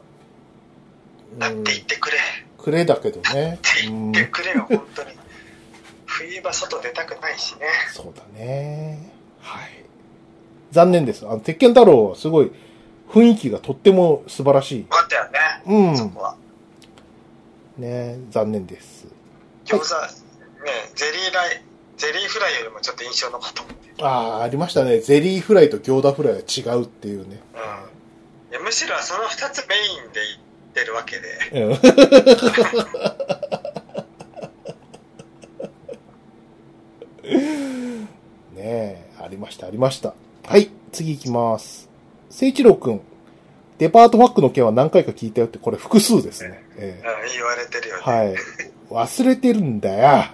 [SPEAKER 2] な、
[SPEAKER 1] っ
[SPEAKER 2] うん
[SPEAKER 1] て、言ってくれ、
[SPEAKER 2] くれだけどね。う
[SPEAKER 1] 言
[SPEAKER 2] ん
[SPEAKER 1] っ、てくれよ、本当に。冬場外出たくないしね。
[SPEAKER 2] そうだね。はい。残念です。あの、鉄拳太郎はすごい、雰囲気がとっても素晴らしい。
[SPEAKER 1] よかったよね、
[SPEAKER 2] う
[SPEAKER 1] そ
[SPEAKER 2] ん。
[SPEAKER 1] こは。
[SPEAKER 2] ね残念です。
[SPEAKER 1] 餃子、ね、ゼリーライ、ゼリーフライよりもちょっと印象残ったもんね。
[SPEAKER 2] ああ、ありましたね。ゼリーフライと餃子フライは違うっていうね。
[SPEAKER 1] うんいやむしろその2つメインでいってるわけで。
[SPEAKER 2] うん。ねえ、ありました、ありました。はい、次行きます。聖一郎くん、デパートファックの件は何回か聞いたよって、これ複数ですね。ええ
[SPEAKER 1] うん言われてるよね。
[SPEAKER 2] はい。忘れてるんだよ。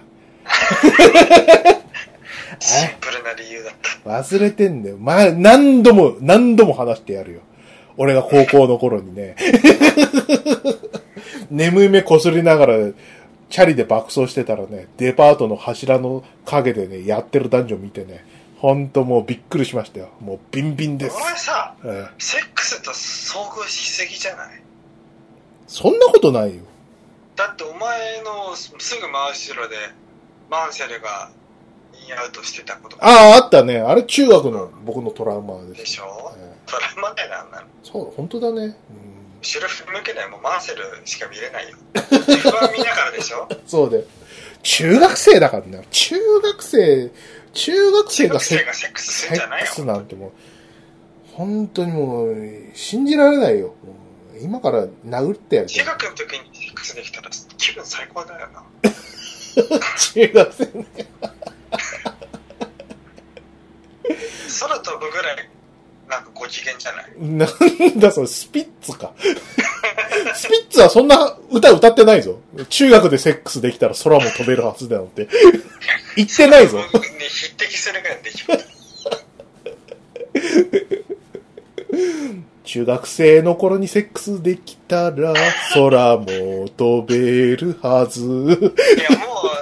[SPEAKER 1] シンプルな理由だった。
[SPEAKER 2] 忘れてんだよ。まあ、何度も、何度も話してやるよ。俺が高校の頃にね。 眠い目こすりながら、チャリで爆走してたらね、デパートの柱の影でね、やってる男女見てね、ほんともうびっくりしましたよ。もうビンビンです
[SPEAKER 1] お。前さ、
[SPEAKER 2] ええ
[SPEAKER 1] セックスと遭遇しすぎじゃない
[SPEAKER 2] そんなことないよ。
[SPEAKER 1] だってお前のすぐ真後ろで、マンセルがインアウトしてたこと
[SPEAKER 2] ああ、あったね。あれ中学の僕のトラウマです。
[SPEAKER 1] でしょ
[SPEAKER 2] ええ
[SPEAKER 1] トラウマだよなあんなの。
[SPEAKER 2] そう、本当だね。
[SPEAKER 1] 後ろ振り向けないもうマンセルしか見れ ないよ。自分は見ながらでしょ
[SPEAKER 2] うん、そうで。中学生だからね。中学生、中学生
[SPEAKER 1] 中
[SPEAKER 2] が
[SPEAKER 1] 学
[SPEAKER 2] セッ
[SPEAKER 1] 生がセックスするん
[SPEAKER 2] セ
[SPEAKER 1] じゃな
[SPEAKER 2] ッ
[SPEAKER 1] い
[SPEAKER 2] ク
[SPEAKER 1] よ。
[SPEAKER 2] スなんてもう、本当にもう、信じられないよ。もう今から殴ってやる
[SPEAKER 1] 中
[SPEAKER 2] から。
[SPEAKER 1] 学の時にセックスできたら気分最高だよな。
[SPEAKER 2] 中学生ね。
[SPEAKER 1] 空飛ぶぐらい、なんかご機嫌じゃない
[SPEAKER 2] なんだそれ、スピッツか。スピッツはそんな歌歌ってないぞ。中学でセックスできたら空も飛べるはずだなんて。言ってないぞ。
[SPEAKER 1] 僕に匹敵するぐらいできる。
[SPEAKER 2] 中学生の頃にセックスできたら空も飛べるはず。
[SPEAKER 1] いやもう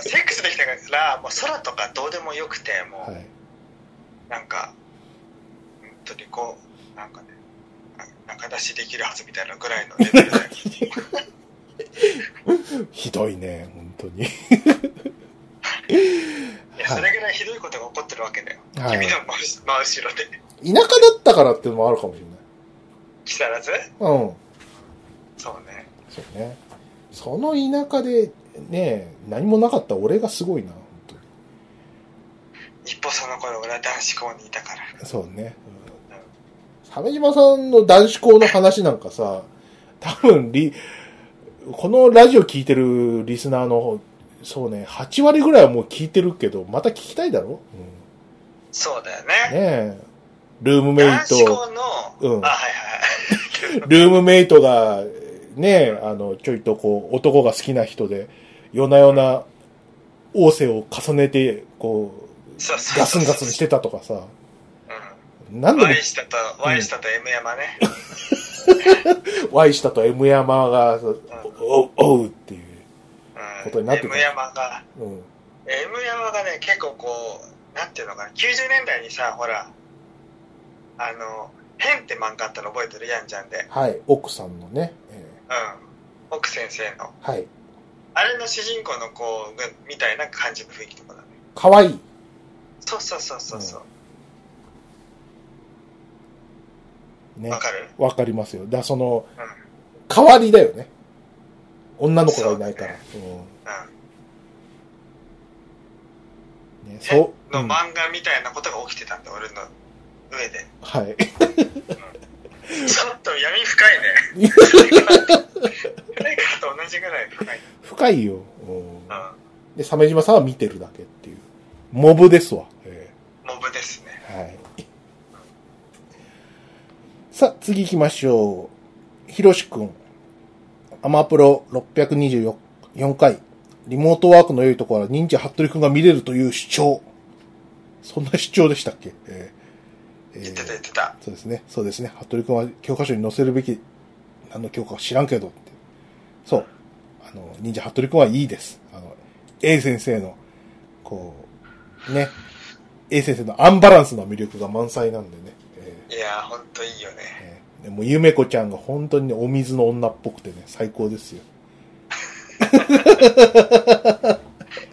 [SPEAKER 1] セックスできたからもう空とかどうでもよくても
[SPEAKER 2] はいう
[SPEAKER 1] なんか本当にこうなんかねあ仲出しできるはずみたいなぐらいのレベルだよ
[SPEAKER 2] ひどいね、本当に。
[SPEAKER 1] いやそれぐらいひどいことが起こってるわけだよ、
[SPEAKER 2] はい
[SPEAKER 1] 君の真後真後ろで
[SPEAKER 2] 田舎だったからってのもあるかもしれ
[SPEAKER 1] 木更津
[SPEAKER 2] ない。うん。
[SPEAKER 1] そうね
[SPEAKER 2] そうね。その田舎で、ね、何もなかった俺がすごいな、本当に。
[SPEAKER 1] 一歩その頃俺は男子校にいたから
[SPEAKER 2] そうね。うん。鮫島さんの男子校の話なんかさ、多分リ、このラジオ聞いてるリスナーの、そうね、8割ぐらいはもう聞いてるけど、また聞きたいだろ、う
[SPEAKER 1] そうだよ
[SPEAKER 2] ん、ね
[SPEAKER 1] ね
[SPEAKER 2] え。ルームメイ
[SPEAKER 1] 男子
[SPEAKER 2] ト、
[SPEAKER 1] 校の、
[SPEAKER 2] うん
[SPEAKER 1] あはいはい
[SPEAKER 2] ルームメイトが、ねえ、あの、ちょいとこう、男が好きな人で、夜な夜な、王政を重ねて、こう、
[SPEAKER 1] そうそう、
[SPEAKER 2] ガスンガスンしててたとかさ、
[SPEAKER 1] う
[SPEAKER 2] 何
[SPEAKER 1] ん、
[SPEAKER 2] 度も
[SPEAKER 1] Y 下と Y 下と M 山ね
[SPEAKER 2] Y したと M 山が、お、おうっていう。
[SPEAKER 1] うん
[SPEAKER 2] ことになってた
[SPEAKER 1] M 山が
[SPEAKER 2] うん。
[SPEAKER 1] M 山がね結構こうなんていうのかな、90年代にさ、ほら、あの、変って漫画あったの覚えてるやんじゃんで。
[SPEAKER 2] はい。奥さんのね、え
[SPEAKER 1] うん。奥先生の。
[SPEAKER 2] ーはい。
[SPEAKER 1] あれの主人公の子がみたいな感じの雰囲気とかだね。
[SPEAKER 2] かわいい。
[SPEAKER 1] そうそうそうそうそう。
[SPEAKER 2] ね
[SPEAKER 1] わ、。かる
[SPEAKER 2] わかりますよ。だからその、
[SPEAKER 1] うん。
[SPEAKER 2] 代わりだよね。女の子がいないから。うん。ね、
[SPEAKER 1] 変
[SPEAKER 2] そ
[SPEAKER 1] の
[SPEAKER 2] う。うん、は
[SPEAKER 1] 漫画みたいなことが起きてたんだ、俺の上で。
[SPEAKER 2] い。
[SPEAKER 1] ちょっと闇深い ね。 それかと同じぐらい深い。
[SPEAKER 2] 深いよ。う。
[SPEAKER 1] うん
[SPEAKER 2] で、鮫島さんは見てるだけっていう。モブですわ。え
[SPEAKER 1] ん。モブですね。
[SPEAKER 2] えはい。さあ、次行きましょう。ひろしくん。アマプロ624回。リモートワークの良いところは忍者服部くんが見れるという主張。そんな主張でしたっけええええ
[SPEAKER 1] 言ってた言ってた。
[SPEAKER 2] そうですね。そうですね。服部君は教科書に載せるべき、何の教科か知らんけどって。そう。あの、忍者服部君はいいです。あの、A 先生の、こう、ね。A 先生のアンバランスの魅力が満載なんでね。え
[SPEAKER 1] いやー、ほんといいよね
[SPEAKER 2] ー。えーでもう、ゆめこちゃんが本当にね、お水の女っぽくてね、最高ですよ。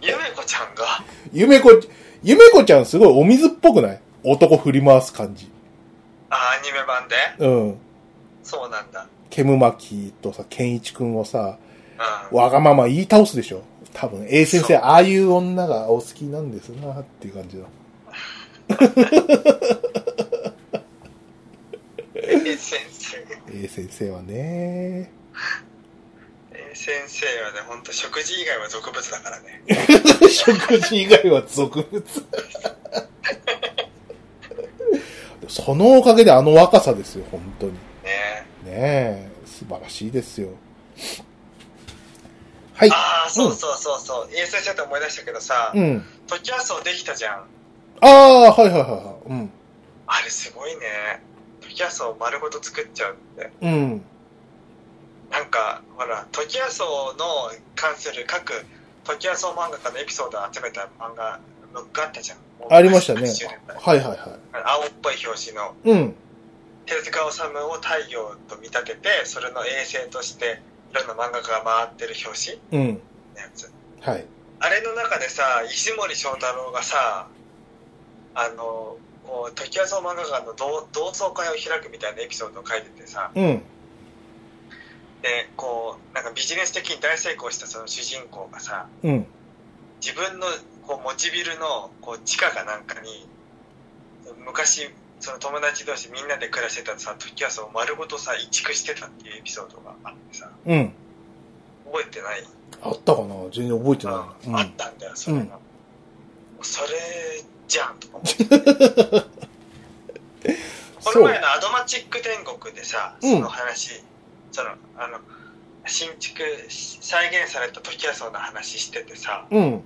[SPEAKER 1] ゆめこちゃんが、
[SPEAKER 2] ゆめこ、ゆめこちゃんすごいお水っぽくない男振り回す感じ。
[SPEAKER 1] あーアニメ版で
[SPEAKER 2] うん。
[SPEAKER 1] そうなんだ。
[SPEAKER 2] ケムマキとさ、ケンイチ君をさ、
[SPEAKER 1] うん。
[SPEAKER 2] わがまま言い倒すでしょ多分、A 先生、ああいう女がお好きなんですな、っていう感じの。
[SPEAKER 1] え先生。
[SPEAKER 2] A 先生はね。
[SPEAKER 1] え先生はね、ほんと食事以外は俗物だからね。
[SPEAKER 2] 食事以外は俗物。 そのおかげであの若さですよ、本当に。ね
[SPEAKER 1] ね
[SPEAKER 2] え、素晴らしいですよ。はい。
[SPEAKER 1] ああ、そうそうそうそう。え先生って思い出したけどさ、
[SPEAKER 2] うん。
[SPEAKER 1] 時キャスできたじゃん。
[SPEAKER 2] ああ、はいはいはいはい。うん。
[SPEAKER 1] あれすごいね。時キャスを丸ごと作っちゃうって。
[SPEAKER 2] うん。
[SPEAKER 1] なんか、ほら、時キャスの関する各時キャス漫画家のエピソードを集めた漫画、ブックあったじゃん。
[SPEAKER 2] ありましたね
[SPEAKER 1] 80年代。
[SPEAKER 2] はいはいは
[SPEAKER 1] 青っぽい表紙の。
[SPEAKER 2] い。うん。
[SPEAKER 1] 手塚治虫を太陽と見立ててそれの衛星としていろんな漫画家が回ってる表紙
[SPEAKER 2] うん。
[SPEAKER 1] のやつ
[SPEAKER 2] はい。
[SPEAKER 1] あれの中でさ石森章太郎がさあのこう時朝漫画家の同同窓会を開くみたいなエピソードを書いててさ
[SPEAKER 2] うん。
[SPEAKER 1] でこうなんかビジネス的に大成功したその主人公がさ
[SPEAKER 2] うん。
[SPEAKER 1] 自分のこう持ちビルのこう地下かなんかに昔その友達同士みんなで暮らしてたさ時朝を丸ごとさ移築してたっていうエピソードがあってさ
[SPEAKER 2] うん。
[SPEAKER 1] 覚えてない
[SPEAKER 2] あったかな全然覚えてな
[SPEAKER 1] う
[SPEAKER 2] い
[SPEAKER 1] ん
[SPEAKER 2] な。
[SPEAKER 1] あ
[SPEAKER 2] うん
[SPEAKER 1] っ。たんだよそれが、
[SPEAKER 2] うん
[SPEAKER 1] それじゃんとか思って こ
[SPEAKER 2] そ
[SPEAKER 1] の
[SPEAKER 2] う
[SPEAKER 1] 前。の「アドマチック天国」でさ
[SPEAKER 2] うん
[SPEAKER 1] その話、そのあの新築再現された時はその話しててさ
[SPEAKER 2] うん。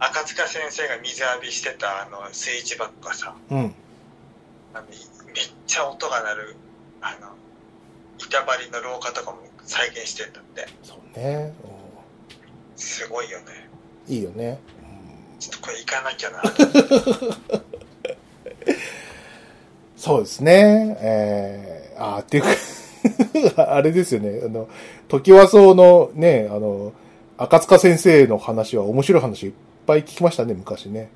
[SPEAKER 1] 赤塚先生が水浴びしてたあのスイッチバッグがさ
[SPEAKER 2] うん。
[SPEAKER 1] あのいめっちゃ音が鳴るあの板張りの廊下とかも再現してんだって
[SPEAKER 2] そうね。
[SPEAKER 1] すごいよね
[SPEAKER 2] うんいいよね。
[SPEAKER 1] ちょっとこれ行かなきゃ な
[SPEAKER 2] そうですね。えー、あーっていうか、 あれですよね。あの、時和荘のね、あの、赤塚先生の話は面白い話いっぱい聞きましたね、昔ね。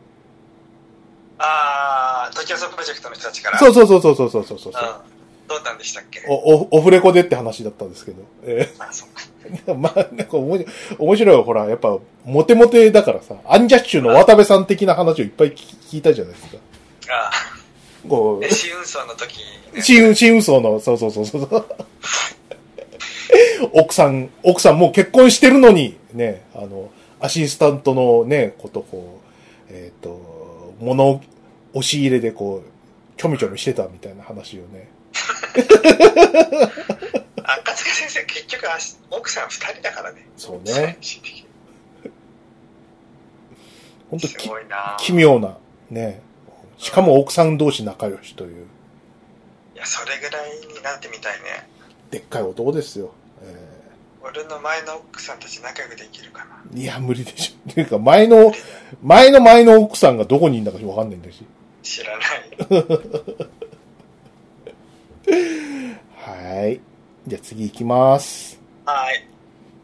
[SPEAKER 1] ああ時朝プロジェクトの人たちから
[SPEAKER 2] そうそうそうそうそうそうそう
[SPEAKER 1] う
[SPEAKER 2] そう。
[SPEAKER 1] ん。どうなんでしたっけ
[SPEAKER 2] お、お、オフレコでって話だったんですけど。え
[SPEAKER 1] あ、そっか。
[SPEAKER 2] ー、 まあ、なんか面白い、面白いよほら、やっぱ、モテモテだからさ、アンジャッシュの渡部さん的な話をいっぱい聞き聞いたじゃないですか。
[SPEAKER 1] あ
[SPEAKER 2] こう
[SPEAKER 1] え、、試運送の時、ね、
[SPEAKER 2] 新、新嘘の、そうそうそうそう そう。奥さん、奥さんもう結婚してるのに、ね、あの、アシスタントのね、ことこう、えっ、と、物を押し入れでこう、ちょみちょみしてたみたいな話をね。
[SPEAKER 1] 赤塚先生、結局、あし奥さん二人だからね。
[SPEAKER 2] そうね。
[SPEAKER 1] 最終的に
[SPEAKER 2] 本当
[SPEAKER 1] す
[SPEAKER 2] き
[SPEAKER 1] ごいな
[SPEAKER 2] 奇妙な、ね。しかも奥さん同士仲良しという、
[SPEAKER 1] いや、それぐらいになってみたいね。
[SPEAKER 2] でっかい男ですよ。え
[SPEAKER 1] 俺の前の奥さんたち仲良くできるかな。
[SPEAKER 2] いや、無理でしょ。っていうか、前の、前の前の奥さんがどこにいるんだかわかんないんだし。
[SPEAKER 1] 知らない。
[SPEAKER 2] はい。じゃあ次行きます。
[SPEAKER 1] はい。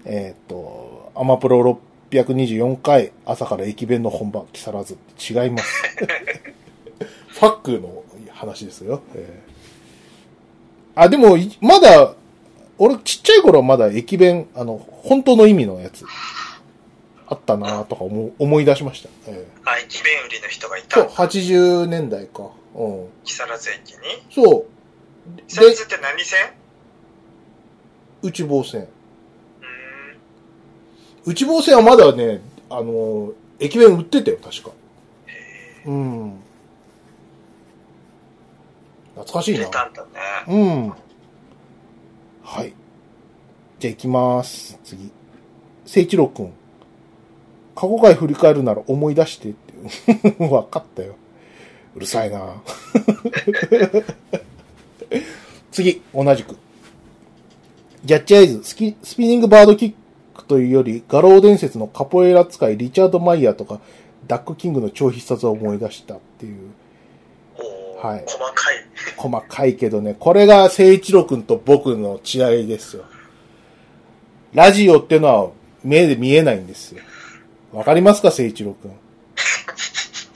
[SPEAKER 2] えーっと、アマプロ624回、朝から駅弁の本場、木更津。違います。 ファックの話ですよ。えーあ、でも、いまだ、俺ちっちゃい頃はまだ駅弁、あの、本当の意味のやつ、あったなとか思う思い出しました。えー
[SPEAKER 1] あ、駅弁売りの人がい
[SPEAKER 2] そう、
[SPEAKER 1] た。
[SPEAKER 2] 80年代か。うん。
[SPEAKER 1] 木更津駅に。
[SPEAKER 2] そう。
[SPEAKER 1] 木更
[SPEAKER 2] で
[SPEAKER 1] 津、って何線
[SPEAKER 2] 内房線。
[SPEAKER 1] うーん。
[SPEAKER 2] 内房線はまだね、あの、駅弁売ってたよ、確か。
[SPEAKER 1] へ
[SPEAKER 2] うん。懐か
[SPEAKER 1] ー
[SPEAKER 2] しい
[SPEAKER 1] 出
[SPEAKER 2] な。
[SPEAKER 1] たんだね。
[SPEAKER 2] うん。はい。じゃあ行きます。次。聖一郎くん。過去回振り返るなら思い出してっていう。 わかったよ。うるさいな 次、同じく。ジャッジアイズ、スキスピニングバードキックというより、画廊伝説のカポエラ使いリチャード・マイヤーとか、ダック・キングの超必殺を思い出したっていう。
[SPEAKER 1] おー、
[SPEAKER 2] はい
[SPEAKER 1] 細かい。
[SPEAKER 2] 細かいけどね、これが誠一郎くんと僕の違いですよ。ラジオってのは目で見えないんですよ。わかりますか、誠一郎くん。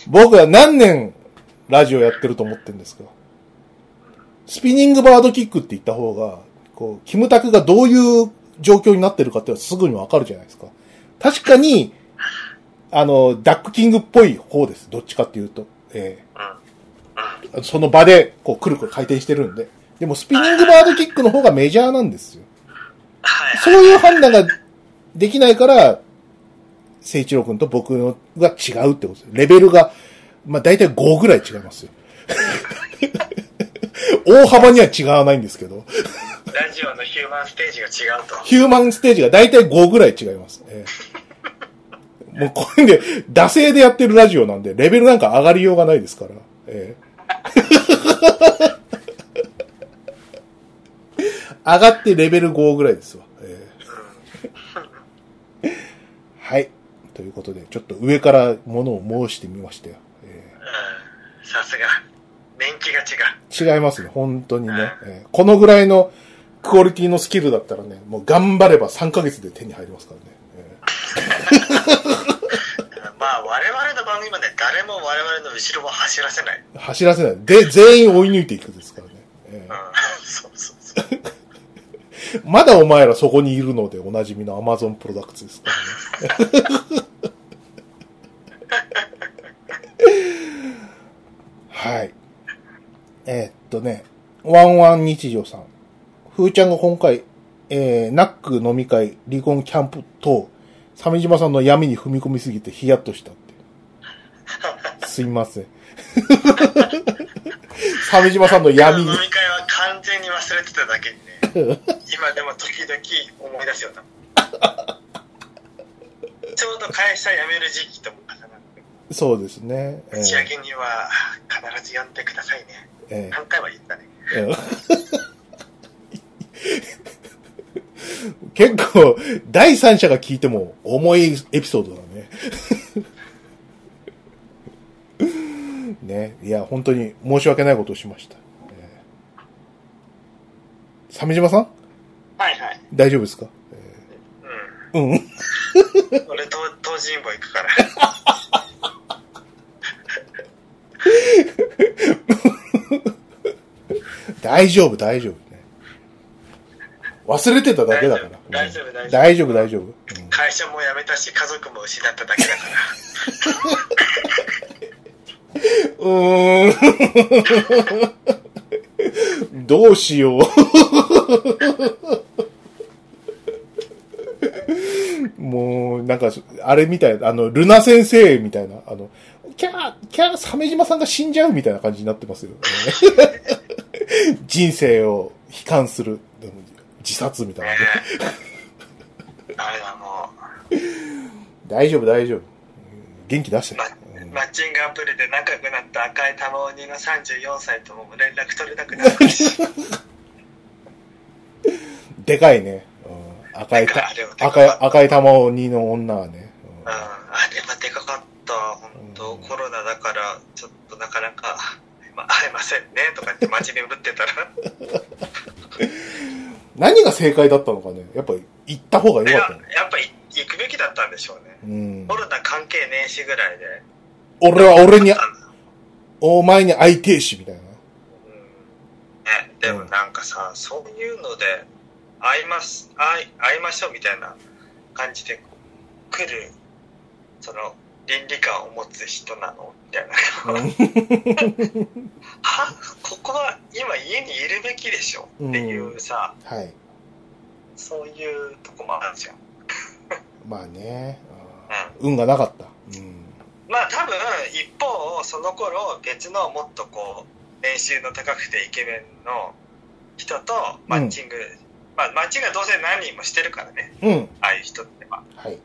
[SPEAKER 2] 僕は何年ラジオやってると思ってるんですかスピニングバードキックって言った方が、こう、キムタクがどういう状況になってるかっていうのはすぐにわかるじゃないですか。確かに、あの、ダックキングっぽい方です。どっちかっていうと。ええ
[SPEAKER 1] うん。うん。
[SPEAKER 2] その場で、こう、くるくる回転してるんで。でも、スピニングバードキックの方がメジャーなんですよ。
[SPEAKER 1] はい
[SPEAKER 2] そういう判断ができないから、聖一郎くんと僕のが違うってことです。レベルが、まあ、大体5ぐらい違い ますよ。大幅には違わないんですけど、
[SPEAKER 1] ラジオのヒューマンステージが違うと。
[SPEAKER 2] ヒューマンステージが大体5ぐらい違います。ええもうこれで、惰性でやってるラジオなんで、レベルなんか上がりようがないですから。ええ上がってレベル5ぐらいですわ。ええはい。ということで、ちょっと上からものを申してみましたよ。え
[SPEAKER 1] うん。さすが。年季が違う。
[SPEAKER 2] え違いますね、本当にね、ええこのぐらいのクオリティのスキルだったらね、もう頑張れば3ヶ月で手に入りますからね。ええ
[SPEAKER 1] まあ、我々の番組まで誰も我々の後ろを走らせない。
[SPEAKER 2] 走らせない。で、全員追い抜いていくですからね。え
[SPEAKER 1] うん。そうそうそう。
[SPEAKER 2] えまだお前らそこにいるのでおなじみの Amazon プロダクツですからね。はい。えーっとね、ワンワン日常さん。ふーちゃんが今回、えー、ナック飲み会、離婚キャンプ等、鮫島さんの闇に踏み込みすぎてヒヤッとしたって。すいま せん。鮫島さんの闇
[SPEAKER 1] 飲
[SPEAKER 2] に。
[SPEAKER 1] み会は完全に忘れてただけにね今でも時々思い出すようなちょうど会社辞める時期とも重なって
[SPEAKER 2] そうですね。え
[SPEAKER 1] 打ち上げには必ず呼んでくださいね
[SPEAKER 2] え
[SPEAKER 1] 何回は言ったね
[SPEAKER 2] えええ結構、第三者が聞いても重いエピソードだね。ね。いや、本当に申し訳ないことをしました。ええ鮫島さん
[SPEAKER 1] はいはい
[SPEAKER 2] 大丈夫ですか、ええうん。
[SPEAKER 1] うん俺と東尋坊行くから
[SPEAKER 2] 大丈夫、大丈夫、ね。忘れてただけだから。
[SPEAKER 1] 大丈夫大丈夫
[SPEAKER 2] 大丈夫、大丈夫。うん
[SPEAKER 1] 会社も辞めたし家族も失っただけだから
[SPEAKER 2] うーん。どうしよう。もう、なんか、あれみたいな、あの、ルナ先生みたいな、あの、キャー、キャー、鮫島さんが死んじゃうみたいな感じになってますよ。人生を悲観する、でも自殺みたいな。
[SPEAKER 1] あれはも
[SPEAKER 2] 大丈夫、大丈夫。元気出して
[SPEAKER 1] う、。ま、マッチングアプリで仲良くなった赤い玉鬼の34歳とも連絡 取れなくなったし
[SPEAKER 2] でかいね。うん、赤赤い
[SPEAKER 1] なん
[SPEAKER 2] た
[SPEAKER 1] かあれはでか
[SPEAKER 2] 赤い
[SPEAKER 1] かった
[SPEAKER 2] 赤い玉鬼の女はね、
[SPEAKER 1] うん、あれはでかかった、本当、
[SPEAKER 2] うん
[SPEAKER 1] コロナだから、ちょっとなかなか、まあ、会えませんねとか言って、街にぶってたら、
[SPEAKER 2] うん何が正解だったのかねやっぱ行った方が
[SPEAKER 1] いや
[SPEAKER 2] 良かったの
[SPEAKER 1] やっぱり行くべきだったんでしょうね、
[SPEAKER 2] うん
[SPEAKER 1] コロナ関係ねえしぐらいで、
[SPEAKER 2] 俺は俺に
[SPEAKER 1] あの
[SPEAKER 2] お前に会いてえしみたいな
[SPEAKER 1] うんね、でもなんかさ、そういうので会います会い会いましょうみたいな感じで来るその倫理観を持つ人なのみたいな はここは今家にいるべきでしょっていうさ、
[SPEAKER 2] はい
[SPEAKER 1] そういうとこもあるじゃん
[SPEAKER 2] まあね、うん運がなかった、うん、
[SPEAKER 1] まあ多分一方その頃別のもっとこう年収の高くてイケメンの人とマッチング、まあマッチングはどうせ何人もしてるからね
[SPEAKER 2] うん
[SPEAKER 1] ああいう人ってま
[SPEAKER 2] はい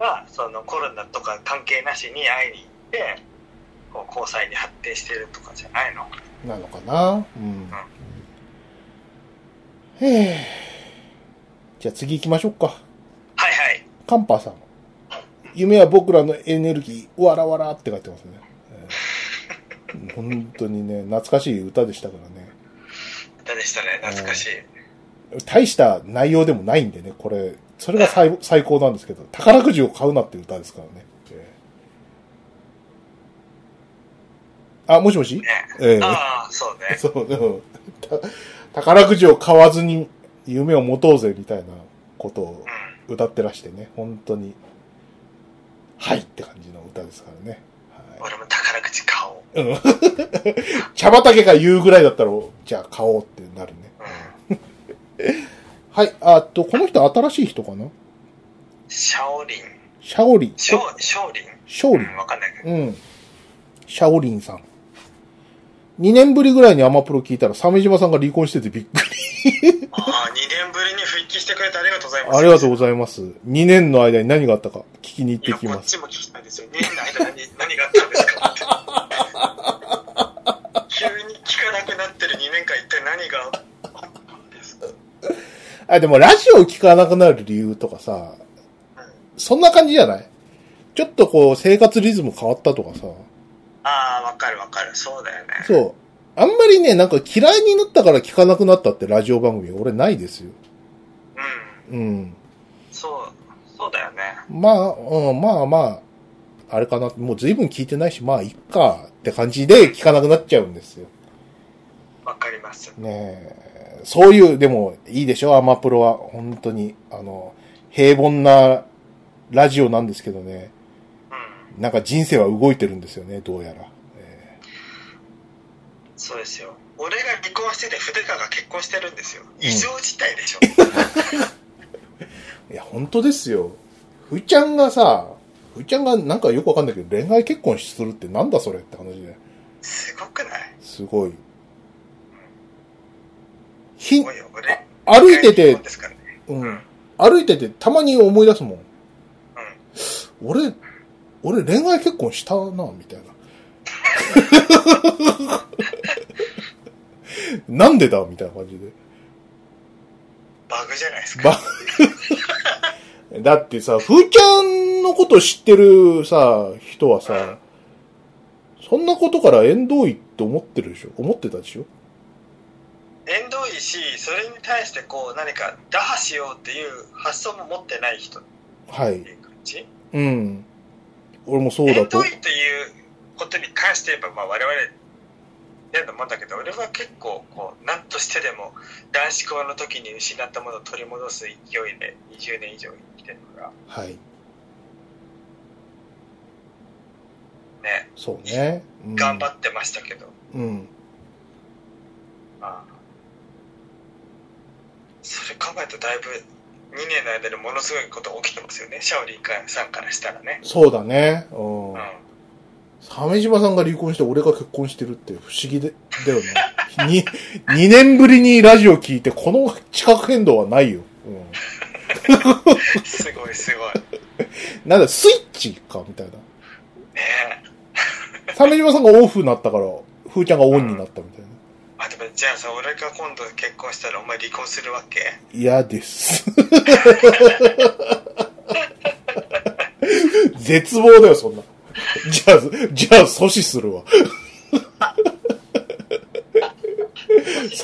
[SPEAKER 1] あ、まあ、そのコロナとか関係なしに会いに行ってこう交際に発展してるとかじゃないの
[SPEAKER 2] なのかなうんへえじゃあ次行きましょうか
[SPEAKER 1] はいはい
[SPEAKER 2] カンパーさん夢は僕らのエネルギーわらわらって書いてますね、えー本当にね懐かしい歌でしたからね
[SPEAKER 1] 歌でしたね懐かしい、
[SPEAKER 2] 大した内容でもないんでね、これ、それが 最最高なんですけど、宝くじを買うなっていう歌ですからね。えーあ、もしもし
[SPEAKER 1] ね
[SPEAKER 2] ええ
[SPEAKER 1] ああそうね
[SPEAKER 2] そう、うんた宝くじを買わずに夢を持とうぜみたいなことを
[SPEAKER 1] うん
[SPEAKER 2] 歌ってらしてね、本当に、はいって感じの歌ですからね。はい
[SPEAKER 1] 俺も宝くじ買おう、
[SPEAKER 2] うん茶畑が言うぐらいだったら、じゃあ買おうってなるね。
[SPEAKER 1] うん、
[SPEAKER 2] はい、あと、この人新しい人かな
[SPEAKER 1] シャオリン
[SPEAKER 2] シャオリン。
[SPEAKER 1] シャオシャオリン
[SPEAKER 2] シャオ
[SPEAKER 1] う
[SPEAKER 2] リン
[SPEAKER 1] ん、わかんないけど
[SPEAKER 2] うん。シャオリンさん。2年ぶりぐらいにアマプロ聞いたら、鮫島さんが離婚しててびっくり。
[SPEAKER 1] ああ、2年ぶりに復帰してくれてありがとうございます。
[SPEAKER 2] ありがとう
[SPEAKER 1] う
[SPEAKER 2] ございます。2年の間に何があったか聞きに行ってき
[SPEAKER 1] いや、こ
[SPEAKER 2] ま
[SPEAKER 1] っ
[SPEAKER 2] す。
[SPEAKER 1] ちも聞きたいですよ。2年の間に何何があったんですかって。急に聞かなくなってる2年間、一体何があったんですか
[SPEAKER 2] あ、でもラジオを聞かなくなる理由とかさ、そんな感じじゃないちょっとこう、生活リズム変わったとかさ、
[SPEAKER 1] ああ、わかるわかる。そうだよね。
[SPEAKER 2] そう。あんまりね、なんか嫌いになったから聞かなくなったってラジオ番組、俺ないですよ。
[SPEAKER 1] うん。
[SPEAKER 2] うん。
[SPEAKER 1] そう、そうだよね。
[SPEAKER 2] まあ、うん、まあまあ、あれかな。もう随分聞いてないし、まあ、いっか、って感じで聞かなくなっちゃうんですよ。
[SPEAKER 1] わかります。
[SPEAKER 2] ねえ。そういう、でも、いいでしょアマプロは。本当に。あの、平凡なラジオなんですけどね。
[SPEAKER 1] うん。
[SPEAKER 2] なんか人生は動いてるんですよね、どうやら。え
[SPEAKER 1] そうですよ。俺が離婚してて、筆川が結婚してるんですよ。異常事態でしょ。
[SPEAKER 2] えいや、本当ですよ。ふーちゃんがさ、ふーちゃんがなんかよくわかんないけど、恋愛結婚するってなんだそれって話で。
[SPEAKER 1] すごくない
[SPEAKER 2] すごい。ひ
[SPEAKER 1] お、いよ、俺。
[SPEAKER 2] 歩いて
[SPEAKER 1] 離
[SPEAKER 2] て
[SPEAKER 1] 婚、ですからね。
[SPEAKER 2] うん。歩いててたまに思い出すもん。俺、俺恋愛結婚したな、み たいな。なんでだみたいな感じで。
[SPEAKER 1] バグじゃないですか。
[SPEAKER 2] バだってさ、ふーちゃんのこと知ってるさ、人はさ、そんなことから縁遠いって思ってるでしょ思ってたでしょ
[SPEAKER 1] 縁遠いしそれに対してこう何か打破しようっていう発想も持ってない人っ
[SPEAKER 2] は
[SPEAKER 1] て
[SPEAKER 2] い。
[SPEAKER 1] いう感じ
[SPEAKER 2] うん。俺もそうだ
[SPEAKER 1] 縁
[SPEAKER 2] と
[SPEAKER 1] 遠。いということに関して言えば、まあ、我々やるのもんだけど俺は結構こう何としてでも男子校の時に失ったものを取り戻す勢いで20年以上生きてるから
[SPEAKER 2] はい。
[SPEAKER 1] ね
[SPEAKER 2] そうね。うん
[SPEAKER 1] 頑張ってましたけど、
[SPEAKER 2] うん。
[SPEAKER 1] まあそれ考えるとだいぶ2年の間にものすごいことが起きてますよねシャオリンさんからしたらね。
[SPEAKER 2] そうだね。うん
[SPEAKER 1] うん
[SPEAKER 2] 鮫島さんが離婚して俺が結婚してるって不思議で、だよね。 に、2年ぶりにラジオ聞いて、この地殻変動はないよ。う
[SPEAKER 1] すごいすごい。
[SPEAKER 2] ん。なんだ、スイッチか、みたいな。
[SPEAKER 1] ね
[SPEAKER 2] 鮫島さんがオフになったから、ふーちゃんがオンになったみたいな。
[SPEAKER 1] えあでもじゃあさ俺が今度結婚したらお前離婚するわけ
[SPEAKER 2] 嫌です。 絶望だよ、そんな。じゃあ、じゃあ阻止するわ。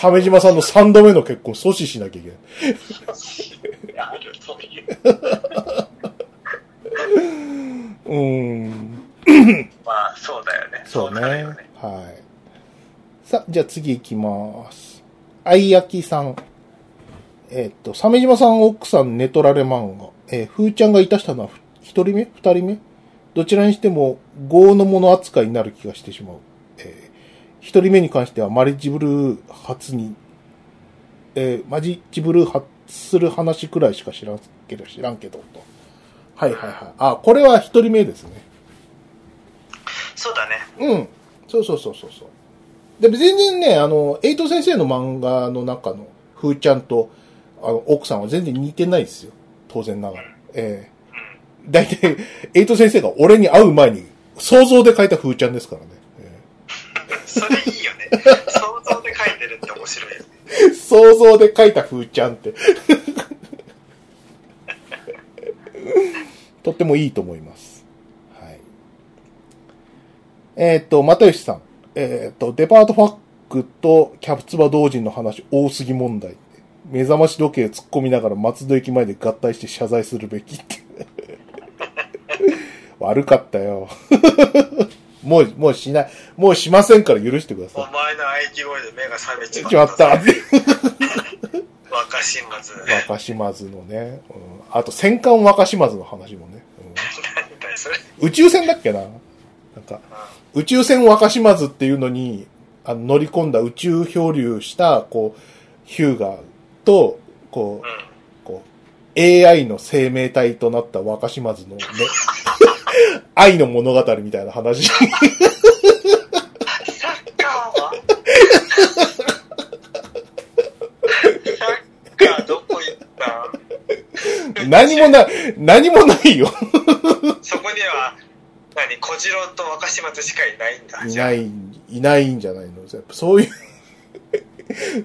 [SPEAKER 2] 鮫島さんの3度目の結婚阻止しなきゃいけない。
[SPEAKER 1] あるという
[SPEAKER 2] うーん。
[SPEAKER 1] まあそうだよね
[SPEAKER 2] そうね。
[SPEAKER 1] なるよね
[SPEAKER 2] はい。さ、じゃあ次行きます。あいやきさん。えーっと、鮫島さん奥さん寝取られ漫画。えー、ふーちゃんがいたしたのはふ一人目二人目どちらにしても、業のもの扱いになる気がしてしまう。えー一人目に関してはマリッジブルー初に、えーマジッジブルー発する話くらいしか知らんけど、知らんけど、と。はいはいはい。あ、これは一人目ですね。
[SPEAKER 1] そうだね
[SPEAKER 2] うん。そうそうそうそうそう。でも全然ね、あの、エイト先生の漫画の中の、ふーちゃんと、あの、奥さんは全然似てないですよ。当然ながら。ええ大体、エイト先生が俺に会う前に、想像で描いたふーちゃんですからね。え
[SPEAKER 1] それいい よね想像で書いてるって面白いよね
[SPEAKER 2] え想像で描いたふーちゃんって。 とってもいいと思います。はい。えっ、と、又吉さん。えっ、と、デパートファックとキャプツバ同人の話多すぎ問題。目覚まし時計突っ込みながら松戸駅前で合体して謝罪するべき って。悪かったよ。 もう、もうしない、もうしませんから許してくだ
[SPEAKER 1] お
[SPEAKER 2] さ
[SPEAKER 1] 前の喘ぎ声で目が覚めち
[SPEAKER 2] い。
[SPEAKER 1] まっ
[SPEAKER 2] ち
[SPEAKER 1] た
[SPEAKER 2] まった。
[SPEAKER 1] 若新松なん
[SPEAKER 2] 若島津のね。うん、あと、戦艦若島津の話もね。
[SPEAKER 1] だよそれ
[SPEAKER 2] うん宇宙船だっけななんか、宇宙船若島津っていうのに、あの乗り込んだ宇宙漂流した、こう、ヒューガーと、こ
[SPEAKER 1] う
[SPEAKER 2] う、
[SPEAKER 1] ん
[SPEAKER 2] こう、AI の生命体となった若島津のね、愛の物語みたいな話。
[SPEAKER 1] サッカーはサッカーどこ行ったん
[SPEAKER 2] 何もない、何もないよ。
[SPEAKER 1] そこには何小次郎と若島津しかいないんだ
[SPEAKER 2] い
[SPEAKER 1] じゃあ
[SPEAKER 2] ない、いないんじゃないのやっぱそう いう、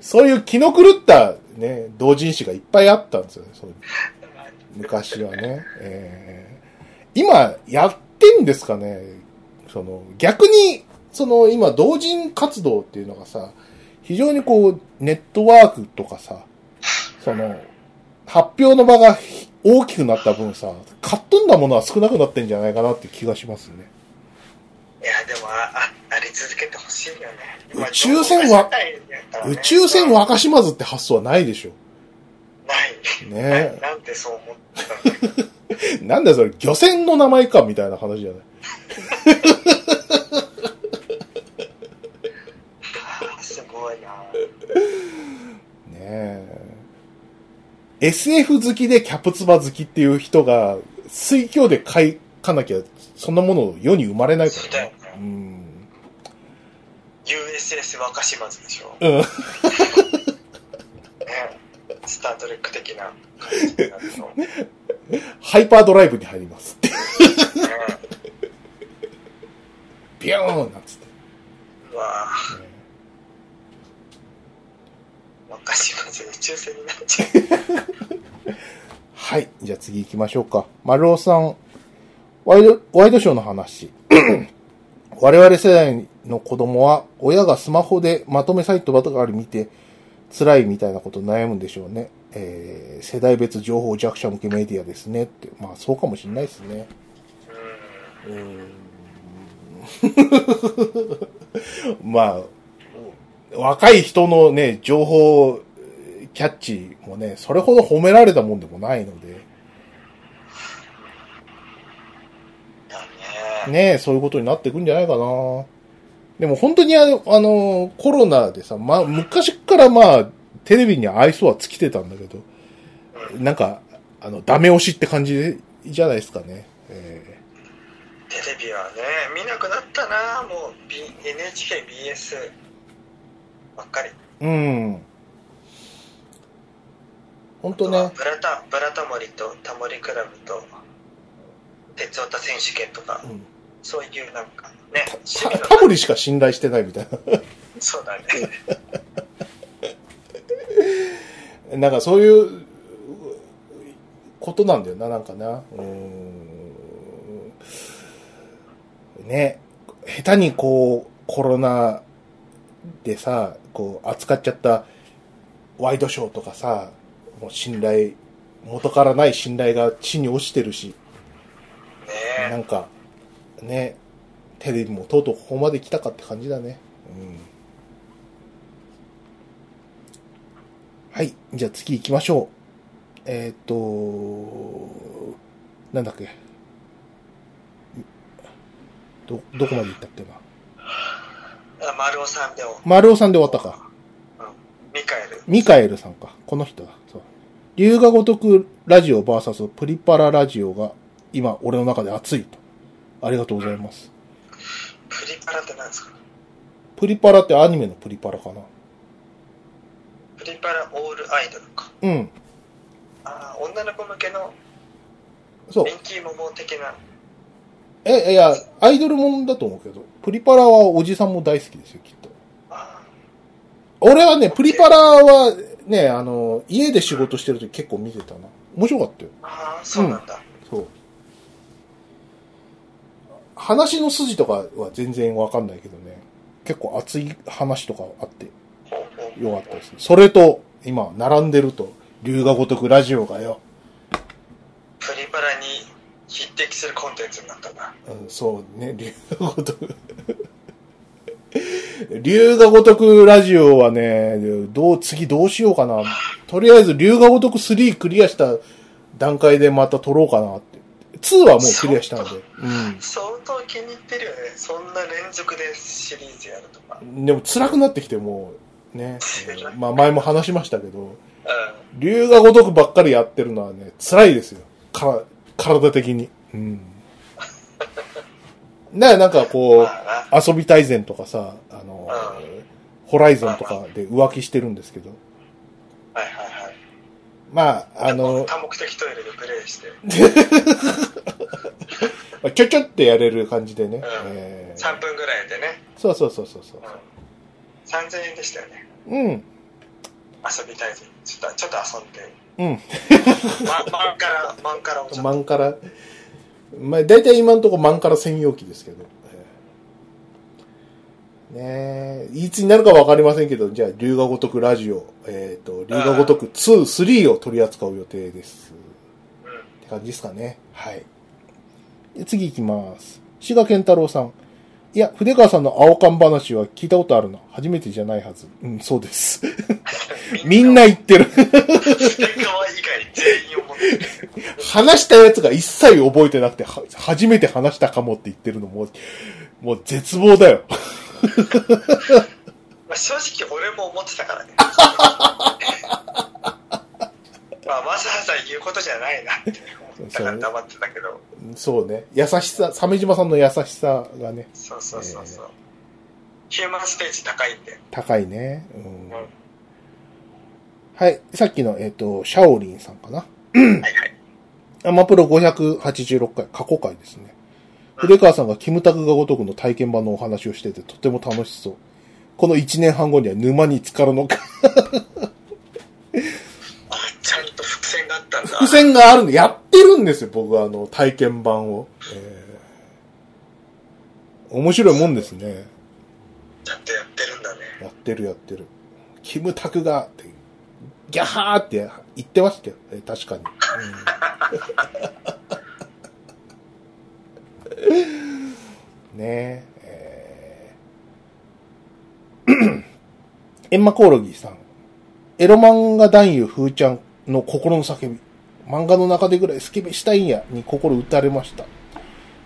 [SPEAKER 2] そういう気の狂ったね、同人誌がいっぱいあったんですよね。そういう昔はね。えー今、やってんですかねその、逆に、その、今、同人活動っていうのがさ、非常にこう、ネットワークとかさ、その、発表の場がひ大きくなった分さ、買っとんだものは少なくなってんじゃないかなって気がしますね。
[SPEAKER 1] いやでもあああり続けてほしいよね
[SPEAKER 2] 宇宙船は宇宙船
[SPEAKER 1] は
[SPEAKER 2] 若島津って発想はないでしょ。
[SPEAKER 1] ない
[SPEAKER 2] ね
[SPEAKER 1] ななんでそう思ったんだ
[SPEAKER 2] なんだよそれ、漁船の名前かみたいな話じゃない。
[SPEAKER 1] すごいな
[SPEAKER 2] ねえ。SF 好きでキャプツバ好きっていう人が、水郷で買いかなきゃ、そんなもの世に生まれない
[SPEAKER 1] そう
[SPEAKER 2] か
[SPEAKER 1] だ
[SPEAKER 2] ら
[SPEAKER 1] よ
[SPEAKER 2] ね。う
[SPEAKER 1] ね
[SPEAKER 2] ん。
[SPEAKER 1] USS 若島津でしょ
[SPEAKER 2] うん。
[SPEAKER 1] ねスタートレック的な感じになるの
[SPEAKER 2] ハイパードライブに入りますって。
[SPEAKER 1] ね
[SPEAKER 2] ビューンなんつって。
[SPEAKER 1] うわぁ若島津宇宙船になっちゃう
[SPEAKER 2] はい。じゃあ次行きましょうか。丸尾さん、ワイド、ワイドショーの話。 我々世代の子供は、親がスマホでまとめサイトばかり見て、辛いみたいなこと悩むんでしょうね。えー、世代別情報弱者向けメディアですねって。まあ、そうかもしれないですね。
[SPEAKER 1] うん
[SPEAKER 2] うーん まあ、若い人のね、情報キャッチもね、それほど褒められたもんでもないので、
[SPEAKER 1] だね
[SPEAKER 2] ねえ、そういうことになっていくんじゃないかな。でも本当にあの、あのコロナでさ、まあ、昔からまあ、テレビに愛想は尽きてたんだけど、なんか、あの、ダメ押しって感じじゃないですかね。え
[SPEAKER 1] テレビはね見なくなったなもう、B、NHKBS ばっかり
[SPEAKER 2] えうん。本当
[SPEAKER 1] あ
[SPEAKER 2] ね
[SPEAKER 1] とは、ブラタブラタモリとタモリクラブと鉄オタ選手権とか、
[SPEAKER 2] うん
[SPEAKER 1] そういうなんかね
[SPEAKER 2] タタモリしか信頼してないみたいな。
[SPEAKER 1] そうだね。
[SPEAKER 2] なんかそういうことなんだよな、なんかな。うーん。ね。下手にこう、コロナでさ、こう、扱っちゃったワイドショーとかさ、もう信頼、元からない信頼が地に落ちてるし、な
[SPEAKER 1] ね
[SPEAKER 2] んか、ね、テレビもとうとうここまで来たかって感じだね。うん。はい。じゃあ次行きましょう。えーっ、と、なんだっけ。ど、どこまで行ったっけな。
[SPEAKER 1] え。あ丸尾さんでも、
[SPEAKER 2] 丸尾さんで終わったか。
[SPEAKER 1] ミカエル。
[SPEAKER 2] ミカエルさんか。この人だ。そう。龍が如くラジオ VS プリパララジオが今俺の中で熱いと。ありがとうございます。
[SPEAKER 1] プリパラって何ですか
[SPEAKER 2] プリパラってアニメのプリパラかな。
[SPEAKER 1] プリパラオールアイドルか。
[SPEAKER 2] うん。
[SPEAKER 1] ああ、女の子向けの
[SPEAKER 2] そう。
[SPEAKER 1] 人気モモ的な。
[SPEAKER 2] え、いや、アイドルものだと思うけど、プリパラはおじさんも大好きですよ、きっと。
[SPEAKER 1] あ
[SPEAKER 2] 俺はね、プリパラはね、あの、家で仕事してる時結構見てたな。面白かったよ。
[SPEAKER 1] ーあー、そうなんだ。
[SPEAKER 2] そう。話の筋とかは全然わかんないけどね。結構熱い話とかあって
[SPEAKER 1] ほうほう
[SPEAKER 2] よかったですね。それと、今、並んでると、龍が如くラジオがよ。
[SPEAKER 1] プリパラに匹敵するコンテンツになったな。
[SPEAKER 2] うん、そうね、 竜が如く。竜が如くラジオはね、どう、次どうしようかな。とりあえず竜が如く3クリアした段階でまた撮ろうかなって。2はもうクリアしたので。
[SPEAKER 1] 相当気に入ってるよね。そんな連続でシリーズやるとか。
[SPEAKER 2] う
[SPEAKER 1] うん。
[SPEAKER 2] ん。でも辛くなってきてもう、ね。うんまあ前も話しましたけど、竜が如くばっかりやってるのはね、辛いですよ。か、体的に。うん。ねなんかこう、
[SPEAKER 1] まあな。
[SPEAKER 2] 遊び大全とかさ、あの、ホライゾンとかで浮気してるんですけど、
[SPEAKER 1] はいはいはい。
[SPEAKER 2] まあ、あの、
[SPEAKER 1] 多目的トイレでプレイして、
[SPEAKER 2] ちょちょってやれる感じでね、えー
[SPEAKER 1] 3分ぐらいでね、
[SPEAKER 2] そうそうそうそうそう
[SPEAKER 1] うん、3000円でしたよね。。
[SPEAKER 2] うん、
[SPEAKER 1] 遊びたいぜ。ちょっと、ちょっと遊んで。
[SPEAKER 2] うん。
[SPEAKER 1] ま、マンから、マンからをちょっ
[SPEAKER 2] マ
[SPEAKER 1] と。
[SPEAKER 2] ンカラ、まあ、大体今のところマンカラ専用機ですけど、えーねえ、いつになるかわかりませんけど、じゃあ、龍が如くラジオ、えっ、と、龍が如く2、3を取り扱う予定です。
[SPEAKER 1] うん
[SPEAKER 2] って感じですかね。はい。で次行きます。志賀健太郎さん。いや、筆川さんの青缶話は聞いたことあるな。初めてじゃないはず。うん、そうです。 みんな言ってる。
[SPEAKER 1] 筆川以外全員を持ってる。
[SPEAKER 2] 話したやつが一切覚えてなくて、は初めて話したかもって言ってるのも、もう絶望だよ。
[SPEAKER 1] まあ、正直俺も思ってた からね。まあ、わざわざ言うことじゃないなって思ったから黙ってたけど。
[SPEAKER 2] そうね。優しさ、鮫島さんの優しさがね、
[SPEAKER 1] そうそうそうそう。ヒューマンステージ高いんで。
[SPEAKER 2] 高いね。うん
[SPEAKER 1] うん
[SPEAKER 2] はい。さっきの、えっ、と、シャオリンさんかな。
[SPEAKER 1] はいはい。
[SPEAKER 2] アマプロ586回、過去回ですね。古川さんがキムタクがごとくの体験版のお話をしててとても楽しそう。この1年半後には沼に浸かるのか。
[SPEAKER 1] あ、ちゃんと伏線があったんだ
[SPEAKER 2] 伏。線があるの、やってるんですよ、僕はあの、体験版を。えー面白いもんですね。
[SPEAKER 1] ちゃんとやってるんだね。
[SPEAKER 2] やってるやってる。キムタクが、って、ギャハーって言ってましたよ。えー確かに。うん、ねえーエンマコオロギさん。エロ漫画男優風ちゃんの心の叫び。漫画の中でぐらいスケベしたいんやに心打たれました。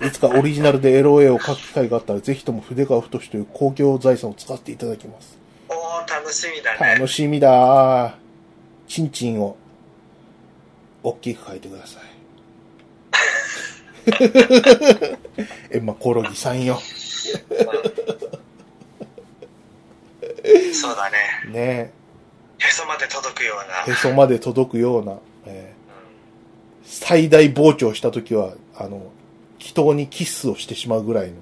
[SPEAKER 2] いつかオリジナルでエロ絵を描く機会があったら、ぜひとも筆川太という公共財産を使っていただきます。
[SPEAKER 1] おー、楽しみだね。
[SPEAKER 2] 楽しみだちんちんを、大きく書いてください。え、ま、コオロギさんよ。
[SPEAKER 1] そうだね。
[SPEAKER 2] ね
[SPEAKER 1] へそまで届くような。
[SPEAKER 2] え、へそまで届くような、えー最大膨張した時は、あの、祈祷にキスをしてしまうぐらいの。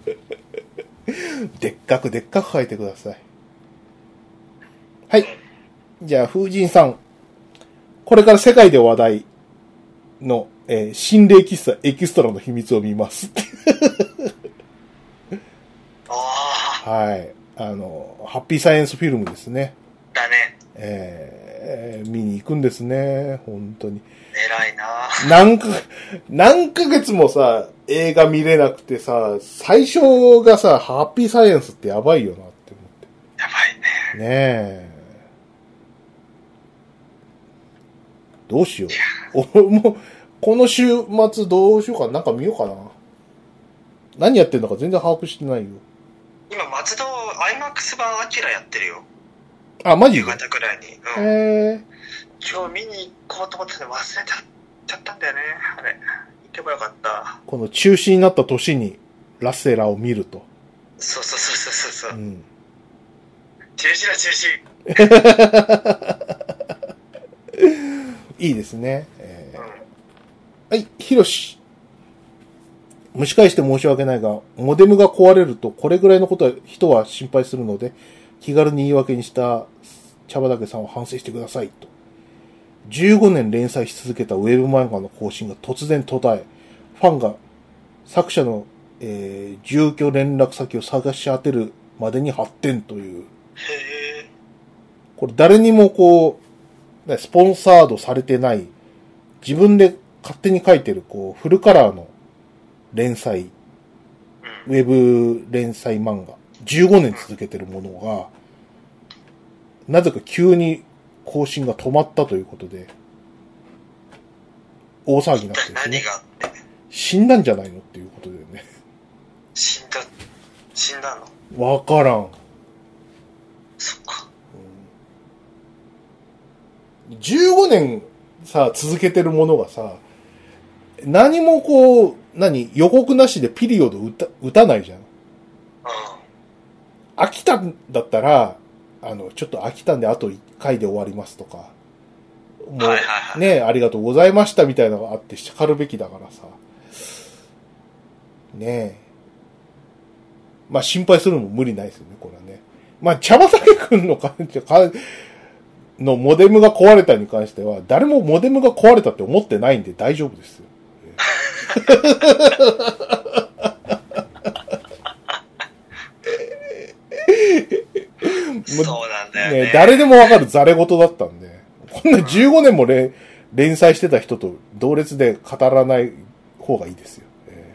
[SPEAKER 2] でっかくでっかく書いてください。はい。じゃあ、風神さん。これから世界で話題の、えー心霊喫茶エキストラの秘密を見ます。
[SPEAKER 1] ああ、
[SPEAKER 2] はい。あの、ハッピーサイエンスフィルムですね。
[SPEAKER 1] だね。
[SPEAKER 2] えーえー見に行くんですね。本当に。
[SPEAKER 1] 偉いな。
[SPEAKER 2] 何か、何ヶ月もさ、映画見れなくてさ、最初がさ、ハッピーサイエンスってやばいよなって思って。
[SPEAKER 1] やばいね。
[SPEAKER 2] ねえ。どうしよう。俺も、この週末どうしようかな。なんか見ようかな。何やってんのか全然把握してないよ。
[SPEAKER 1] 今、松戸 IMAX 版アキラやってるよ。
[SPEAKER 2] あ、マジ
[SPEAKER 1] 夕
[SPEAKER 2] で
[SPEAKER 1] 方くらいに。うん。
[SPEAKER 2] え
[SPEAKER 1] 今日見に行こうと思ってたの忘れちゃちゃったんだよね。あれ。行けばよかった。
[SPEAKER 2] ー、この中止になった年にラッセラーを見ると。
[SPEAKER 1] そうそうそうそうそう
[SPEAKER 2] う
[SPEAKER 1] そう。
[SPEAKER 2] ん。
[SPEAKER 1] 中止だ、中止。
[SPEAKER 2] いいですね。え
[SPEAKER 1] うん。
[SPEAKER 2] ーはい、ヒロシ。蒸し返して申し訳ないが、モデムが壊れるとこれぐらいのことは人は心配するので、気軽に言い訳にした茶畑さんを反省してくださいと。15年連載し続けたウェブ漫画の更新が突然途絶え、ファンが作者の、えー住居連絡先を探し当てるまでに発展という、
[SPEAKER 1] へえ。
[SPEAKER 2] これ誰にもこう、ねスポンサードされてない、自分で勝手に書いてる、こう、フルカラーの連載、
[SPEAKER 1] うん。
[SPEAKER 2] ウェブ連載漫画、15年続けてるものが、なぜか急に更新が止まったということで、大騒ぎになって
[SPEAKER 1] 一体
[SPEAKER 2] る
[SPEAKER 1] 何
[SPEAKER 2] んですね。
[SPEAKER 1] があって
[SPEAKER 2] 死んだんじゃないのっていうことでね。
[SPEAKER 1] 死んだ、死んだの
[SPEAKER 2] わからん。
[SPEAKER 1] そっか。
[SPEAKER 2] 15年さ、続けてるものがさ、何もこう、何、予告なしでピリオド打た打たないじゃん。
[SPEAKER 1] う
[SPEAKER 2] 飽きたんだったら、あの、ちょっと飽きたんであと1回で終わりますとか、
[SPEAKER 1] ん。
[SPEAKER 2] も
[SPEAKER 1] はいはいは
[SPEAKER 2] う、
[SPEAKER 1] い。
[SPEAKER 2] ね、ありがとうございましたみたいなのがあって叱るべきだからさ、ねえ。まあ心配するのも無理ないですよね、これはね。まあ、茶畑くんの感じ、かのモデムが壊れたに関しては、誰もモデムが壊れたって思ってないんで大丈夫ですよ。もう
[SPEAKER 1] そうなんだよね。
[SPEAKER 2] ね、誰でもわかるザレ事だったんで、こんな15年も連連載してた人と同列で語らない方がいいですよ。え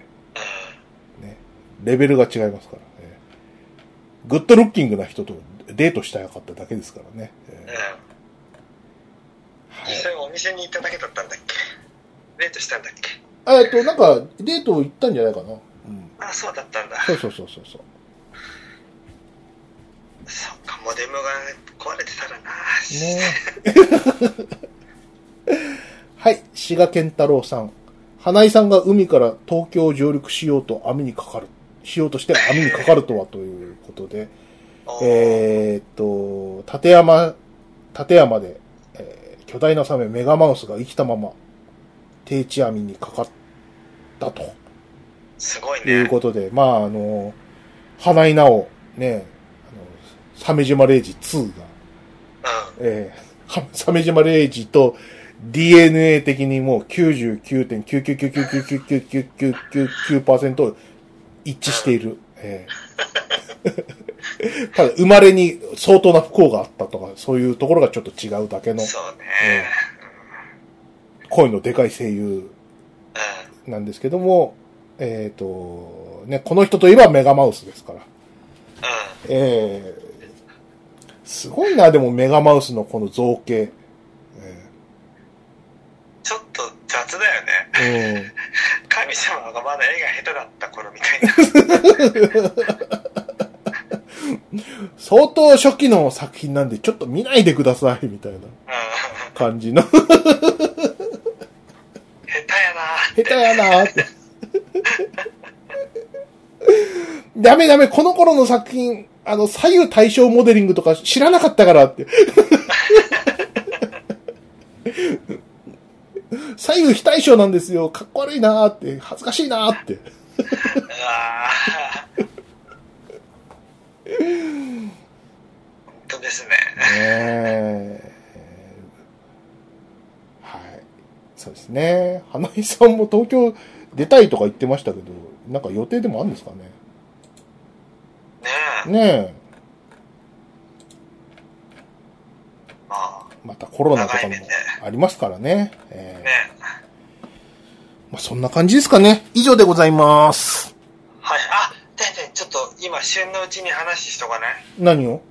[SPEAKER 2] ーね、レベルが違いますから、えーグッドルッキングな人とデートしたかっただけですからね。
[SPEAKER 1] うん。うん
[SPEAKER 2] えー。
[SPEAKER 1] 実際お店に行っただけだったんだっけデートしたんだっけ
[SPEAKER 2] はい、えっと、なんか、デート行ったんじゃないかな。うん。
[SPEAKER 1] あ、そうだったんだ。
[SPEAKER 2] そうそうそうそうそう。
[SPEAKER 1] そっか、モデムが壊れてたらな。
[SPEAKER 2] ね はい、志賀健太郎さん。花井さんが海から東京を上陸しようと網にかかる、しようとして網にかかるとはということで、
[SPEAKER 1] おー
[SPEAKER 2] えーっと、立山、立山で、えー巨大なサメメガマウスが生きたまま、定置網にかかったと
[SPEAKER 1] すごいね。
[SPEAKER 2] いうことで、まあ、あの、花井直、ね、あの、サメ島レイジ2が、
[SPEAKER 1] う
[SPEAKER 2] えー、鮫島レイジと DNA 的にもう99.99999999999%一致している。えーただ、生まれに相当な不幸があったとか、そういうところがちょっと違うだけの
[SPEAKER 1] ん。、そうね。
[SPEAKER 2] 声のでかい声優
[SPEAKER 1] うん。
[SPEAKER 2] なんですけども、えっ、と、ね、この人といえばメガマウスですから。
[SPEAKER 1] う
[SPEAKER 2] えー、すごいな、でもメガマウスのこの造形。え
[SPEAKER 1] ん。ちょっと雑だよね。
[SPEAKER 2] ーうん
[SPEAKER 1] 神様がまだ絵が下手だった頃みたいな。
[SPEAKER 2] 相当初期の作品なんでちょっと見ないでくださいみたいな
[SPEAKER 1] うん。
[SPEAKER 2] 感じの下
[SPEAKER 1] 下手やな。
[SPEAKER 2] 手やなーってダメダメこの頃の作品あの左右対称モデリングとか知らなかったからって左右非対称なんですよかっこ悪いなーって恥ずかしいなーって
[SPEAKER 1] うわー 当ですね。
[SPEAKER 2] えはい。そうですね。花井さんも東京出たいとか言ってましたけど、なんか予定でもあるんですかね。
[SPEAKER 1] ねえ。
[SPEAKER 2] ねえ。
[SPEAKER 1] ま
[SPEAKER 2] またコロナとか
[SPEAKER 1] 長
[SPEAKER 2] も
[SPEAKER 1] い目で
[SPEAKER 2] ありますからね。
[SPEAKER 1] あ、
[SPEAKER 2] え
[SPEAKER 1] ね
[SPEAKER 2] え
[SPEAKER 1] え。
[SPEAKER 2] まあ、そんな感じですかね。以上でございます。
[SPEAKER 1] はい。あ、でね、ちょっと今、旬のうちに話しとかね。
[SPEAKER 2] 何を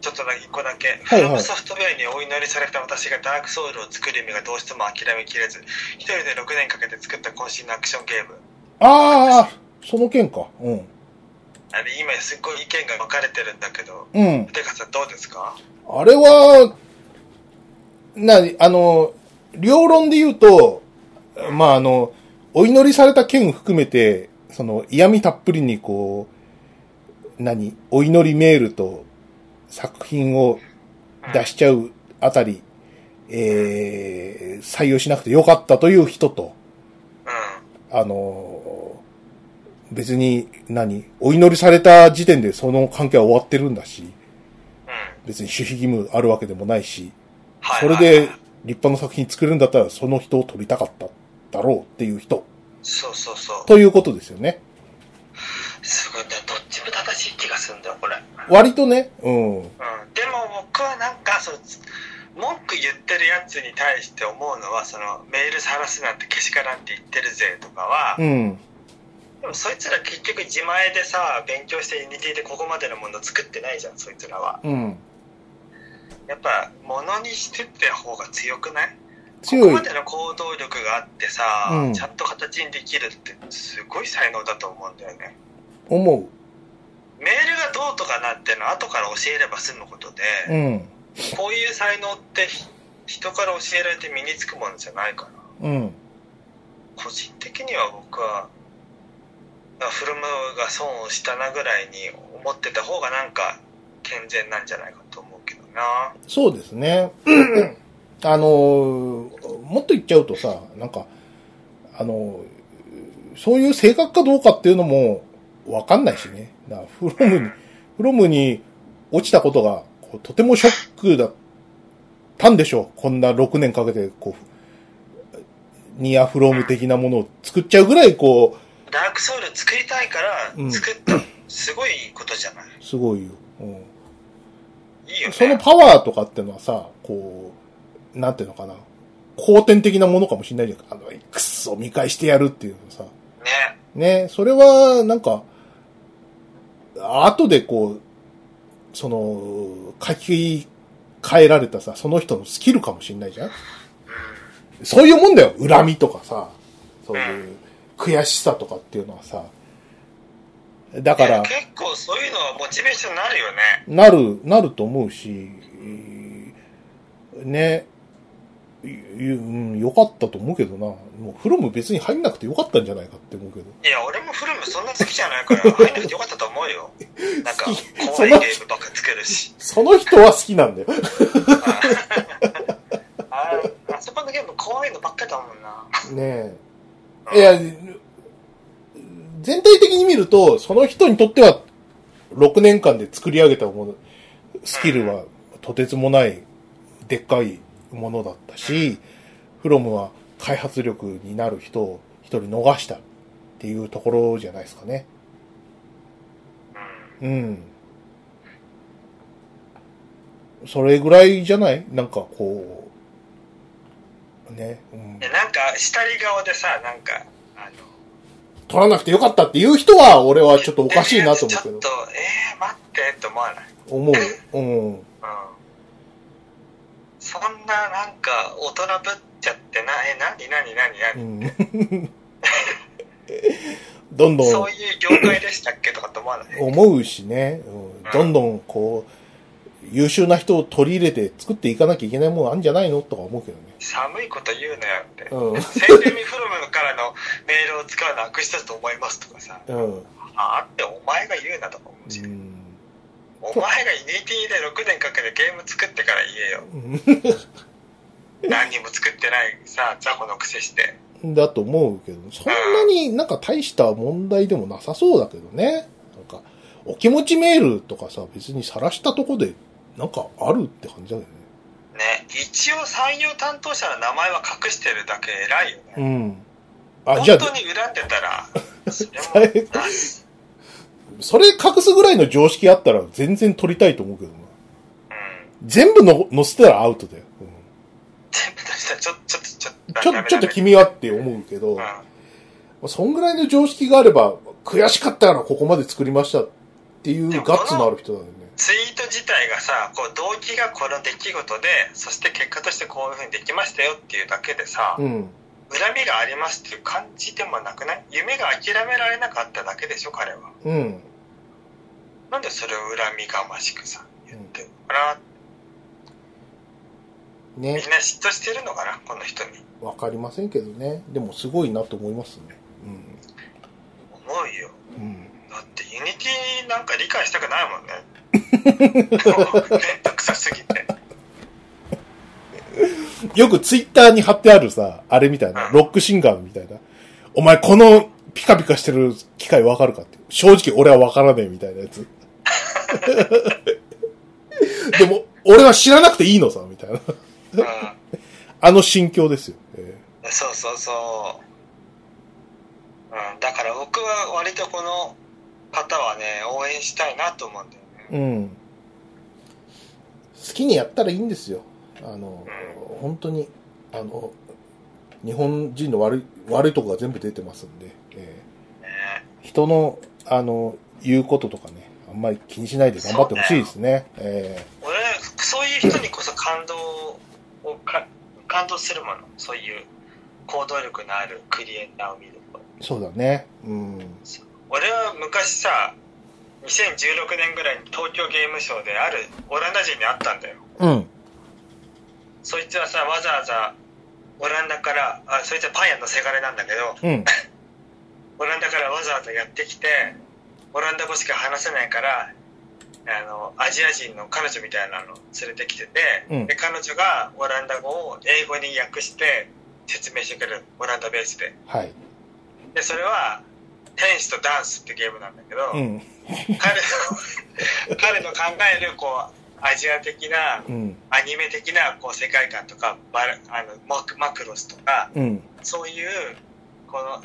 [SPEAKER 1] ちょっとだけ一個だけ。
[SPEAKER 2] はいはい
[SPEAKER 1] フロムソフトウェアにお祈りされた私がダークソウルを作る意味がどうしても諦めきれず、一人で6年かけて作った渾身のアクションゲーム。
[SPEAKER 2] ああ、その件か。うん。
[SPEAKER 1] あれ、今すっごい意見が分かれてるんだけど、
[SPEAKER 2] うん。
[SPEAKER 1] てかさんどうですか
[SPEAKER 2] あれは、な、あの、両論で言うと、まあ、あの、お祈りされた件含めて、その、嫌味たっぷりにこう、何、お祈りメールと作品を出しちゃうあたり、えー、採用しなくてよかったという人と、
[SPEAKER 1] うん。
[SPEAKER 2] あの、別に、何、お祈りされた時点でその関係は終わってるんだ
[SPEAKER 1] う
[SPEAKER 2] し、
[SPEAKER 1] ん。
[SPEAKER 2] 別に守秘義務あるわけでもないし、
[SPEAKER 1] はい。
[SPEAKER 2] それで、立派な作品作れるんだったらその人を撮りたかっただろうっていう人、
[SPEAKER 1] そうそうそう。
[SPEAKER 2] ということですよね。
[SPEAKER 1] すごいね。どっちも正しい気がするんだよ、これ。
[SPEAKER 2] 割とね、うん。
[SPEAKER 1] うん、でも僕はなんかその文句言ってるやつに対して思うのはそのメールさらすなんてけしからんって言ってるぜとかは、
[SPEAKER 2] うん。
[SPEAKER 1] でもそいつら結局自前でさ勉強して似ていてここまでのもの作ってないじゃんそいつらは
[SPEAKER 2] うん。
[SPEAKER 1] やっぱものにしてって方が強くないこ
[SPEAKER 2] 強
[SPEAKER 1] こ
[SPEAKER 2] い
[SPEAKER 1] ま。での行動力があってさ、
[SPEAKER 2] うん
[SPEAKER 1] ちゃんと形にできるってすごい才能だと思うんだよね
[SPEAKER 2] 思
[SPEAKER 1] メールがどうとかなんてのは後から教えれば済むことで、
[SPEAKER 2] う。うん。
[SPEAKER 1] こういう才能ってひ人から教えられて身につくものじゃないかな。
[SPEAKER 2] うん。
[SPEAKER 1] 個人的には僕は、あフルムが損をしたなぐらいに思ってた方がなんか健全なんじゃないかと思うけどな。
[SPEAKER 2] そうですね。 あのー、もっと言っちゃうとさ、なんか、あのー、そういう性格かどうかっていうのもわかんないしね。だからフロムに、フロムに落ちたことが、こうとてもショックだったんでしょう。こんな6年かけて、こう、ニアフロム的なものを作っちゃうぐらい、こ
[SPEAKER 1] ダークソウル作りたいから
[SPEAKER 2] うん、
[SPEAKER 1] 作った、すごいことじゃないう
[SPEAKER 2] すごいよ。うん
[SPEAKER 1] いいよね。
[SPEAKER 2] そのパワーとかってのはさ、こう、なんていうのかな、後天的なものかもしれないじゃん。あの、くっそ、見返してやるっていうのさ。
[SPEAKER 1] ね。
[SPEAKER 2] ね、それは、なんか、後でこう、その、書き換えられたさ、その人のスキルかもしれないじゃん。そういうもんだよ。恨みとかさ、そういう悔しさとかっていうのはさ。だ
[SPEAKER 1] だ
[SPEAKER 2] から、
[SPEAKER 1] 結構そういうのはモチベーションになるよね。
[SPEAKER 2] なる、なると思うし、えーね、いいうん、よかったと思うけどな。もう、フロム別に入んなくてよかったんじゃないかって思うけど。
[SPEAKER 1] いや、俺もフルムそんな好きじゃないから、入んなくてよかったと思うよ。なんか、
[SPEAKER 2] そ
[SPEAKER 1] 怖
[SPEAKER 2] ん
[SPEAKER 1] い
[SPEAKER 2] な
[SPEAKER 1] ゲームばっか作るし。
[SPEAKER 2] その人は好きなんだよ。
[SPEAKER 1] ああそこのゲーム怖いのばっかりだもんな。
[SPEAKER 2] ねえ。いや、全体的に見ると、その人にとっては、6年間で作り上げたもの、スキルはとてつもない、でっかいものだったし、フロムは開発力になる人を一人逃したっていうところじゃないですかね。
[SPEAKER 1] うん
[SPEAKER 2] うん。それぐらいじゃないなんかこう、ね、うん
[SPEAKER 1] で、なんか、下り側でさ、なんか、あの、
[SPEAKER 2] 取らなくてよかったっていう人は、俺はちょっとおかしいなと思うけ
[SPEAKER 1] ちょ
[SPEAKER 2] ど
[SPEAKER 1] っ。と、えー、待ってって思わない。うん。
[SPEAKER 2] 思う。うん。
[SPEAKER 1] そんな、なんか、大人ぶっちゃってな、え、なになになにな
[SPEAKER 2] う
[SPEAKER 1] に、
[SPEAKER 2] ん。 どんど
[SPEAKER 1] そ
[SPEAKER 2] ん
[SPEAKER 1] ういう業界でしたっけとかって思わない。
[SPEAKER 2] 思うしね、うん、どんどんこう、優秀な人を取り入れて作っていかなきゃいけないものあるんじゃないのとか思うけどね。
[SPEAKER 1] 寒いこと言うのよって。
[SPEAKER 2] うん
[SPEAKER 1] セイルミフロムからのメールを使うのは悪質だと思いますとかさ、
[SPEAKER 2] うん。
[SPEAKER 1] ああってお前が言うなとか思うし、
[SPEAKER 2] う
[SPEAKER 1] お前が NT で6年かけてゲーム作ってから言えよ。
[SPEAKER 2] ん
[SPEAKER 1] 何にも作ってないさ、雑魚のくせして。
[SPEAKER 2] だと思うけど、そんなになんか大した問題でもなさそうだけどね。なんか、お気持ちメールとかさ、別に晒したとこで、なんかあるって感じだよね。
[SPEAKER 1] ね、一応採用担当者の名前は隠してるだけ偉いよ
[SPEAKER 2] う
[SPEAKER 1] ね。
[SPEAKER 2] ん。あ、
[SPEAKER 1] 本
[SPEAKER 2] じゃあ、
[SPEAKER 1] 当に恨んでた ら、それも
[SPEAKER 2] 最悪
[SPEAKER 1] な
[SPEAKER 2] それ隠すぐらいの常識あったら全然取りたいと思うけどな。
[SPEAKER 1] うん、
[SPEAKER 2] 全部の載せたらアウトだよ。うん
[SPEAKER 1] 全部出したらちょっと、ちょっと、ちょっと、
[SPEAKER 2] ち
[SPEAKER 1] ダ
[SPEAKER 2] ょ
[SPEAKER 1] メダ
[SPEAKER 2] っ
[SPEAKER 1] メ
[SPEAKER 2] と、ちょっと君はって思うけど、
[SPEAKER 1] うん
[SPEAKER 2] そんぐらいの常識があれば、悔しかったからここまで作りましたっていうガッツのある人だよね。
[SPEAKER 1] ツイート自体がさこう動機がこの出来事でそして結果としてこういうふうにできましたよっていうだけでさ、
[SPEAKER 2] うん。
[SPEAKER 1] 恨みがありますっていう感じでもなくない夢が諦められなかっただけでしょ彼は
[SPEAKER 2] うん。
[SPEAKER 1] なんでそれを恨みがましくさ言ってるのかな、
[SPEAKER 2] ね
[SPEAKER 1] みん。な嫉妬してるのかなこの人に
[SPEAKER 2] わかりませんけどね。でもすごいなと思いますね。
[SPEAKER 1] 思うよ
[SPEAKER 2] うん。うん。
[SPEAKER 1] だってユニティなんか理解したくないもんねもう面倒くさすぎて
[SPEAKER 2] よくツイッターに貼ってあるさ、あれみたいな、
[SPEAKER 1] うん
[SPEAKER 2] ロックシンガーみたいな。お前このピカピカしてる機械わかるかって。正直俺はわからねえみたいな やつ。でも、俺は知らなくていいのさ、みたいな。
[SPEAKER 1] うん
[SPEAKER 2] あの心境ですよ。え
[SPEAKER 1] そうそうそう、うん、だから僕は割とこの方はね応援したいなと思うんだよね
[SPEAKER 2] えうん。好きにやったらいいんですよ。あの、本当に、あの、日本人の悪い、悪いとこが全部出てますんで。ええ
[SPEAKER 1] ね
[SPEAKER 2] 人の、あの、言うこととかね、あんまり気にしないで頑張ってほしいですね。え
[SPEAKER 1] 俺そういう人にこそ感動をか感動するものそういう行動力のあるクリエイターを見ると
[SPEAKER 2] ーそうだね。うん。
[SPEAKER 1] 俺は昔さ2016年ぐらいに東京ゲームショウであるオランダ人に会ったんだよ
[SPEAKER 2] うん。
[SPEAKER 1] そいつはさわざわざオランダからあそいつはパン屋のせがれなんだけど
[SPEAKER 2] うん。
[SPEAKER 1] オランダからわざわざやってきてオランダ語しか話せないからあのアジア人の彼女みたいなの連れてきてて、
[SPEAKER 2] うん
[SPEAKER 1] で彼女がオランダ語を英語に訳して説明してくれるオランダベースで
[SPEAKER 2] はい。
[SPEAKER 1] でそれは「天使とダンス」ってゲームなんだけど、
[SPEAKER 2] うん。
[SPEAKER 1] 彼の 彼の考えるこうアジア的な
[SPEAKER 2] うん。
[SPEAKER 1] アニメ的なこう世界観とかバラあのマクマクロスとか
[SPEAKER 2] うん。
[SPEAKER 1] そういうこの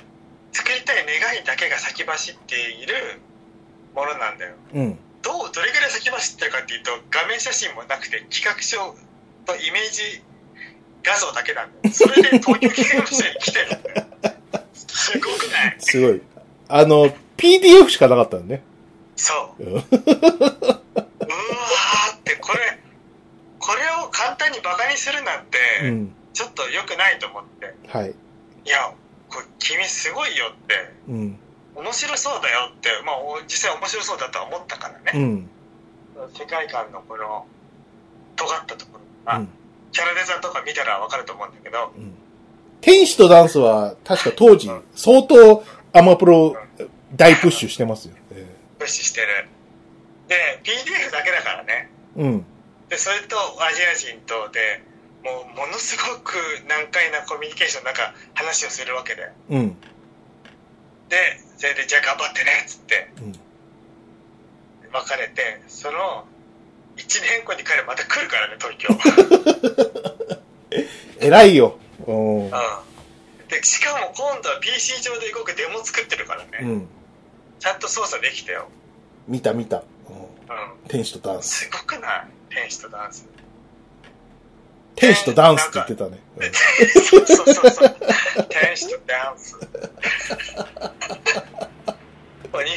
[SPEAKER 1] 作りたい願いだけが先走っているものなんだよ
[SPEAKER 2] うん。
[SPEAKER 1] どうどれぐらい先走ってるかっていうと画面写真もなくて企画書とイメージ画像だけなんだよそれで東京ゲームショウに来てるんだよすごくない
[SPEAKER 2] すごい。あの、PDF しかなかったのね。
[SPEAKER 1] そう
[SPEAKER 2] う
[SPEAKER 1] うんわーってこれこれを簡単にバカにするなんて
[SPEAKER 2] うん。
[SPEAKER 1] ちょっと良くないと思って
[SPEAKER 2] はい。
[SPEAKER 1] いやこれ君すごいよって
[SPEAKER 2] うん。
[SPEAKER 1] 面白そうだよって、まあ、お実際面白そうだとは思ったから
[SPEAKER 2] う
[SPEAKER 1] ね、
[SPEAKER 2] ん。
[SPEAKER 1] 世界観のこの尖ったところ、
[SPEAKER 2] う
[SPEAKER 1] まあ
[SPEAKER 2] ん。
[SPEAKER 1] キャラデザとか見たら分かると思うんだけど
[SPEAKER 2] うん。天使とダンスは、確か当時、相当アマプロ大プッシュしてますよ。え
[SPEAKER 1] プッシュしてるで PDF だけだからね
[SPEAKER 2] えうん。
[SPEAKER 1] でそれとアジア人とでもうものすごく難解なコミュニケーションの中話をするわけで
[SPEAKER 2] うん。
[SPEAKER 1] でそれでじゃあ頑張ってねっつって
[SPEAKER 2] うん。
[SPEAKER 1] 別れてその1年後に彼また来るからね 東京
[SPEAKER 2] 偉いよ。うん。
[SPEAKER 1] うんでしかも今度は PC 上で動くデモ作ってるからね、
[SPEAKER 2] うん。
[SPEAKER 1] ちゃんと操作できたよ、
[SPEAKER 2] 見た見た。うん
[SPEAKER 1] うん、
[SPEAKER 2] 天使とダンス。
[SPEAKER 1] すごくない天使とダンス
[SPEAKER 2] 天使とダンスって言ってたね。
[SPEAKER 1] そうそうそうそう天使とダンス日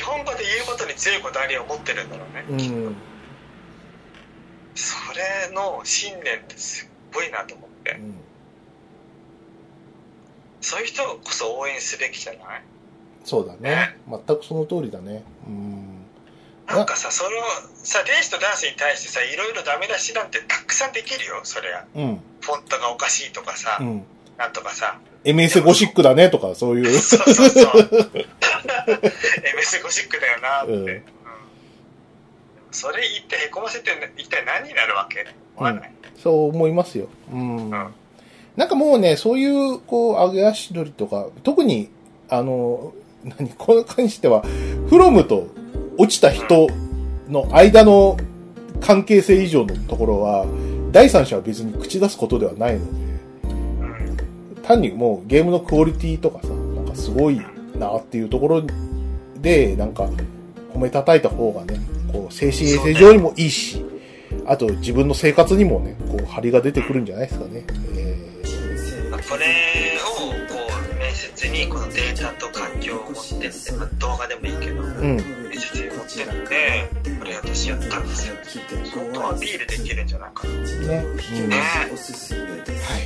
[SPEAKER 1] 本語で言うことに強いこだわりを持ってるんだろうね、
[SPEAKER 2] うん。うん
[SPEAKER 1] それの信念ってすっごいなと思ってそういう人こそ応援すべきじゃない
[SPEAKER 2] そうだね。全くその通りだね。うん。
[SPEAKER 1] なんかさそれをさ天使とダンスに対してさいろいろダメ出しなんてたくさんできるよそりゃ
[SPEAKER 2] うん。
[SPEAKER 1] フォントがおかしいとかさ、
[SPEAKER 2] うん。
[SPEAKER 1] なんとかさ
[SPEAKER 2] MS ゴシックだねとか、そう いう。
[SPEAKER 1] そうそうそう MS ゴシックだよなって、
[SPEAKER 2] うん
[SPEAKER 1] うんそれ言ってへこませて一体何になるわけ思わない、
[SPEAKER 2] そう思いますよ。うん。
[SPEAKER 1] ん
[SPEAKER 2] なんかもうね、そういう、こう、揚げ足取りとか、特に、あの、何、これに関しては、フロムと落ちた人の間の関係性以上のところは、第三者は別に口出すことではないので、
[SPEAKER 1] うん
[SPEAKER 2] 単にもうゲームのクオリティとかさ、なんかすごいなっていうところで、なんか褒めたたいた方がね、こう精神衛生上にもいいし、あと自分の生活にもね、こう張りが出てくるんじゃないですかね。え
[SPEAKER 1] まあこれをこう面接にこのデータと環境を持ってって、まあ動画でもいいけど
[SPEAKER 2] ーうん。
[SPEAKER 1] 面接に持ってってこれ私やったんですよもっとアピールできるんじゃないかな
[SPEAKER 2] ね。うん
[SPEAKER 1] ね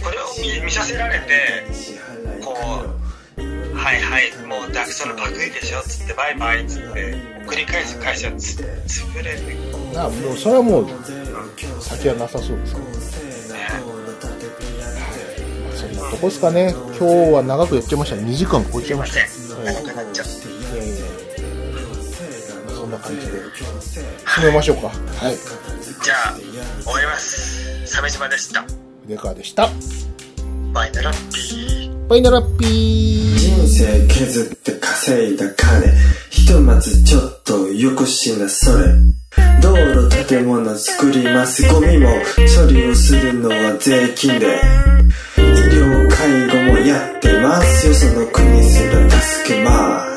[SPEAKER 1] これを見見させられてこうはいはいもうダークソのパクリでしょっつってバイバイっつって繰り返す会社つ潰れる
[SPEAKER 2] なあもうそれはもう先はなさそうですけど、まあそんなとこですかね今日は長くやっちゃいましたね2時間超えちゃいました
[SPEAKER 1] 長くなっちゃう
[SPEAKER 2] いやいやいやそんな感じで締めましょうかはい
[SPEAKER 1] じゃあ終わります鮫島でした
[SPEAKER 2] デカでした
[SPEAKER 1] バイナラッピー
[SPEAKER 2] バイナラッピー
[SPEAKER 3] 人生削って稼いだ金ひとまずちょっとよこしなそれ道路建物作りますゴミも処理をするのは税金で医療介護もやってますよその国すら助けます